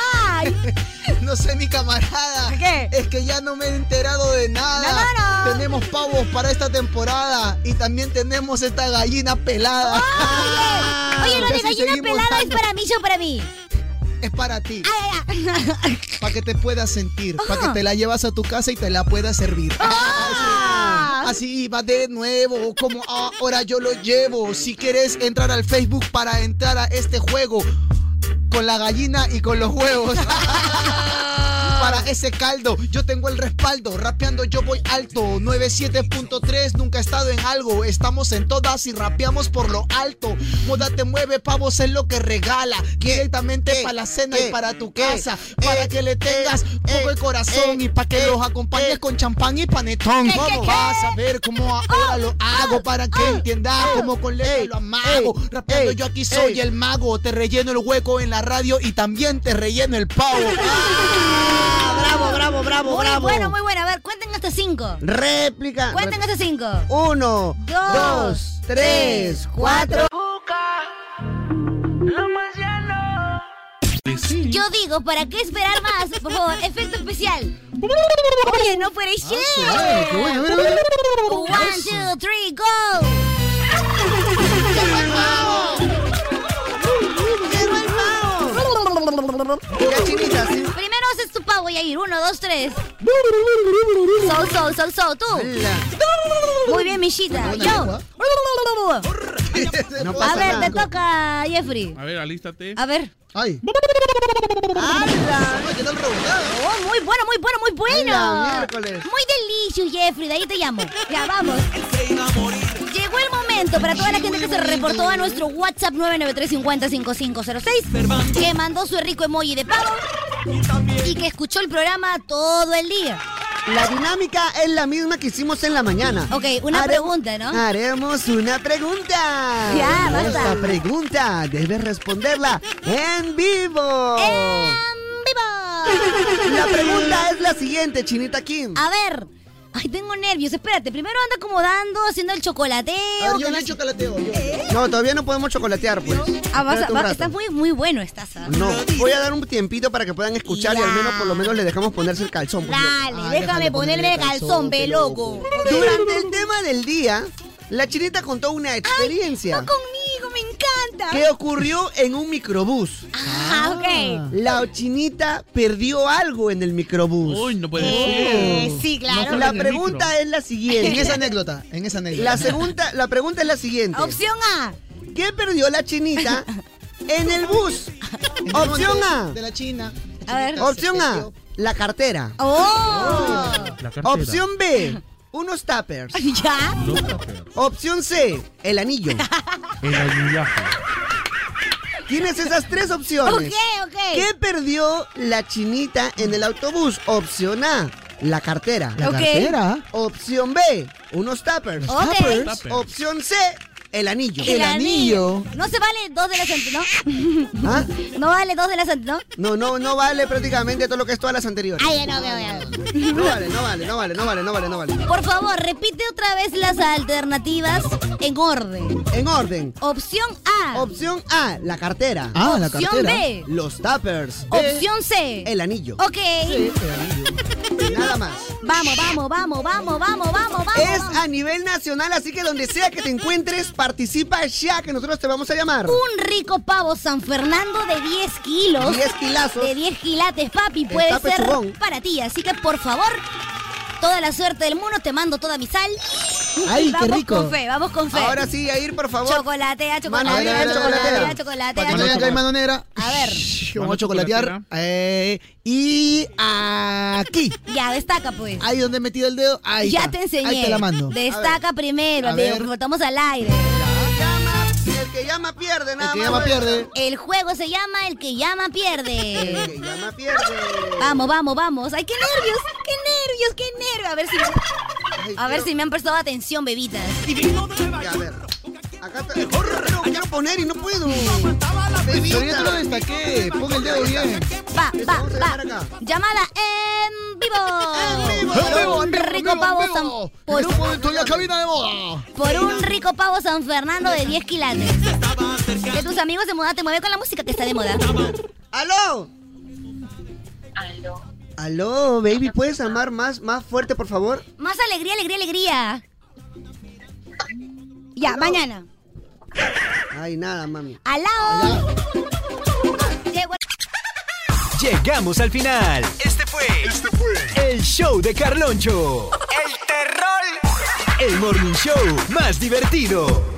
[SPEAKER 9] no sé, mi camarada. ¿Qué? Es que ya no me he enterado de nada. Tenemos pavos para esta temporada y también tenemos esta gallina pelada.
[SPEAKER 3] Oye, lo
[SPEAKER 9] Y
[SPEAKER 3] de
[SPEAKER 9] así
[SPEAKER 3] gallina
[SPEAKER 9] seguimos
[SPEAKER 3] pelada es
[SPEAKER 9] dando.
[SPEAKER 3] para mí o para mí.
[SPEAKER 9] Es para ti.
[SPEAKER 3] Ay, ay,
[SPEAKER 9] Para que te puedas sentir, para
[SPEAKER 3] Ajá.
[SPEAKER 9] que te la llevas a tu casa y te la puedas servir.
[SPEAKER 3] Ah.
[SPEAKER 9] Así va de nuevo, como ahora yo lo llevo. Si quieres entrar al Facebook para entrar a este juego, con la gallina y con los huevos. Para ese caldo, yo tengo el respaldo. Rapeando yo voy alto. 97.3, nunca he estado en algo. Estamos en todas y rapeamos por lo alto. Moda te mueve, pavos es lo que regala. Directamente para la cena y para tu casa. Para que le tengas
[SPEAKER 5] Eh,
[SPEAKER 9] poco el corazón y para que los acompañes con champán y panetón.
[SPEAKER 5] ¿Qué, qué,
[SPEAKER 9] Vamos.
[SPEAKER 5] qué? Oh,
[SPEAKER 9] Vas a ver cómo ahora lo hago para que entiendas cómo con letra lo amago. Rapeando yo aquí soy el mago. Te relleno el hueco en la radio y también te relleno el pavo. Ah,
[SPEAKER 5] bravo, bravo, bravo,
[SPEAKER 3] muy
[SPEAKER 5] bravo.
[SPEAKER 3] bueno, muy bueno. A ver, cuenten hasta cinco.
[SPEAKER 5] Réplica.
[SPEAKER 3] Cuenten hasta cinco.
[SPEAKER 5] Uno,
[SPEAKER 3] Dos,
[SPEAKER 5] dos, tres, cuatro.
[SPEAKER 3] Yo digo, ¿para qué esperar más? Por favor, efecto especial. Oye, no fuera shit.
[SPEAKER 5] Ah, madre, qué bueno, a ver, a ver.
[SPEAKER 3] One, two, three, go.
[SPEAKER 5] ¿eh?
[SPEAKER 3] Primero haces tu pavo, Yair. Uno, dos, tres. Sol, sol, sol, sol. Tú. Muy bien, Michita. Yo.
[SPEAKER 4] No
[SPEAKER 3] A
[SPEAKER 4] pasa
[SPEAKER 3] ver, te
[SPEAKER 4] nada.
[SPEAKER 3] toca, Jeffrey.
[SPEAKER 4] A ver, alístate.
[SPEAKER 3] A ver.
[SPEAKER 9] Ay.
[SPEAKER 3] Oh, muy bueno, muy bueno, muy bueno.
[SPEAKER 5] Ala, miércoles.
[SPEAKER 3] Muy delicious, Jeffrey. De ahí te llamo. Ya, vamos. Llegó el momento para toda la gente que se reportó a nuestro WhatsApp 993505506, que mandó su rico emoji de pavo y que escuchó el programa todo el día.
[SPEAKER 5] La dinámica es la misma que hicimos en la mañana.
[SPEAKER 3] Ok, una
[SPEAKER 5] Hare-
[SPEAKER 3] pregunta, ¿no?
[SPEAKER 5] Haremos una pregunta.
[SPEAKER 3] Ya, basta.
[SPEAKER 5] Esta pregunta debes responderla en vivo.
[SPEAKER 3] ¡Eh!
[SPEAKER 5] Ah.
[SPEAKER 3] ¡Viva!
[SPEAKER 5] La pregunta es la siguiente, Chinita Kim.
[SPEAKER 3] A ver. Ay, tengo nervios. Espérate, primero anda acomodando, haciendo el chocolateo. que no sé- ¿Eh?
[SPEAKER 5] No, todavía no podemos chocolatear, pues.
[SPEAKER 3] Ah, vas
[SPEAKER 5] Espérate
[SPEAKER 3] a-
[SPEAKER 5] un
[SPEAKER 3] va-
[SPEAKER 5] rato.
[SPEAKER 3] estás muy, muy bueno, estás. ah.
[SPEAKER 5] No, voy a dar un tiempito para que puedan escuchar y al menos por lo menos le dejamos ponerse el calzón. pues, loco.
[SPEAKER 3] Dale, Ah, déjame ponerme calzón, ve loco.
[SPEAKER 5] Durante el tema del día, la chinita contó una experiencia
[SPEAKER 3] Conmigo, me encanta.
[SPEAKER 5] que ocurrió en un microbús.
[SPEAKER 3] Ah, ok.
[SPEAKER 5] La chinita perdió algo en el microbús. Uy, no
[SPEAKER 3] puede Eh, ser. sí, claro. No solo
[SPEAKER 5] La
[SPEAKER 3] en el
[SPEAKER 5] pregunta
[SPEAKER 3] micro.
[SPEAKER 5] es la siguiente.
[SPEAKER 9] En esa anécdota, en esa anécdota.
[SPEAKER 5] La segunda, la pregunta es la siguiente.
[SPEAKER 3] Opción A.
[SPEAKER 5] ¿Qué perdió la chinita en el bus? Opción A.
[SPEAKER 9] De la China.
[SPEAKER 3] A ver.
[SPEAKER 5] Opción A, la cartera.
[SPEAKER 3] ¡Oh!
[SPEAKER 5] La cartera. Opción B, unos tappers.
[SPEAKER 3] ¿Ya?
[SPEAKER 5] Opción C, el anillo.
[SPEAKER 4] El aguillaje.
[SPEAKER 5] Tienes esas tres opciones.
[SPEAKER 3] Ok, ok.
[SPEAKER 5] ¿Qué perdió la chinita en el autobús? Opción A, la cartera.
[SPEAKER 4] ¿La Ok. cartera?
[SPEAKER 5] Opción B, unos tappers.
[SPEAKER 3] Ok. Tappers.
[SPEAKER 5] Opción C, el anillo.
[SPEAKER 3] No se vale dos de las ante- ¿no?
[SPEAKER 5] Ah.
[SPEAKER 3] No vale dos de las ante- ¿no?
[SPEAKER 5] No, no, no vale prácticamente todo lo que es todas las anteriores.
[SPEAKER 3] Ay, no, no, no.
[SPEAKER 5] No vale, no vale, no vale, no vale, no vale, no vale.
[SPEAKER 3] Por favor, repite otra vez las alternativas en orden.
[SPEAKER 5] En orden.
[SPEAKER 3] Opción A.
[SPEAKER 5] Opción A, la cartera.
[SPEAKER 3] Ah, la Opción cartera. B.
[SPEAKER 5] Los tappers. B,
[SPEAKER 3] Opción C.
[SPEAKER 5] El anillo. este,
[SPEAKER 3] Ok.
[SPEAKER 5] Nada más.
[SPEAKER 3] Vamos, vamos, vamos, vamos, vamos, vamos, vamos.
[SPEAKER 5] Es a nivel nacional, así que donde sea que te encuentres, participa ya que nosotros te vamos a llamar.
[SPEAKER 3] Un rico pavo San Fernando de 10 kilos.
[SPEAKER 5] 10 kilazos.
[SPEAKER 3] De 10 quilates, papi,
[SPEAKER 5] El
[SPEAKER 3] puede
[SPEAKER 5] tape
[SPEAKER 3] ser
[SPEAKER 5] chubón.
[SPEAKER 3] para ti. Así que, por favor, toda la suerte del mundo, te mando toda mi sal.
[SPEAKER 5] Ay,
[SPEAKER 3] Y
[SPEAKER 5] qué
[SPEAKER 3] vamos
[SPEAKER 5] rico.
[SPEAKER 3] con fe, vamos con fe. ah,
[SPEAKER 5] Ahora sí, Yair, por favor.
[SPEAKER 3] Chocolatea,
[SPEAKER 5] Mano negra,
[SPEAKER 3] chocolatea, chocolatea,
[SPEAKER 5] chocolatea.
[SPEAKER 3] chocolatea,
[SPEAKER 5] Para que no digan que hay mano
[SPEAKER 9] negra.
[SPEAKER 3] A ver.
[SPEAKER 9] Vamos a chocolatear. eh, y aquí.
[SPEAKER 3] Ya, destaca pues.
[SPEAKER 9] Ahí donde he metido el dedo, ahí.
[SPEAKER 3] ya
[SPEAKER 9] está.
[SPEAKER 3] te enseñé.
[SPEAKER 9] Ahí te la mando.
[SPEAKER 3] Destaca primero,
[SPEAKER 9] A
[SPEAKER 3] amigo,
[SPEAKER 9] ver.
[SPEAKER 3] porque estamos al aire.
[SPEAKER 5] El que llama pierde, nada
[SPEAKER 9] que
[SPEAKER 5] más.
[SPEAKER 9] llama
[SPEAKER 5] bueno.
[SPEAKER 9] pierde.
[SPEAKER 3] El juego se llama El que llama
[SPEAKER 5] El
[SPEAKER 3] pierde.
[SPEAKER 5] que llama pierde.
[SPEAKER 3] Vamos, vamos, vamos. Ay, qué nervios, qué nervios, qué nervios. A ver si me, a ver si me han prestado atención, bebitas.
[SPEAKER 5] Ya, a ver. Acá está. Pero quiero poner y no puedo.
[SPEAKER 9] Pero yo te lo destaqué. Pon el dedo bien.
[SPEAKER 3] Va, va, va. Llamada en vivo. Por un rico pavo San por un-
[SPEAKER 9] cabina de moda.
[SPEAKER 3] por un rico pavo San Fernando de 10 quilates. Que tus amigos de moda te mueven con la música que está de moda.
[SPEAKER 5] ¡Aló! Aló, baby, ¿puedes amar más, más fuerte, por favor?
[SPEAKER 3] Más alegría, alegría, alegría. Ya, mañana.
[SPEAKER 5] Ay, nada, mami.
[SPEAKER 3] ¡Alao! Llegó
[SPEAKER 10] Llegamos al final. Este fue, el show de Carloncho. El terror. El morning show más divertido.